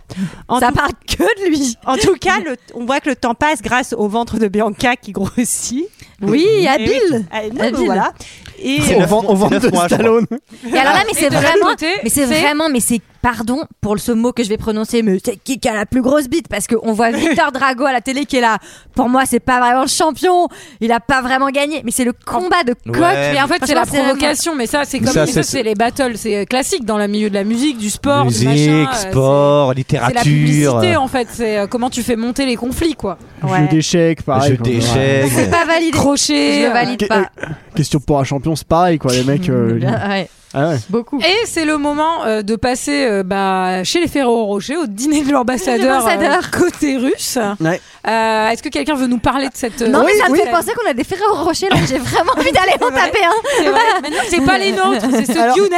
S7: En
S13: Ça
S7: tout-
S13: parle que de lui.
S7: En tout cas, le- on voit que le temps passe grâce au ventre de Bianca qui grossit.
S13: Oui, habile.
S7: Ah, non,
S13: Habile.
S7: mais voilà. Et euh,
S12: C'est
S6: Au
S12: neuf-
S6: vent- au
S12: c'est
S6: ventre
S12: neuf
S6: de
S12: mois, je crois.
S6: Stallone.
S13: Et alors là, Ah, mais c'est
S1: de l'autre
S13: vraiment,
S1: côté,
S13: mais c'est
S1: c'est-
S13: vraiment, mais c'est pardon pour le- ce mot que je vais prononcer, mais c'est qui qui a la plus grosse bite parce qu'on voit Victor Drago à la télé qui est là. Pour moi, c'est pas vraiment le champion. Il a pas vraiment gagné, mais c'est le combat de coq.
S12: Ouais.
S1: Mais en fait, c'est la
S13: Franchement, c'est
S1: provocation, mais ça, c'est comme
S12: Ça,
S1: mais ça,
S12: c'est-
S1: c'est les battles, c'est euh, classique dans le milieu de la musique, du sport, du
S12: Musique,
S1: machin. euh,
S12: sport,
S1: c'est- C'est la
S12: littérature.
S1: publicité en fait, c'est euh, comment tu fais monter les conflits quoi.
S7: Ouais.
S6: Jeu d'échecs, pareil.
S12: Jeu
S6: quoi.
S12: d'échecs.
S13: C'est pas Ah, validé.
S1: Crochet.
S13: Je le valide
S6: Que-
S13: pas.
S6: euh, question pour un champion, c'est pareil, quoi, les [coughs] mecs. euh,
S13: Ah ouais,
S6: ah ouais.
S13: beaucoup.
S1: Et c'est le moment euh, de passer euh, bah, chez les Ferrero Rocher au dîner de l'ambassadeur euh,
S13: [laughs] L'ambassadeur.
S1: côté russe.
S6: Ouais.
S1: Euh, Est-ce que quelqu'un veut nous parler de cette euh,
S13: Non,
S6: Oui,
S13: mais Hein, ça me
S6: oui.
S13: fait penser qu'on a des ferrets au rocher là. J'ai vraiment envie d'aller en taper un.
S1: C'est
S13: [laughs]
S1: vrai. Mais non, c'est pas les nôtres, c'est ceux de
S6: Alors- [laughs]
S1: Younes.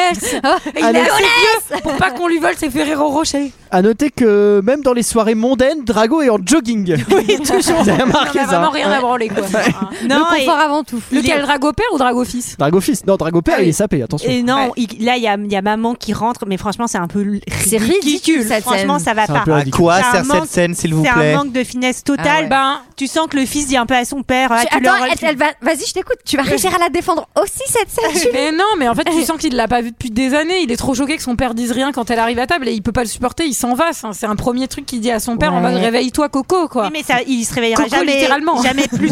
S1: Et il est assez vieux pour pas qu'on lui vole ses Ferrero Rocher.
S6: À noter que même dans les soirées mondaines, Drago est en jogging.
S1: Oui, toujours.
S6: Vous avez remarqué
S1: On a
S6: ça
S1: vraiment rien à branler,
S6: [laughs]
S1: quoi.
S7: Non,
S1: le confort
S7: et-
S1: avant tout.
S7: il
S1: Lequel,
S7: est-
S1: Drago père ou Drago fils
S6: Drago fils. Non, Drago père,
S7: Ah oui.
S6: il est sapé, attention.
S7: Et non, il- là, il y a, il y a maman qui rentre, mais franchement, c'est un peu l-
S13: C'est
S7: ridicule.
S13: ridicule, cette
S7: franchement,
S13: scène.
S7: ça va
S12: C'est un
S7: pas.
S12: peu ridicule. À quoi
S7: C'est un
S12: sert cette
S7: manque-
S12: scène, s'il vous
S7: C'est
S12: plaît
S7: un manque de finesse
S1: Eh
S7: totale. Ben, tu sens que le fils dit un peu à son père. ah,
S13: Ah Tu-
S7: tu
S13: attends,
S7: leur-
S13: elle- elle va- vas-y, je t'écoute. Tu vas réussir à la défendre aussi cette scène. Julie
S1: Mais non, mais en fait,
S13: Eh.
S1: tu sens qu'il l'a pas vu depuis des années. Il est trop choqué que son père dise rien quand elle arrive à table et il peut pas le supporter. Il s'en va. ça. C'est un premier truc qu'il dit à son père en
S7: Ouais.
S1: mode réveille-toi, Coco, quoi.
S7: Mais ça, il se réveillera
S1: Coco,
S7: jamais,
S1: littéralement.
S7: jamais
S13: [laughs]
S7: plus.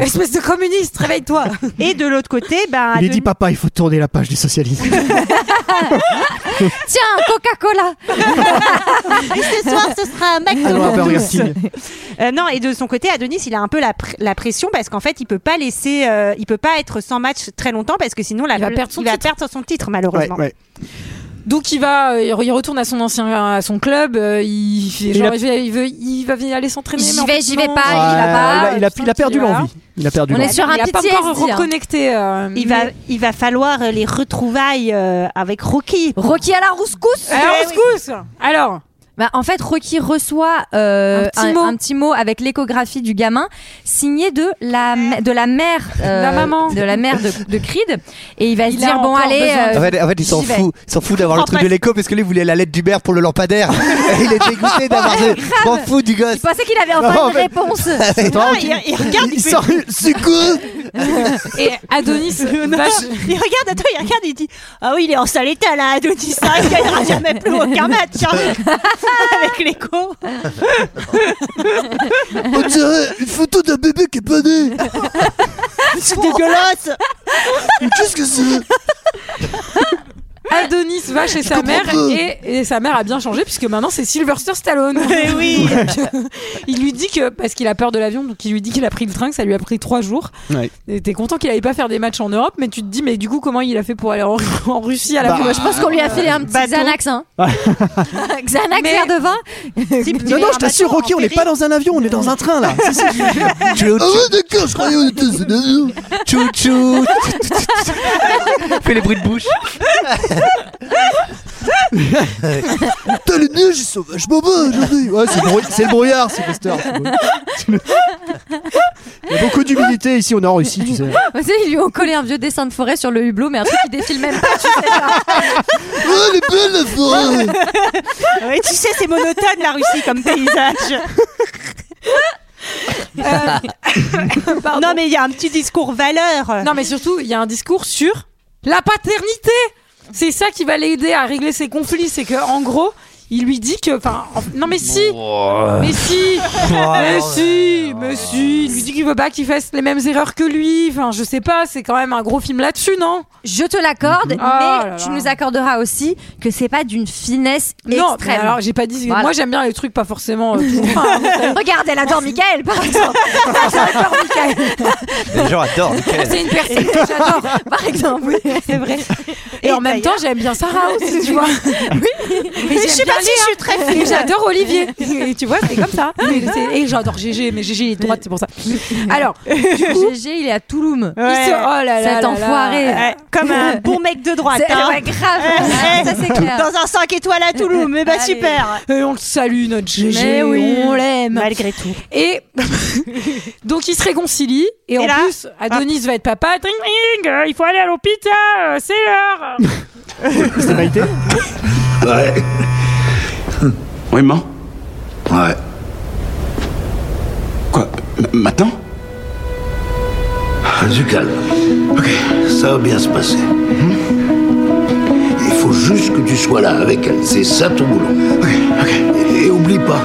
S1: Espèce de communiste, réveille-toi.
S7: Et de l'autre côté, ben,
S6: Il lui
S7: de-
S6: dit papa, il faut tourner la page du socialisme.
S13: Tiens, Coca-Cola.
S7: ce soir, ce sera un
S12: Ah,
S6: Alors, un Burger King.
S7: Euh, non, et de son côté, Adonis, il a un peu la, pr- la pression parce qu'en fait, il peut pas laisser, euh, il peut pas être sans match très longtemps parce que sinon, la- il
S1: va perdre son titre.
S7: perdre son titre, malheureusement.
S1: Donc il va, euh, il retourne à son ancien, à son club. euh, Il, fait
S6: Il
S1: genre,
S6: a-
S1: il veut- il veut, il va venir aller s'entraîner.
S13: J'y
S1: mais en
S13: vais,
S1: fait,
S13: j'y vais
S1: non.
S13: pas, il
S6: Ouais,
S13: va pas.
S6: il, a, il a- il a perdu l'envie. Il a perdu
S13: On est
S6: l'envie.
S13: sur un
S1: Il a pas encore
S13: PTSD, hein.
S1: reconnecté. euh,
S7: Il va, il va falloir euh, les retrouvailles euh, avec Rocky.
S13: Rocky à la rouscousse.
S1: À la rouscousse. Alors.
S13: Bah, en fait, Rocky reçoit euh,
S1: Un petit mot.
S13: mot avec l'échographie du gamin, signé de la m- de la mère euh,
S1: La maman.
S13: de la mère de, de Creed, et il va
S1: a
S13: se dire bon
S1: encore
S13: allez.
S1: besoin
S13: euh,
S12: En fait, en fait, il s'en
S13: j'y vais.
S12: fout, il s'en fout d'avoir le truc de l'écho parce que lui, il voulait la lettre d'Hubert pour le lampadaire. Et il est dégoûté d'avoir.
S13: Ouais,
S12: ce-
S13: grave.
S12: M'en fout du gosse.
S13: Je pensais qu'il avait enfin
S12: Non, en
S13: une
S12: fait-
S13: réponse.
S12: C'est toi, ok.
S7: il, il regarde, il,
S12: Il
S7: fait-
S12: sort une- c'est quoi
S1: Et Adonis
S7: Non,
S1: va ch-
S7: il regarde, attends, il regarde, il dit Ah oui, il est en sale état là, Adonis, ça, il gagnera jamais plus aucun match hein. avec l'écho.
S12: On dirait une photo d'un bébé qui est pas né.
S7: C'est dégueulasse
S12: Mais Qu'est-ce que c'est
S1: Adonis va chez sa mère et, et sa mère a bien changé puisque maintenant c'est Sylvester
S13: [laughs]
S1: Stallone.
S7: Eh oui.
S1: [laughs] Donc, il lui dit que parce qu'il a peur de l'avion, donc il lui dit qu'il a pris le train, que ça lui a pris trois jours.
S6: Ouais.
S1: Et T'es content qu'il n'allait pas faire des matchs en Europe, mais tu te dis mais du coup comment il a fait pour aller en, en Russie à la
S6: Bah,
S1: fois
S13: Moi, je pense qu'on lui [laughs] a filé un petit
S7: Bâton.
S6: [laughs]
S13: Xanax, hein. Xanax verre de vin.
S6: Non, non, je t'assure, Rocky, on n'est pas dans un avion, on est dans un [laughs] train là. Si, si.
S12: Tchou,
S6: Ah ouais,
S12: d'accord, je croyais on était dans un avion. Tchou tchou. Fais les bruits de bouche.
S6: Putain, le nuage, ils sont vachement bas aujourd'hui. Ouais, c'est le, brou- c'est le brouillard, Sylvester. C'est bon. Il y a beaucoup d'humidité ici, on est en Russie, tu sais.
S13: Vous savez, ils lui ont collé un vieux dessin de forêt sur le hublot, mais un truc qui défile même pas. tu sais, genre.
S12: Oh, elle est belle la
S6: Ah
S12: forêt.
S7: Ouais, tu sais, c'est monotone la Russie comme paysage.
S13: Euh, [laughs]
S7: non, mais il y a un petit discours valeur.
S1: Non, mais surtout, il y a un discours sur la paternité. C'est ça qui va l'aider à régler ses conflits. C'est que, en gros, il lui dit que. Enfin, en- non, mais si Mais si Mais si Mais si Il lui dit qu'il veut pas qu'il fasse les mêmes erreurs que lui. Enfin, je sais pas, c'est quand même un gros film là-dessus, non
S13: Je te l'accorde,
S6: Mm.
S13: mais
S1: Ah
S6: Oh
S1: là là.
S13: tu nous accorderas aussi que c'est pas d'une finesse
S1: Non, mais
S13: extrême.
S1: alors j'ai pas dit.
S13: Voilà.
S1: Moi j'aime bien les trucs pas forcément. euh, tout-
S13: [laughs] Regarde, elle adore Michael,
S7: [laughs]
S13: par exemple. Elle adore Michael.
S12: Les gens adorent.
S1: c'est [laughs] une personne que [laughs] j'adore, par exemple. Oui, c'est vrai. Et, en même temps, j'aime bien Sarah aussi, [laughs] tu vois. Oui, mais
S7: je
S1: j'aime
S7: suis
S1: bien
S7: partie,
S1: Léa.
S7: je suis très
S1: Et
S7: [laughs]
S13: [laughs]
S7: fine.
S1: j'adore Olivier. [laughs] Et tu vois, c'est comme ça. Mais c'est- Et j'adore GG, mais GG il est de droite, c'est pour ça. Alors,
S13: GG, il est à Touloum.
S1: il se... oh là là là
S13: Cet
S1: là.
S13: enfoiré.
S7: Ouais,
S13: [laughs]
S7: comme un bon mec de droite.
S13: C'est-
S7: hein.
S13: ouais, grave.
S7: Eh,
S13: Ça, c'est clair.
S7: Dans un 5 étoiles à Toulouse, mais bah
S13: Allez.
S7: super.
S1: Et Euh, on le salue, notre GG.
S13: Mais oui.
S1: On l'aime.
S7: Malgré tout.
S1: Et [laughs] donc ils se réconcilient et, en
S7: là,
S1: plus Adonis va être papa. Dring, dring, euh, il faut aller à l'hôpital, euh, c'est l'heure.
S6: C'est la vérité.
S8: Ouais.
S3: Vraiment
S8: Ouais.
S3: Quoi M- Maintenant
S8: Du calme. Ok, Mhm. ça va bien se passer. Il faut juste que tu sois là avec elle. C'est ça ton boulot. Ok, ok. Et, et oublie pas.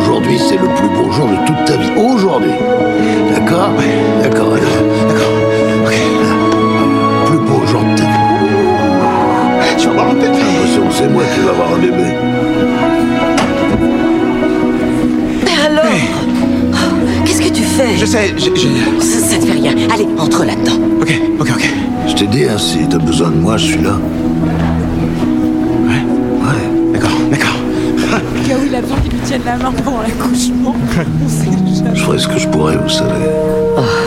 S8: Aujourd'hui, c'est le plus beau jour de toute ta vie. Aujourd'hui. D'accord D'accord, alors. D'accord. Ok. Le Plus beau jour de ta vie. Tu vas avoir un bébé. C'est moi qui vais avoir un bébé.
S16: Alors Oh, Qu'est-ce que tu fais
S3: Je sais, je. je-
S16: ça, ça te fait rien. Allez, entre là-dedans.
S3: Ok, ok, ok.
S8: Je t'ai dit, hein, si t'as besoin de moi, je suis là.
S3: D'accord, d'accord.
S1: Au cas où il a besoin qu'il lui tienne la main pendant l'accouchement. On sait jamais.
S8: Je ferai ce que je pourrai, vous savez.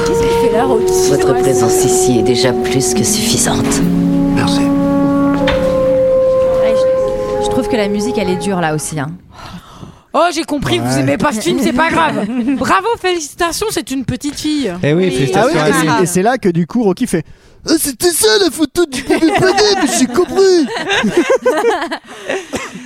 S1: Qu'est-ce qu'il fait là, Rocky
S16: Votre présence ici est déjà plus que suffisante.
S8: Merci.
S13: Je trouve trouve que la musique, elle est dure là aussi. hein.
S1: Oh, j'ai compris, vous
S13: Ouais.
S1: aimez pas ce film, c'est pas grave. Bravo, félicitations, c'est une petite fille.
S12: Eh oui,
S6: Ah oui,
S12: félicitations
S6: et
S12: à
S6: c'est-
S12: lui.
S6: et c'est là que du coup Rocky fait Ah, C'était ça la photo du premier planet, mais j'ai compris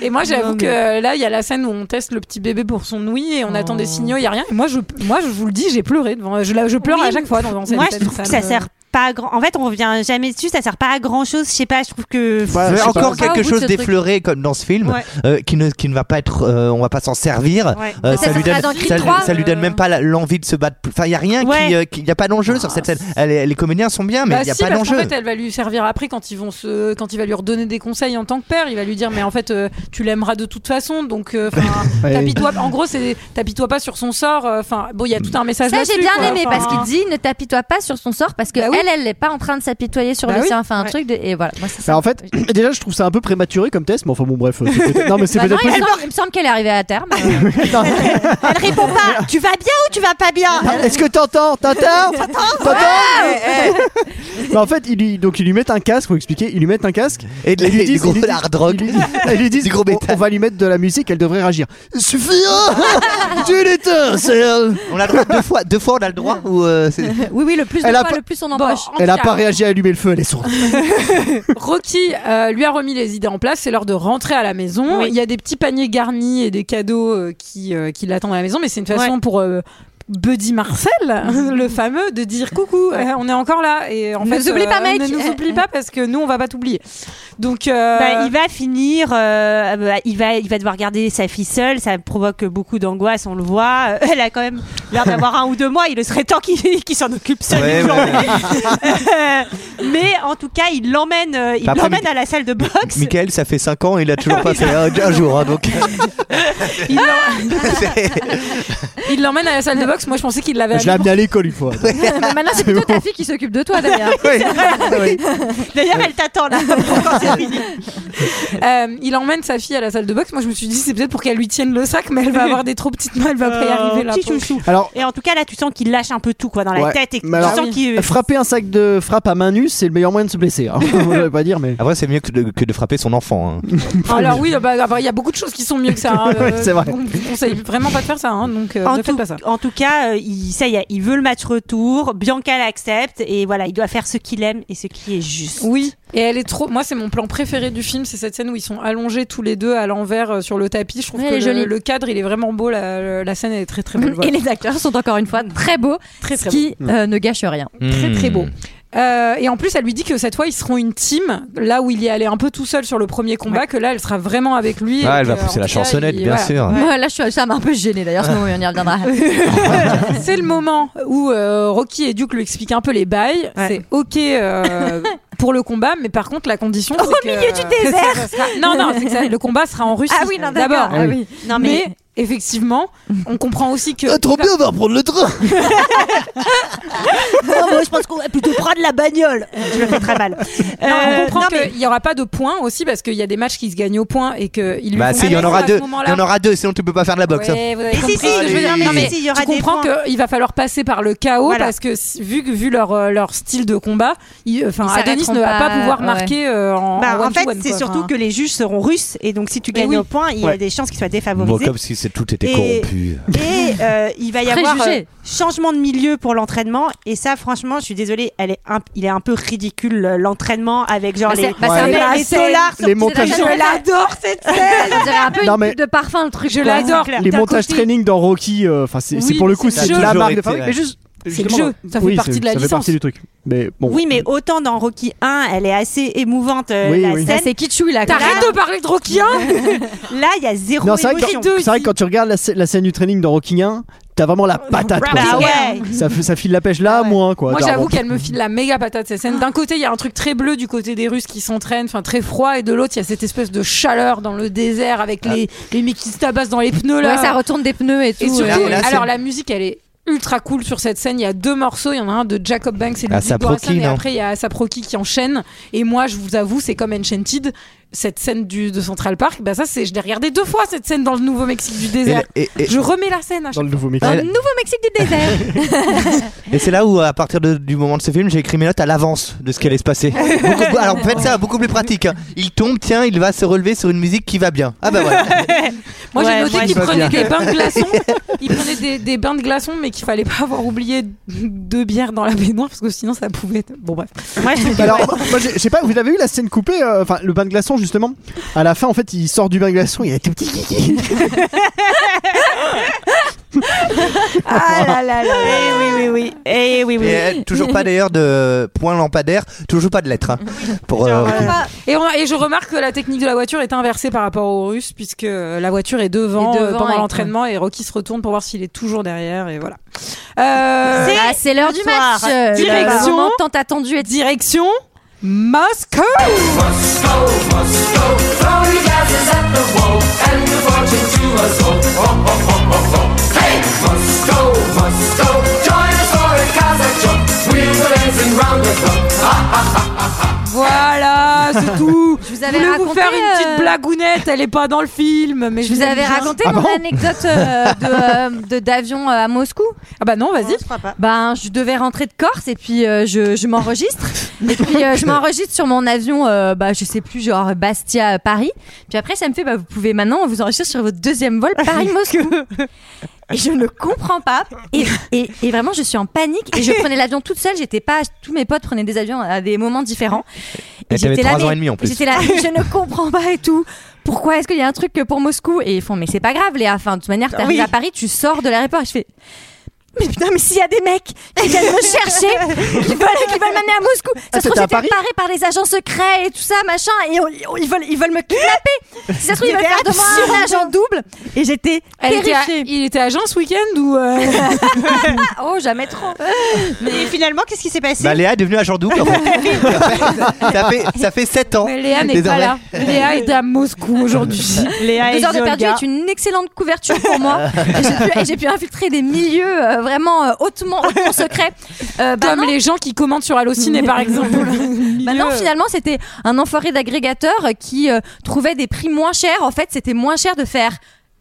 S1: Et moi, j'avoue
S6: Non, mais-
S1: que là, il y a la scène où on teste le petit bébé pour son ouïe et on attend des signaux, il y a rien. Et moi, je, moi, je vous le dis, j'ai pleuré devant. Je, la- je pleure
S7: Oui,
S1: à chaque fois devant cette
S7: Moi,
S1: scène.
S7: je trouve que ça
S1: me-
S7: sert pas à grand. En fait, on revient jamais dessus. Ça sert pas à grand chose. Je sais pas. Je trouve que.
S6: Bah,
S12: Il y
S7: Je
S12: a
S7: sais
S12: encore
S7: pas.
S12: quelque chose d'effleuré comme dans ce film
S7: Ouais.
S12: euh, qui, ne, qui ne va pas être euh, on va pas s'en servir
S7: Ouais.
S12: Euh,
S7: Mais
S12: ça,
S7: ça
S12: lui
S7: sera
S12: donne,
S7: dans Creed euh.
S12: ça, lui-
S7: 3,
S12: ça lui donne même pas la- l'envie de se battre enfin il y a rien qui, euh, qui- il y a pas d'enjeu sur cette scène Elle est- les comédiens sont bien mais il
S1: Bah
S12: n'y a
S1: si,
S12: pas
S1: parce qu'en
S12: d'enjeu
S1: fait, elle va lui servir après quand ils vont se, quand il va lui redonner des conseils en tant que père. Il va lui dire, mais en fait, euh, tu l'aimeras de toute façon, donc euh, 'fin,
S12: [laughs] Ouais.
S1: tapis-toi. En gros, c'est tapis-toi pas sur son sort. euh, Enfin, bon, il
S12: Mm.
S1: y a tout un message.
S13: Ça, j'ai
S1: là-dessus,
S13: bien
S1: quoi.
S13: aimé
S1: Enfin,
S13: parce qu'il dit ne t'apitoie pas sur son sort parce que
S7: Bah
S13: elle, elle n'est pas en train de s'apitoyer sur
S1: Bah
S13: le
S1: oui.
S13: sien. Enfin, un
S1: Ouais.
S13: truc de. Et voilà, moi, c'est ça.
S6: Bah, en fait, déjà je trouve ça un peu prématuré comme test, mais enfin bon bref. c'est peut-être- Non mais c'est
S13: Bah non,
S6: peut-être
S13: il, me
S6: possible.
S13: semble, il me semble qu'elle est arrivée à terme.
S7: Elle répond pas. bah, Tu vas bien ou tu vas pas bien
S6: Ah, Est-ce que t'entends T'entends
S7: T'entends
S6: T'entends Mais en fait, ils lui, donc ils lui mettent un casque, faut expliquer, ils lui mettent un casque
S12: et
S6: ils lui
S12: du
S6: disent,
S12: gros
S6: ils lui disent-
S12: hard rock.
S6: ils lui
S12: [laughs]
S6: disent- ils lui disent, on, on va lui mettre de la musique, elle devrait réagir. Suffit, hein [laughs] Tu l'éteins, c'est
S12: on a le droit deux fois deux fois on a le droit ou euh, c'est-
S1: Oui, oui, le plus
S6: de Elle a fois, pas- le
S1: plus on empoche.
S6: Elle a pas réagi à allumer le feu, elle est sourde.
S1: Rocky euh, lui a remis les idées en place. C'est l'heure de rentrer à la maison. Il y a des petits paniers garnis et des cadeaux euh, qui, euh, qui l'attendent à la maison, mais c'est une façon pour. euh, Buddy Marcel, [laughs] le fameux, de dire coucou, euh, on est encore là. Et en
S7: Ne
S1: fait, euh,
S7: nous oublie pas, mec.
S1: Ne nous oublie pas parce que nous, on va pas t'oublier. Donc, euh,
S7: Bah, il va finir, euh, bah, il va, il va devoir garder sa fille seule. Ça provoque beaucoup d'angoisse, on le voit. Euh, Elle a quand même l'air d'avoir un ou deux mois. Il le serait temps qu'il qu'il [laughs] s'en occupe seul.
S12: Ouais,
S7: une
S12: ouais.
S7: journée. Euh, [laughs] mais en tout cas, il l'emmène, euh, il
S12: Bah, après,
S7: l'emmène à la salle de
S12: [laughs]
S7: boxe.
S12: Michael ça fait 5 ans il a toujours pas fait un, un jour hein, donc
S1: il
S12: [laughs]
S1: l'en- il l'emmène à la salle de boxe. Moi, je pensais qu'il l'avait
S6: Je l'ai
S1: amené
S6: amené à l'école une fois.
S1: Mais maintenant, c'est plutôt ta fille qui s'occupe de toi, d'ailleurs.
S6: Ah
S7: D'ailleurs, elle t'attend là.
S1: [laughs] [laughs] Euh, il emmène sa fille à la salle de boxe. Moi, je me suis dit, c'est peut-être pour qu'elle lui tienne le sac, mais elle [laughs] va avoir des trop petites mains, elle va pas y arriver là.
S7: Euh, Petit
S1: pour le
S7: chouchou.
S1: coup.
S6: Alors-
S7: Et en tout cas, là, tu sens qu'il lâche un peu tout quoi dans la
S6: Ouais.
S7: tête et que tu
S6: Mais alors,
S7: sens
S1: Euh,
S7: qu'il.
S6: Frapper un sac de frappe à main nue, c'est le meilleur moyen de se blesser. hein. [laughs] Je vais pas dire, mais.
S12: après c'est mieux que de, que de frapper son enfant hein.
S1: Alors oui, bah, bah, il y a beaucoup de choses qui sont mieux que ça. hein.
S12: Oui, c'est vrai.
S1: On vous conseille vraiment pas de faire ça, hein, donc euh,
S7: en,
S1: ne
S7: tout,
S1: faites pas ça.
S7: en tout cas, euh, il, ça y est, il veut le match retour. Bianca l'accepte et voilà, il doit faire ce qu'il aime et ce qui est juste.
S1: Oui, et elle est trop. Moi, c'est mon plan préféré du film, c'est cette scène où ils sont allongés tous les deux à l'envers euh, sur le tapis. Je trouve
S13: Ouais,
S1: que
S13: elle est
S1: le,
S13: jolie.
S1: le cadre, il est vraiment beau. La, la scène elle est très très belle.
S13: Et les acteurs sont encore une fois très beaux,
S1: Très, très
S13: ce qui
S6: Mm.
S1: beaux.
S13: euh, ne gâche rien.
S1: Très
S6: Hmm.
S1: très beau. Euh, et en plus, elle lui dit que cette fois, ils seront une team. Là où il est allé un peu tout seul sur le premier combat, que là, elle sera vraiment avec lui.
S12: Ah,
S1: et
S12: elle va
S1: que,
S12: pousser
S1: en
S12: la
S1: tout cas,
S12: chansonnette,
S1: il-
S12: bien sûr. Ouais.
S13: Moi, là, je suis, ça m'a un peu gêné d'ailleurs, ce moment on y reviendra.
S1: [laughs] c'est le moment où euh, Rocky et Duke lui expliquent un peu les bails. C'est ok
S7: [laughs]
S1: euh, pour le combat, mais par contre la condition.
S7: Au
S1: c'est que- [laughs]
S7: milieu du désert.
S1: ça sera- Non non, c'est que ça- le combat sera en Russie.
S7: Ah oui, non, d'accord.
S1: d'abord.
S7: Ah oui. Non, mais-
S1: mais... effectivement, on comprend aussi
S12: Euh,
S1: que.
S6: trop bien, on va reprendre le train.
S7: Non, Ah, moi, je pense qu'on va plutôt prendre la bagnole. Je le fais très mal.
S1: Non,
S7: Euh,
S1: on comprend
S7: non, mais-
S1: qu'il n'y aura pas de points aussi parce qu'il y a des matchs qui se gagnent au point et que il lui
S12: bah
S1: faut
S12: si il y en
S1: gagner
S12: aura
S1: Ah, à ce
S12: deux il y
S1: moment-là.
S12: en aura deux sinon tu peux pas faire de la boxe hein.
S1: Ouais, vous avez
S12: Mais si,
S1: compris
S12: si,
S1: ce que je veux dire.
S12: allez.
S1: Non, mais
S12: Si,
S7: il y aura
S1: tu
S7: des
S1: comprends
S7: points.
S1: qu'il va falloir passer par le chaos
S7: Voilà.
S1: parce que si- vu que- vu leur euh, leur style de combat, il- enfin
S7: Ils
S1: Adonis ne
S7: s'arrêteront
S1: va pas
S7: pas,
S1: pouvoir
S7: ouais.
S1: marquer euh, en,
S7: Bah,
S1: en
S7: en
S1: one
S7: fait,
S1: to one,
S7: c'est
S1: quoi.
S7: surtout
S1: Enfin,
S7: que les juges seront russes et donc si tu
S1: Mais
S7: gagnes
S1: oui.
S7: au point, il y a
S1: Ouais.
S7: des chances qu'ils soient
S12: Bon,
S7: défavorisés.
S12: comme si c'est- tout était
S7: Et-
S12: corrompu
S7: Et euh, il va y
S13: Préjugé.
S7: avoir euh, changement de milieu pour l'entraînement et ça franchement je suis désolée elle est un, il est un peu ridicule euh, l'entraînement avec genre
S13: Bah,
S7: les
S13: c'est- bah, c'est un peu la
S7: les
S13: scène.
S7: dollars
S6: Les montages-
S7: je l'adore
S1: Bah,
S7: cette scène
S13: On dirait un peu une
S6: Non, mais-
S13: pub de parfum, le truc.
S1: Je
S13: quoi.
S1: l'adore.
S6: Les montages training dans Rocky, euh, enfin c'est c'est pour le coup c'est
S12: le
S6: la
S12: jeu.
S6: marque de
S12: Toujours été,
S6: fabrique. Mais
S12: ouais.
S6: juste,
S12: C'est le
S6: justement,
S12: jeu. Ça fait
S6: oui,
S12: partie
S6: c'est-
S12: de la
S6: Ça fait partie
S12: licence.
S6: du truc. Mais bon.
S7: oui mais autant dans Rocky 1 elle est assez émouvante euh,
S6: Oui,
S7: la
S6: oui.
S1: Bah,
S7: scène
S6: Ça,
S13: c'est Kitschou il a
S1: T'arrêtes de parler de Rocky 1
S7: là il y a zéro
S6: Non, c'est vrai, que
S7: émotion
S6: quand- c'est vrai que quand tu regardes la, sc- la scène du training dans Rocky 1, t'as vraiment la patate. quoi.
S7: Ah
S1: Bah
S6: ça,
S1: ouais. Ah
S6: ça, fait- ça file la pêche là, moins quoi.
S1: Moi,
S6: Genre,
S1: j'avoue
S6: bon.
S1: qu'elle me file la méga patate cette scène. D'un côté, il y a un truc très bleu du côté des Russes qui s'entraînent, enfin très froid, et de l'autre, il y a cette espèce de chaleur dans le
S6: Ah.
S1: désert avec les les mecs qui se tabassent dans les pneus là.
S13: Ouais, ça retourne des pneus et tout.
S1: Et surtout,
S13: euh,
S1: alors la musique, elle est ultra cool sur cette scène. Il y a deux morceaux. Il y en a un de Jacob Banks et
S6: Ah,
S1: Ludwig
S6: Saproki,
S1: Göransson, et
S6: non
S1: après il y a Saproki qui enchaîne. Et moi, je vous avoue, c'est comme Enchanted, cette scène du, de Central Park. Bah ça, c'est je l'ai regardé deux fois cette scène dans le Nouveau-Mexique du désert.
S6: Et- et- et-
S1: je remets la scène. À
S6: Dans
S1: chaque
S6: le
S1: fois.
S6: Nouveau-Mexique.
S1: Dans le Nouveau-Mexique du désert.
S6: Et c'est là où, à partir de- du moment de ce film, j'ai écrit mes notes à l'avance de ce qui allait se passer. Beaucoup- alors faites ça, beaucoup plus pratique. hein. Il tombe, tiens, il va se relever sur une musique qui va bien. Ah bah voilà.
S1: [laughs] Moi
S6: Ouais,
S1: j'ai noté
S6: moi,
S1: qu'il
S6: je vois
S1: prenait
S6: bien.
S1: des bains de glaçons. Il prenait des, des bains de glaçons, mais qu'il fallait pas avoir oublié deux bières dans la baignoire parce que sinon ça pouvait. être- Bon bref.
S14: Alors,
S12: [laughs]
S14: moi, j'ai- je sais pas, vous avez eu la scène coupée, euh, enfin le bain de glaçon justement. À la fin, en fait, il sort du bain de glaçon, il y a tout petit kiki.
S13: Ah là là là. Eh oui, oui, oui. Eh oui, oui.
S6: Et, euh, toujours pas d'ailleurs de point lampadaire, toujours pas de lettres. hein, pour, euh, ok.
S1: Et, on- et je remarque que la technique de la voiture est inversée par rapport aux Russes, puisque euh, la voiture est devant,
S7: Et devant,
S1: euh, pendant
S7: ouais.
S1: l'entraînement et Rocky se retourne pour voir s'il est toujours derrière et voilà. Euh,
S7: C'est- Ah, c'est l'heure du match, euh, le
S1: Direction
S7: moment tant attendu. est-
S1: direction Moscou. Voilà, c'est tout.
S7: Je vous avais
S1: voulais vous
S7: raconté,
S1: faire une petite
S7: euh,
S1: blagounette, elle est pas dans le film, mais je,
S7: Je vous
S1: l'aime
S7: avais
S1: bien.
S6: Ah
S7: raconté mon anecdote euh, de, euh, de d'avion euh, à Moscou.
S1: Ah bah non, vas-y.
S7: Ben je devais rentrer de Corse et puis euh, je, je m'enregistre et puis euh, je m'enregistre sur mon avion. euh, bah je sais plus genre Bastia euh, Paris. Puis après ça me fait bah vous pouvez maintenant vous enregistrer sur votre deuxième vol Paris Moscou. Et je ne comprends pas. Et, et- et vraiment, je suis en panique.
S6: [laughs]
S7: Et je prenais l'avion toute seule. J'étais pas. Tous mes potes prenaient des avions à des moments différents.
S6: Et t'avais
S7: j'étais là,
S6: trois ans
S7: mais-
S6: et demi, en plus.
S7: J'étais là, mais je
S6: [laughs]
S7: ne comprends pas et tout. Pourquoi est-ce qu'il y a un truc que pour Moscou Et ils font, mais c'est pas grave, Léa. Enfin, de toute manière, t'arrives
S13: Oui.
S7: à Paris, tu sors de l'aéroport. Et je fais. Mais putain, mais s'il y a des mecs qui viennent
S6: [laughs]
S7: me chercher, qui veulent, qui veulent m'amener à Moscou,
S6: Ah,
S7: ça se trouve,
S6: c'était à
S7: c'était
S6: Paris
S7: paré par des agents secrets et tout ça, machin, et on- on- ils, veulent, ils veulent me kidnapper. Si ça se trouve, ils veulent faire de moi un agent double. Et j'étais
S1: Elle était à-
S7: terrifiée.
S1: il était agent ce week-end ou euh,
S7: oh, jamais trop.
S14: Euh,
S13: Mais finalement, qu'est-ce qui s'est passé
S6: Bah, Léa est devenue agent double. en fait. ça, fait, ça fait 7 ans.
S1: Mais Léa n'est pas
S6: désormais.
S1: là. Léa est à Moscou aujourd'hui.
S13: Léa
S7: Deux heures de perdu est une excellente couverture pour moi. Et j'ai pu- et j'ai pu, infiltrer des milieux euh, vraiment euh, hautement, hautement secrets. Euh, bah
S1: Comme
S7: non.
S1: les gens qui commentent sur
S7: [laughs]
S1: Allociné par exemple.
S7: Bah non, finalement, c'était un enfoiré d'agrégateur qui euh, trouvait des prix moins chers. En fait, c'était moins cher de faire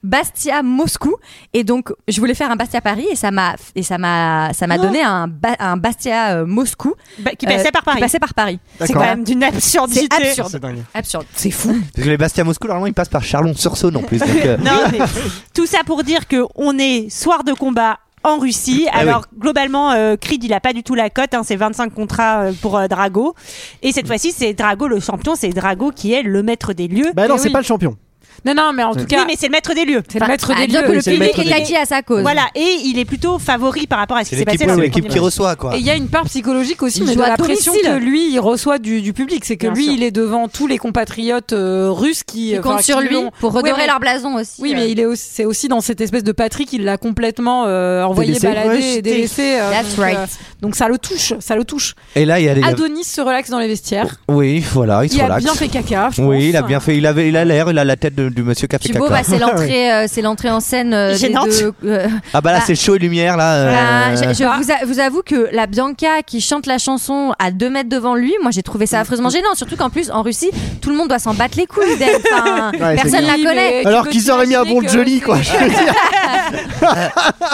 S7: Bastia Moscou et donc je voulais faire un Bastia Paris et ça m'a et ça m'a ça m'a
S13: Non.
S7: donné un, Ba- un Bastia euh, Moscou
S13: Bah, qui passait par Paris.
S7: Euh, Qui passait par Paris.
S13: C'est quand même d'une absurdité.
S7: C'est absurde.
S6: C'est dingue.
S7: Absurde.
S1: C'est fou.
S6: Parce que les Bastia Moscou, normalement, ils passent par Charlon-sur-Saône en plus. donc, euh,
S13: Non, mais [laughs] tout ça pour dire que on est soir de combat en Russie.
S6: Ah
S13: Alors globalement, euh, Creed il a pas du tout la cote. hein, c'est 25 contrats euh, pour euh, Drago. Et cette fois-ci, c'est Drago le champion. C'est Drago qui est le maître des lieux.
S7: Eh
S14: Bah non, c'est pas le champion.
S1: [laughs] Non, non, mais en tout
S13: Oui,
S1: cas.
S13: mais c'est le maître des lieux.
S1: C'est le maître des
S7: bien
S1: lieux.
S7: que le
S1: C'est le
S7: public
S1: maître des
S7: est
S1: lieux.
S7: acquis à sa cause.
S13: Voilà, et il est plutôt favori par rapport à ce qui
S6: C'est
S13: s'est
S6: l'équipe
S13: passé dans
S6: c'est
S13: le
S6: l'équipe
S13: premier
S6: qui
S13: match.
S6: reçoit, quoi.
S1: Et il y a une part psychologique aussi,
S7: Il
S1: mais de
S7: joue à
S1: la pression
S7: domicile.
S1: que lui, il reçoit du, du public. C'est que
S7: Bien
S1: lui,
S7: sûr.
S1: il est devant tous les compatriotes euh, russes qui.
S7: Ils
S1: enfin,
S7: comptent
S1: qui
S7: sur lui
S1: l'ont-
S7: pour
S1: Ouais,
S7: redorer
S1: mais-
S7: leur blason aussi.
S1: Oui,
S7: euh.
S1: mais il est aussi- c'est aussi dans cette espèce de patrie qu'il l'a complètement euh, envoyé
S6: Délaissé.
S1: balader
S6: Ouais,
S1: et délaissé. euh,
S7: That's
S1: donc,
S7: right.
S1: donc ça le touche, ça le touche.
S6: Et là, il y a des.
S1: Adonis se relaxe dans les vestiaires.
S6: Oui, voilà, il se
S1: Il a
S6: relaxe.
S1: bien fait caca. je
S6: Oui, il a
S1: pense.
S6: bien fait. Il avait, il a l'air, il a la tête de- du monsieur qui a fait
S7: Thibaut,
S6: caca.
S7: bah,
S6: [laughs]
S7: c'est l'entrée, euh, c'est l'entrée en scène euh, des
S13: Gênante.
S7: deux, euh,
S6: Ah bah là,
S7: bah,
S6: c'est chaud et lumière là. euh,
S7: Bah, je, je vous, a- vous avoue que la Bianca qui chante la chanson à deux mètres devant lui, moi j'ai trouvé ça
S1: Mm.
S7: affreusement gênant. Surtout qu'en plus, en Russie, tout le monde doit s'en battre les couilles
S1: [laughs]
S7: d'elle. Enfin,
S14: Ouais, c'est
S7: personne
S14: clair.
S7: la connaît.
S14: Alors qu'ils auraient mis un bon joli quoi. je veux dire.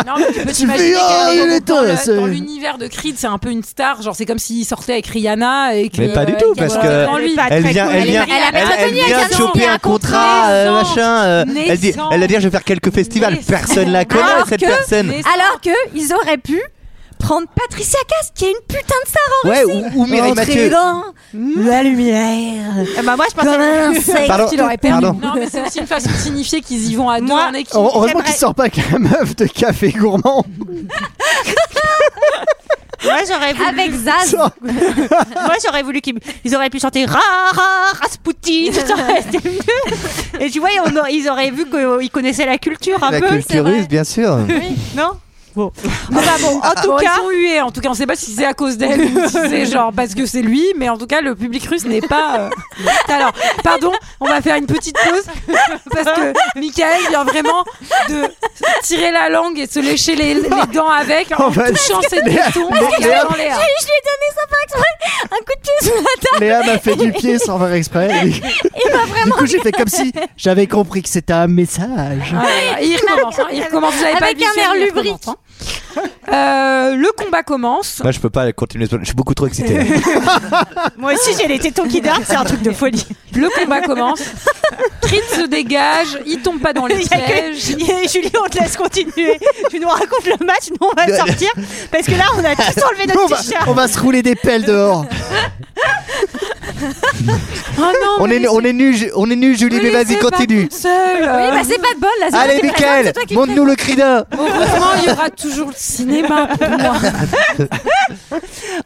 S1: Non, mais tu peux
S14: Tu
S1: t'imaginer
S14: fais, ah,
S1: qu'elle
S14: il
S1: est
S14: est
S1: dans,
S14: temps,
S1: le-
S14: là, c'est-
S1: dans l'univers de Creed, c'est un peu une star. Genre, c'est comme s'il sortait avec Rihanna et que.
S6: Mais pas du
S1: euh,
S6: tout,
S1: qu'elle
S6: parce
S1: soit
S6: que
S1: devant lui.
S6: elle vient, elle
S1: Elle est
S6: vient,
S1: pas- elle a pas
S6: elle
S1: reconnu,
S6: vient
S1: elle
S6: de
S1: vient
S6: choper
S1: de
S6: un
S1: signer un
S6: contrat,
S1: contrat.
S6: euh, machin. euh,
S1: Naissante.
S6: Elle dit, elle va dire, je vais faire quelques festivals. Personne la connaît cette personne.
S7: alors que euh, ils auraient pu prendre Patricia Cass, qui est une putain de star en
S6: Ouais,
S7: Russie.
S6: ou- ou Mireille
S7: Entrer
S6: Mathieu.
S7: dans la lumière.
S13: bah moi je pensais
S7: Comme un insecte.
S6: Pardon,
S1: qu'il aurait perdu.
S6: pardon.
S1: Non, mais c'est aussi une façon de signifier qu'ils y vont à deux en équipe.
S14: Heureusement qu'il sort pas avec la meuf de café gourmand.
S13: Moi j'aurais voulu.
S7: [laughs] Avec Zaz.
S13: Moi j'aurais voulu qu'ils ils auraient pu chanter Ra Ra Rasputin. ça aurait été mieux. Et tu vois, on aurait- ils auraient vu qu'ils connaissaient la culture un
S6: La
S13: peu.
S6: culture russe, bien sûr.
S13: Non
S7: Bon.
S1: Enfin bon,
S7: en tout
S1: bon,
S7: cas-
S1: ils sont hués. En tout cas, on sait pas si c'est à cause d'elle ou si
S7: [laughs]
S1: c'est genre parce que c'est lui, mais en tout cas, le public russe n'est pas. euh, Alors, pardon, on va faire une petite pause parce que Michael vient vraiment de tirer la langue et se lécher les, les dents avec en
S6: Oh, vas-y.
S1: touchant ses deux
S6: Léa,
S1: tons
S6: Léa,
S1: qui sont
S6: Léa.
S1: en l'air.
S11: Je, je lui ai donné ça par exprès un coup de pied sur la table.
S6: Léa m'a fait du pied sans faire exprès. Et-
S11: Il m'a vraiment.
S6: Du coup, j'ai fait comme si j'avais compris que c'était un message.
S1: Ah, il recommence, hein, il recommence. Vous avez pas
S11: Avec
S1: le
S11: un
S1: visuel,
S11: air
S1: il recommence, hein. Euh, le combat commence.
S12: Moi, je peux pas continuer. Je suis beaucoup trop excité.
S1: Moi aussi, j'ai les tétons qui dardent, c'est un truc de folie. Le combat commence. Creed se dégage, il tombe pas dans les
S7: [laughs] Il y a que-
S1: pièges.
S7: Julie, on te laisse continuer. tu nous racontes le match, nous on va sortir. Parce que là, on a tous enlevé
S6: [laughs] on,
S7: notre
S6: va,
S7: t-shirt.
S6: on va se rouler des pelles dehors.
S12: on, est, on est nus, Ju- on est nus, Julie, mais vas-y, continue.
S7: euh.
S1: Oui,
S13: bah c'est pas de bol là. c'est
S12: Allez,
S13: toi qui-
S12: Michael,
S13: c'est toi qui le
S12: montre-nous le cri d'un.
S1: Heureusement, il y aura toujours le cinéma pour moi.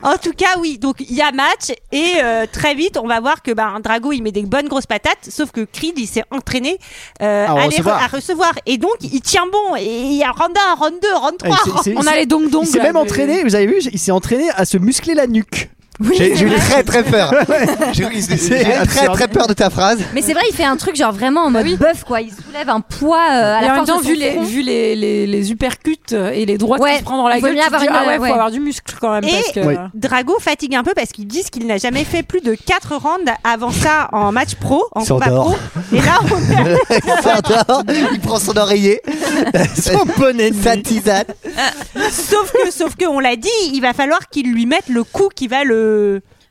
S7: En tout cas, oui. Donc il y a match et euh, très vite, on va voir que ben Drago il met des bonnes grosses patates. Sauf que Creed il s'est entraîné euh,
S6: À
S7: à, les re-
S6: recevoir.
S7: à recevoir et donc il tient bon. Et il y a round 1, round 2, round 3.
S6: Eh,
S1: Oh,
S6: c'est- c'est-
S7: on
S6: c'est-
S7: a les donc donc.
S6: [laughs] Il s'est même
S13: Euh,
S6: entraîné, vous avez vu, il s'est entraîné à se muscler la nuque.
S12: J'ai j'ai eu très très peur.
S6: Ouais.
S12: J'ai eu j'ai
S6: C'est
S12: eu très
S6: absurde.
S12: très peur de ta phrase.
S13: Mais c'est vrai, il fait un truc genre vraiment en mode bœuf quoi. Il soulève un poids euh, à
S1: Et
S13: la
S1: en même
S13: force
S1: temps,
S13: de son
S1: vu les,
S13: front.
S1: vu les, les, les uppercuts euh, et les droites
S13: Ouais,
S1: qui se prennent dans la
S13: il vaut
S1: gueule,
S13: mieux
S1: tu te
S13: avoir
S1: dis,
S13: une-
S1: ah ouais,
S13: ouais.
S1: faut avoir du muscle quand même.
S7: Et
S1: parce que...
S7: Drago fatigue un peu parce qu'ils disent qu'il n'a jamais fait plus de 4 rounds avant ça en match pro, en
S12: Il
S7: combat pro.
S12: s'endort.
S7: Et là, on
S12: il s'endort, il prend son oreiller, son bonnet, sa tisane.
S7: sauf que, sauf que, on l'a dit, il va falloir qu'il lui mette le coup qui va le,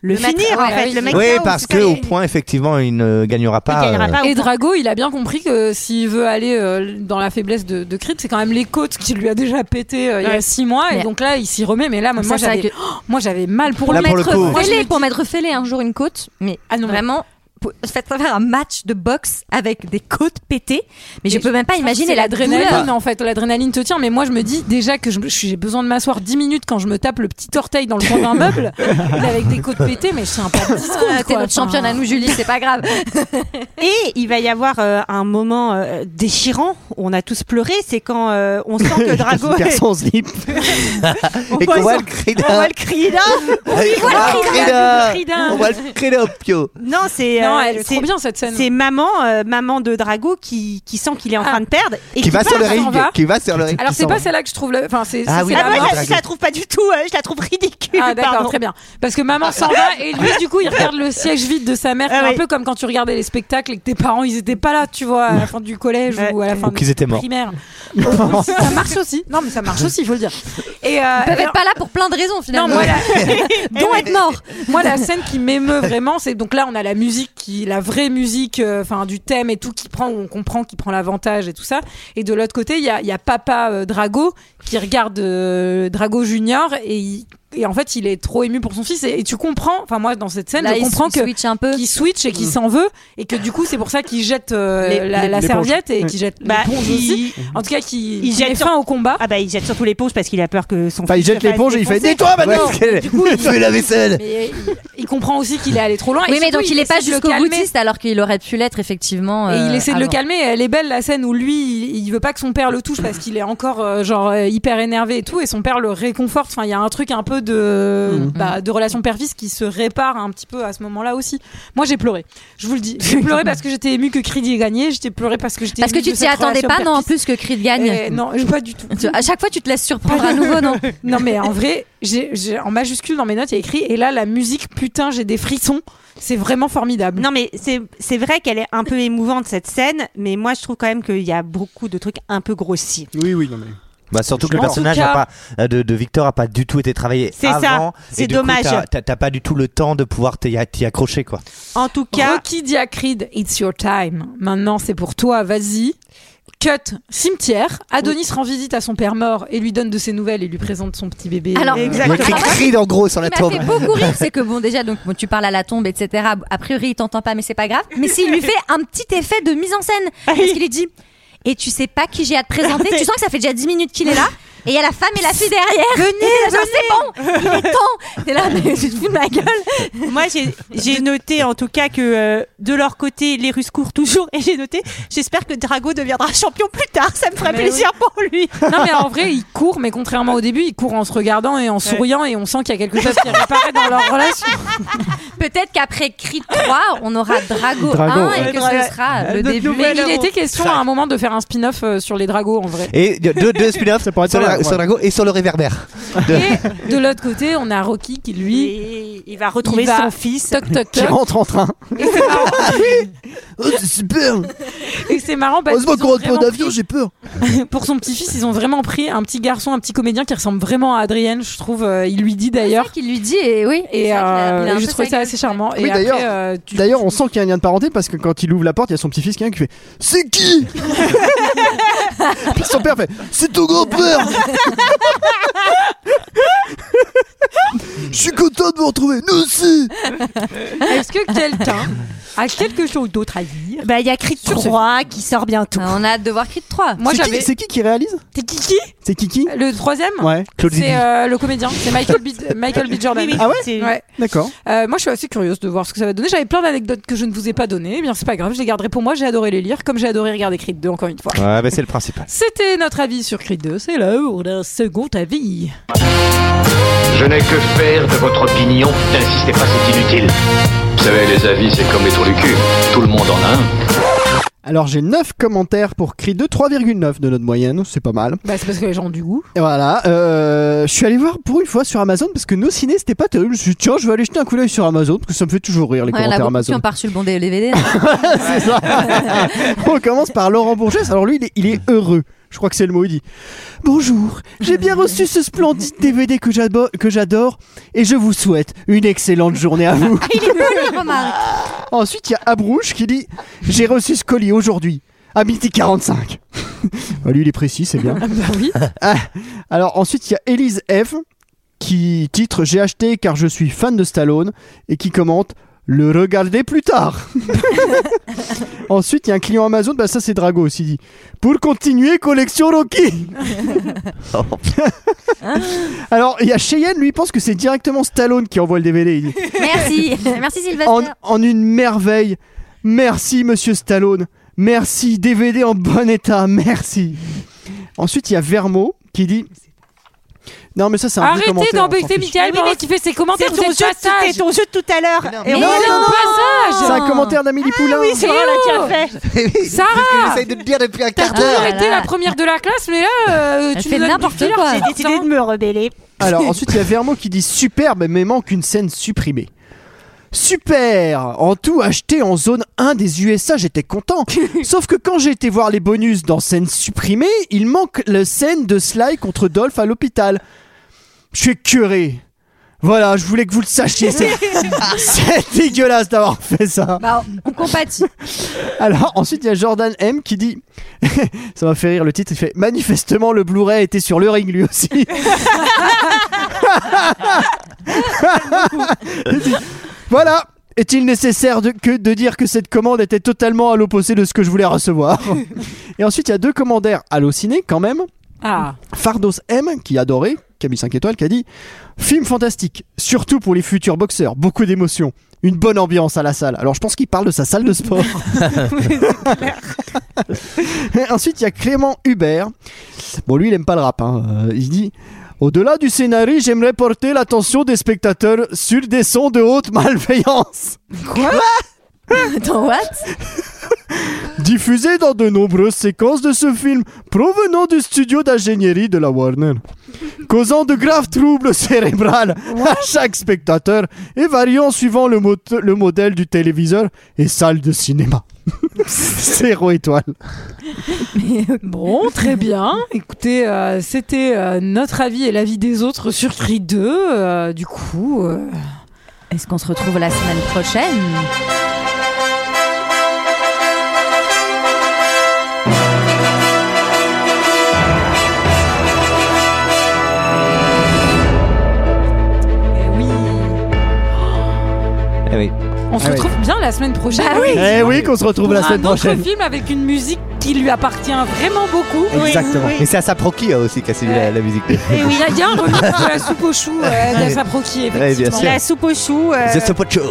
S7: le,
S1: mettre-
S7: finir, en
S1: ouais,
S7: fait,
S1: oui.
S7: le mettre
S12: Oui,
S7: KO,
S12: parce
S7: c'est ça.
S12: qu'au point, effectivement, il ne gagnera pas. euh,
S13: Ah,
S1: Et Drago, il a bien compris que s'il veut aller euh, dans la faiblesse de, de Creed, c'est quand même les côtes qui lui a déjà pété euh, il y
S13: Ouais.
S1: a six mois. Et
S13: Ouais.
S1: donc là, il s'y remet. Mais là, moi,
S13: Ça, c'est vrai
S1: j'avais
S13: que-
S1: oh, [gasps] moi, j'avais mal pour
S13: pour
S1: le
S13: mettre
S1: maître. Moi, je me
S13: fêlé,
S1: dis- ah
S13: pour mettre fêlé un jour une côte, mais vraiment. pour- Faites faire un match de boxe avec des côtes pétées, mais je peux même pas
S1: Je pense que
S13: imaginer
S1: c'est
S13: la
S1: l'adrénaline
S13: douleur.
S1: en fait. L'adrénaline te tient, mais moi je me dis déjà que je- je suis- j'ai besoin de m'asseoir 10 minutes quand je me tape le petit orteil dans le coin d'un
S13: [laughs]
S1: meuble mais avec des côtes pétées, mais je tiens pas 10 secondes.
S13: Ah, T'es
S1: quoi.
S13: notre championne à nous, Julie, c'est pas grave.
S7: Et il va y avoir euh, un moment euh, déchirant où on a tous pleuré, c'est quand euh, on sent
S6: [laughs]
S7: que Drago.
S6: Le garçon en slip.
S12: Et qu'on voit le
S7: On
S12: cri d'un.
S7: voit le cri là On
S12: Et
S7: y
S12: qu'on voit le cri d'un.
S7: cri d'un.
S12: On voit le cri d'un, Pio.
S7: Non, c'est
S1: Non,
S7: euh,
S1: elle est trop
S7: c'est-
S1: bien, cette scène. Ah.
S7: C'est maman, euh, maman de Drago qui, qui sent qu'il est en train de perdre et
S12: Qui va sur le
S7: part.
S12: ring. Qui va sur le ring.
S1: Alors
S12: Qui
S1: c'est
S12: s'en
S1: pas
S12: va.
S1: celle-là que je trouve. le- Enfin c'est.
S12: Ah
S1: c'est
S12: oui,
S1: la
S12: ah ouais,
S1: mort.
S12: je- je la
S7: trouve pas du tout. euh, je la trouve ridicule.
S1: Ah d'accord,
S7: pardon.
S1: très bien. Parce que maman s'en va et lui du coup il regarde le siège vide de sa mère.
S7: Ah
S1: c'est
S7: oui.
S1: un peu comme quand tu regardais les spectacles et que tes parents ils étaient pas là, tu vois, à la fin du collège ou à la fin
S12: Ou qu'ils
S1: du
S12: étaient morts. [laughs]
S1: primaire. ça marche aussi. Non mais ça marche aussi, il faut le dire. Et euh,
S13: Ils peuvent
S1: alors-
S13: être pas là pour plein de raisons finalement.
S1: Non, moi,
S6: [laughs]
S1: la-
S13: Dont être mort.
S1: Moi, la scène qui m'émeut vraiment, c'est donc là, on a la musique, qui, la vraie musique, euh, enfin du thème et tout qui prend, où on comprend qui prend l'avantage et tout ça. Et de l'autre côté, il y a, il y a Papa euh, Drago qui regarde euh, Drago Junior et il- et en fait, il est trop ému pour son fils. Et, et tu comprends, enfin moi, dans cette scène,
S13: Là,
S1: je
S13: il
S1: comprends
S13: s- il
S1: que
S13: switch un peu.
S1: qu'il switch et qu'il s'en veut et que du coup, c'est pour ça qu'il jette euh,
S7: Les-
S1: la, la
S7: les- l'éponge.
S1: serviette et
S7: Mm.
S1: qu'il jette
S7: Bah,
S1: l'éponge
S7: il-
S1: aussi. En tout cas, qu'il qu'il met
S7: sur-
S1: fin au combat.
S7: Ah bah il jette surtout l'éponge parce qu'il a peur que son.
S6: Enfin, il
S7: fils se
S6: jette l'éponge
S7: fasse
S6: et il fait
S7: défoncer.
S6: Dis-toi maintenant
S12: Parce qu'elle-
S1: il-
S12: Fais la vaisselle.
S1: Mais il, il comprend aussi qu'il est allé trop loin. et
S13: Oui, mais
S1: surtout,
S13: donc il est
S1: essaie
S13: pas
S1: de le
S13: jusqu'au
S1: calmer.
S13: boutiste alors qu'il aurait pu l'être effectivement.
S1: Et il
S13: euh,
S1: essaie de le
S13: avant.
S1: calmer. Elle est belle la scène où lui, il, il veut pas que son père le touche parce qu'il est encore euh, genre euh, hyper énervé et tout. Et son père le réconforte. Enfin, il y a un truc un peu de
S12: Mhm.
S1: bah, de relation père-fils qui se répare un petit peu à ce moment-là aussi. Moi, j'ai pleuré. Je vous le
S13: [laughs]
S1: dis. J'ai pleuré parce que j'étais ému que Creed ait gagné. J'étais pleuré parce que j'étais
S13: Parce que
S1: émue
S13: tu
S1: de
S13: t'y
S1: cette
S13: attendais
S1: relation
S13: pas, non, en
S1: père-fils.
S13: plus que Creed gagne.
S1: Eh, non, je- pas du tout.
S13: Tu- À chaque fois, tu te laisses surprendre à nouveau, non
S1: [laughs] Non mais en vrai, j'ai j'ai- en majuscule dans mes notes, il y a écrit et là la musique putain, j'ai des frissons. C'est vraiment formidable.
S7: Non mais c'est c'est vrai qu'elle est un peu émouvante cette scène, mais moi je trouve quand même qu'il y a beaucoup de trucs un peu grossiers.
S6: Oui, oui, non mais.
S12: [laughs] Bah surtout que
S6: En
S12: le
S6: tout
S12: personnage
S6: cas-
S12: a pas, de, de Victor a pas du tout été travaillé
S7: C'est ça,
S12: avant. et
S7: c'est
S12: du coup,
S7: dommage.
S12: t'as- T'as t'as pas du tout le temps de pouvoir t'y t'y accrocher quoi.
S7: En tout
S1: cas, Rocky dit à Creed, it's your time. Maintenant, c'est pour toi, vas-y. Cut, cimetière. Adonis rend visite à son père mort et lui donne de ses nouvelles et lui présente son petit bébé.
S13: Alors- Exactement.
S12: Il y a écrit Creed en gros sur la
S13: Ce qui m'a
S12: tombe.
S13: fait beaucoup rire, c'est que bon déjà donc bon, tu parles à la tombe etc. A priori il t'entend pas mais c'est pas grave. Mais s'il lui fait un petit effet
S7: Ah [laughs]
S13: de mise en scène parce qu'il lui dit et tu sais pas qui j'ai à te présenter. tu sens que ça fait déjà 10 minutes qu'il est là Et il y a la femme et la fille derrière.
S11: Venez,
S13: Et t'es là, genre, C'est bon, il est temps. T'es là, mais tu te fous de ma gueule.
S7: Moi, j'ai- j'ai noté en tout cas que euh, de leur côté, les Russes courent toujours. Et j'ai noté, j'espère que Drago deviendra champion plus tard. Ça me ferait
S1: Mais
S7: plaisir pour lui.
S1: Non, mais en vrai, ils courent, mais contrairement au début, ils courent en se regardant et en souriant, et on sent qu'il y a quelque chose qui réapparaît dans leur relation.
S13: Peut-être qu'après Creed 3, on aura Drago,
S1: Drago,
S13: 1 et
S1: ouais.
S13: que ce sera le
S1: Notre
S13: début.
S1: nouvelle héros. il était question à un moment de faire un spin-off euh, sur les dragos en vrai.
S12: Et deux de, de spin-off sur,
S6: pas mal,
S12: la- sur
S6: ouais.
S12: Drago et sur le réverbère. De-
S1: De l'autre côté, on a Rocky qui lui.
S7: il va retrouver
S1: il va-
S7: son fils.
S1: Toc toc
S6: qui
S1: toc.
S6: rentre en train.
S12: [laughs]
S6: Oh, c'est super
S1: Et c'est marrant parce
S6: Heureusement
S1: qu'ils
S6: qu'on
S1: ont
S6: rentre pas en
S1: vraiment
S6: avion,
S1: pris-
S6: j'ai peur.
S1: pour son petit-fils, ils ont vraiment pris un petit garçon, un petit comédien qui ressemble vraiment à Adrienne, je trouve. euh, Il lui dit d'ailleurs.
S13: qu'il lui dit, et oui.
S1: Et
S13: il a un
S1: euh,
S13: peu
S1: je trouvais
S13: sa
S1: ça assez charmant.
S6: Oui,
S1: Et
S6: d'ailleurs,
S1: après, euh, tu-
S6: d'ailleurs, on sent qu'il y a un lien de parenté parce que quand il ouvre la porte, il y a son petit-fils qui vient qui fait C'est qui Puis Son père fait C'est ton grand-père Je suis content de vous retrouver, nous aussi
S1: Est-ce que
S6: [laughs]
S1: quelqu'un a quelque chose d'autre à dire
S7: Bah, il y a Creed 3 qui sort bientôt.
S1: Ah,
S13: On a hâte de voir Creed 3.
S1: Moi,
S6: C'est qui-
S1: j'avais-
S6: C'est qui qui réalise
S1: C'est Kiki
S6: C'est Kiki
S1: Le troisième
S6: Ouais. Claude Zidi.
S1: C'est euh, le comédien, c'est Michael B. Michael B. Jordan.
S6: Ah ouais
S1: Ouais.
S6: D'accord.
S1: Euh, moi, je suis assez curieuse de voir ce que ça va donner. J'avais plein d'anecdotes que je ne vous ai pas données. Eh bien, c'est pas grave, je les garderai pour moi. J'ai adoré les lire, comme j'ai adoré regarder Creed 2 encore une fois.
S12: Ouais, bah c'est le principal.
S1: [laughs] C'était notre avis sur Creed 2. C'est l'heure d'un second avis.
S14: Je n'ai que faire de votre opinion. N'insistez pas, c'est inutile.
S3: Vous savez, les avis, c'est comme les trous du cul. Tout le monde en a un.
S6: Alors j'ai 9 commentaires pour Cri 2, 3,9 de notre moyenne, c'est pas mal.
S1: Bah, c'est parce que les gens ont du goût.
S6: Et voilà, euh, je suis allé voir pour une fois sur Amazon parce que nos ciné c'était pas terrible. Je me suis dit, tiens, je vais aller jeter un coup d'œil sur Amazon parce que ça me fait toujours rire les
S13: Ouais, on a
S6: commentaires
S13: beaucoup qui
S6: Amazon.
S13: en part sur le
S6: [laughs]
S13: bon DVD. là.
S6: C'est ça. On commence par Laurent Bourges. Alors lui, il est, il est heureux. Je crois que c'est le mot. Il dit Bonjour, j'ai bien reçu ce splendide DVD que j'ado- que j'adore et je vous souhaite une excellente journée à vous.
S13: [laughs] il est beau, la remarque.
S6: [laughs] Ensuite, il y a Abrouche qui dit J'ai reçu ce colis aujourd'hui à midi 45. [laughs] Bah, lui, il est précis, c'est bien.
S1: bah
S6: Ah, alors ensuite, il y a Elise F qui titre J'ai acheté car je suis fan de Stallone et qui commente Le regarder plus tard. [laughs] ensuite, il y a un client Amazon, bah ça c'est Drago aussi dit Pour continuer, collection Rocky. [laughs] alors, il y a Cheyenne, lui, il pense que c'est directement Stallone qui envoie le DVD. Il dit
S13: Merci.
S1: [laughs]
S13: Merci, Sylvester.
S6: en, en une merveille. Merci, monsieur Stallone. Merci, DVD en bon état. Merci. Ensuite, il y a Vermo qui dit. Non, mais ça, c'est un vieux
S1: Arrêtez
S6: commentaire, on s'en
S1: d'embêter
S6: fiche.
S1: Michael pendant qu'il fait ses commentaires.
S7: C'est
S1: Vous
S7: ton,
S1: êtes
S7: jeu
S1: pas
S7: de- c'était
S1: sage.
S7: ton jeu de tout à l'heure. Et
S1: Mais
S7: on-
S1: non, passage
S6: C'est un commentaire d'Amélie Poulain.
S7: oui,
S6: [laughs]
S7: c'est
S1: Mais
S7: Lola qui
S1: oh
S7: a fait.
S1: Ah Sarah
S12: J'essaye de le dire depuis un
S1: T'as
S12: quart
S1: toujours
S12: d'heure.
S1: été la première de la classe, mais là, euh,
S13: Elle
S1: tu
S13: fait
S1: nous donnes
S13: n'importe
S1: du fil à
S13: quoi.
S7: J'ai
S1: retordre,
S7: décidé
S1: hein.
S7: de me rebeller.
S6: Alors, ensuite, il y a Vermo qui dit superbe, mais manque une scène supprimée. Super En tout acheté en zone 1 des USA, j'étais content. Sauf que quand j'ai été voir les bonus dans scène supprimée, il manque la scène de Sly contre Dolph à l'hôpital. Je suis curé. Voilà, je voulais que vous le sachiez. C'est c'est dégueulasse d'avoir fait ça.
S13: Bah, on compatit.
S6: Alors ensuite il y a Jordan M qui dit [laughs] ça m'a fait rire le titre il fait manifestement le Blu-ray était sur le ring lui aussi. Il dit, voilà est-il nécessaire de, que de dire que cette commande était totalement à l'opposé de ce que je voulais recevoir Et ensuite il y a deux commandaires hallucinés quand même.
S1: Ah.
S6: Fardos M, qui adorait, qui a mis 5 étoiles, qui a dit Film fantastique, surtout pour les futurs boxeurs, beaucoup d'émotions, une bonne ambiance à la salle. Alors je pense qu'il parle de sa salle de sport. Et Ensuite, il y a Clément Hubert. Bon, lui, il aime pas le rap. hein. Euh, il dit Au-delà du scénario, j'aimerais porter l'attention des spectateurs sur des sons de haute malveillance.
S13: Quoi Attends, what
S6: diffusé dans de nombreuses séquences de ce film provenant du studio d'ingénierie de la Warner, causant de graves troubles cérébrales à chaque spectateur et variant suivant le, mot- le modèle du téléviseur et salle de cinéma. [laughs] Zéro étoile.
S1: [laughs] Bon, très bien. Écoutez, euh, c'était euh, notre avis et l'avis des autres sur Creed 2. euh, du coup, euh,
S13: Est-ce qu'on se retrouve la semaine prochaine
S12: Eh oui.
S1: on se
S6: Ah oui.
S1: retrouve bien la semaine prochaine.
S6: Eh oui, qu'on se retrouve la
S1: Pour
S6: semaine
S1: un autre
S13: Bah
S6: prochaine.
S1: Eh film avec une musique qui lui appartient vraiment beaucoup.
S6: Exactement. Mais c'est à Saproki hein, aussi qu'a suivi la, la musique.
S1: Et oui, il y a bien un remix
S6: [laughs]
S1: de la soupe aux choux euh,
S6: Ouais.
S1: d'Asaproki,
S6: bien
S1: effectivement.
S6: sûr. La
S7: soupe aux choux. euh,
S6: The Sopocho.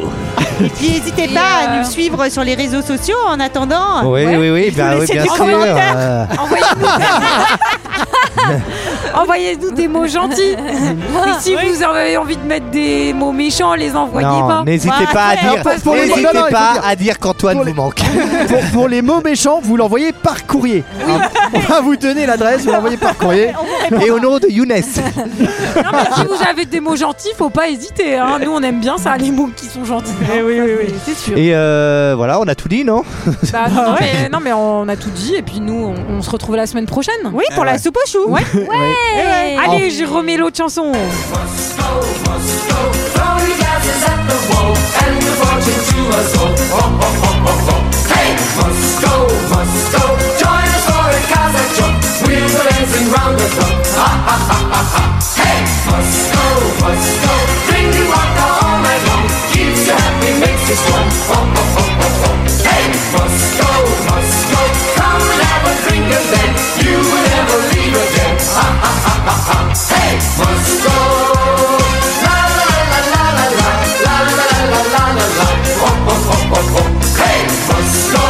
S7: Et puis n'hésitez
S1: Et,
S7: pas
S1: euh,
S7: à nous suivre sur les réseaux sociaux en attendant.
S6: Oui, oui, oui,
S7: Il faut
S1: Ah
S6: [laughs] bah oui,
S7: laisser
S6: bien
S7: des
S6: sûr,
S7: commentaires.
S6: euh.
S1: Envoyez-nous des mots gentils.
S6: [laughs]
S1: Et si vous avez envie de mettre des mots méchants, les envoyez pas.
S6: Non, n'hésitez pas à dire, n'hésitez
S17: non, non, il faut
S6: pas
S17: dire.
S6: à dire qu'Antoine vous manque.
S17: [laughs] pour, pour les mots méchants, vous l'envoyez par courrier. Hein, On va vous donner l'adresse, vous l'envoyez par courrier.
S6: Et au nom de
S17: [laughs]
S6: Younes.
S1: Non, mais si vous avez des mots gentils, faut pas hésiter. hein. Nous, on aime bien ça, les mots qui sont gentils. Ah hein.
S6: [laughs]
S1: oui, oui, oui. C'est sûr.
S6: Et euh, voilà, on a tout dit, non Ah
S1: Bah, non, mais, non, mais on a tout dit. Et puis nous, on, on se retrouve la semaine prochaine. Oui,
S6: pour la soupe
S1: aux choux. Ah Ouais.
S6: Ouais.
S1: Ouais. Allez, je remets l'autre chanson.
S12: Hey, must go. La la la la la la la la la la la la. Oh oh oh oh oh. Hey, must go.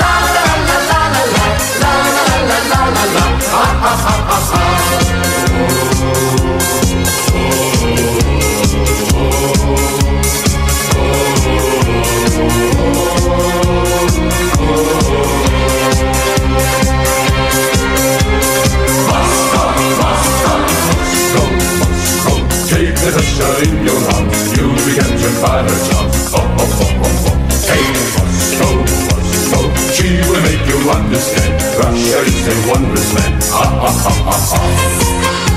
S12: La la la la la la la la la la la la. Ah ah ah ah ah.
S18: Take the pressure in your hand, you began to find a job. Oh, oh, oh, oh, oh. Hey, must go, must go. She will make you understand. Russia is a wondrous land. Ah, ah, ah, ah, ah.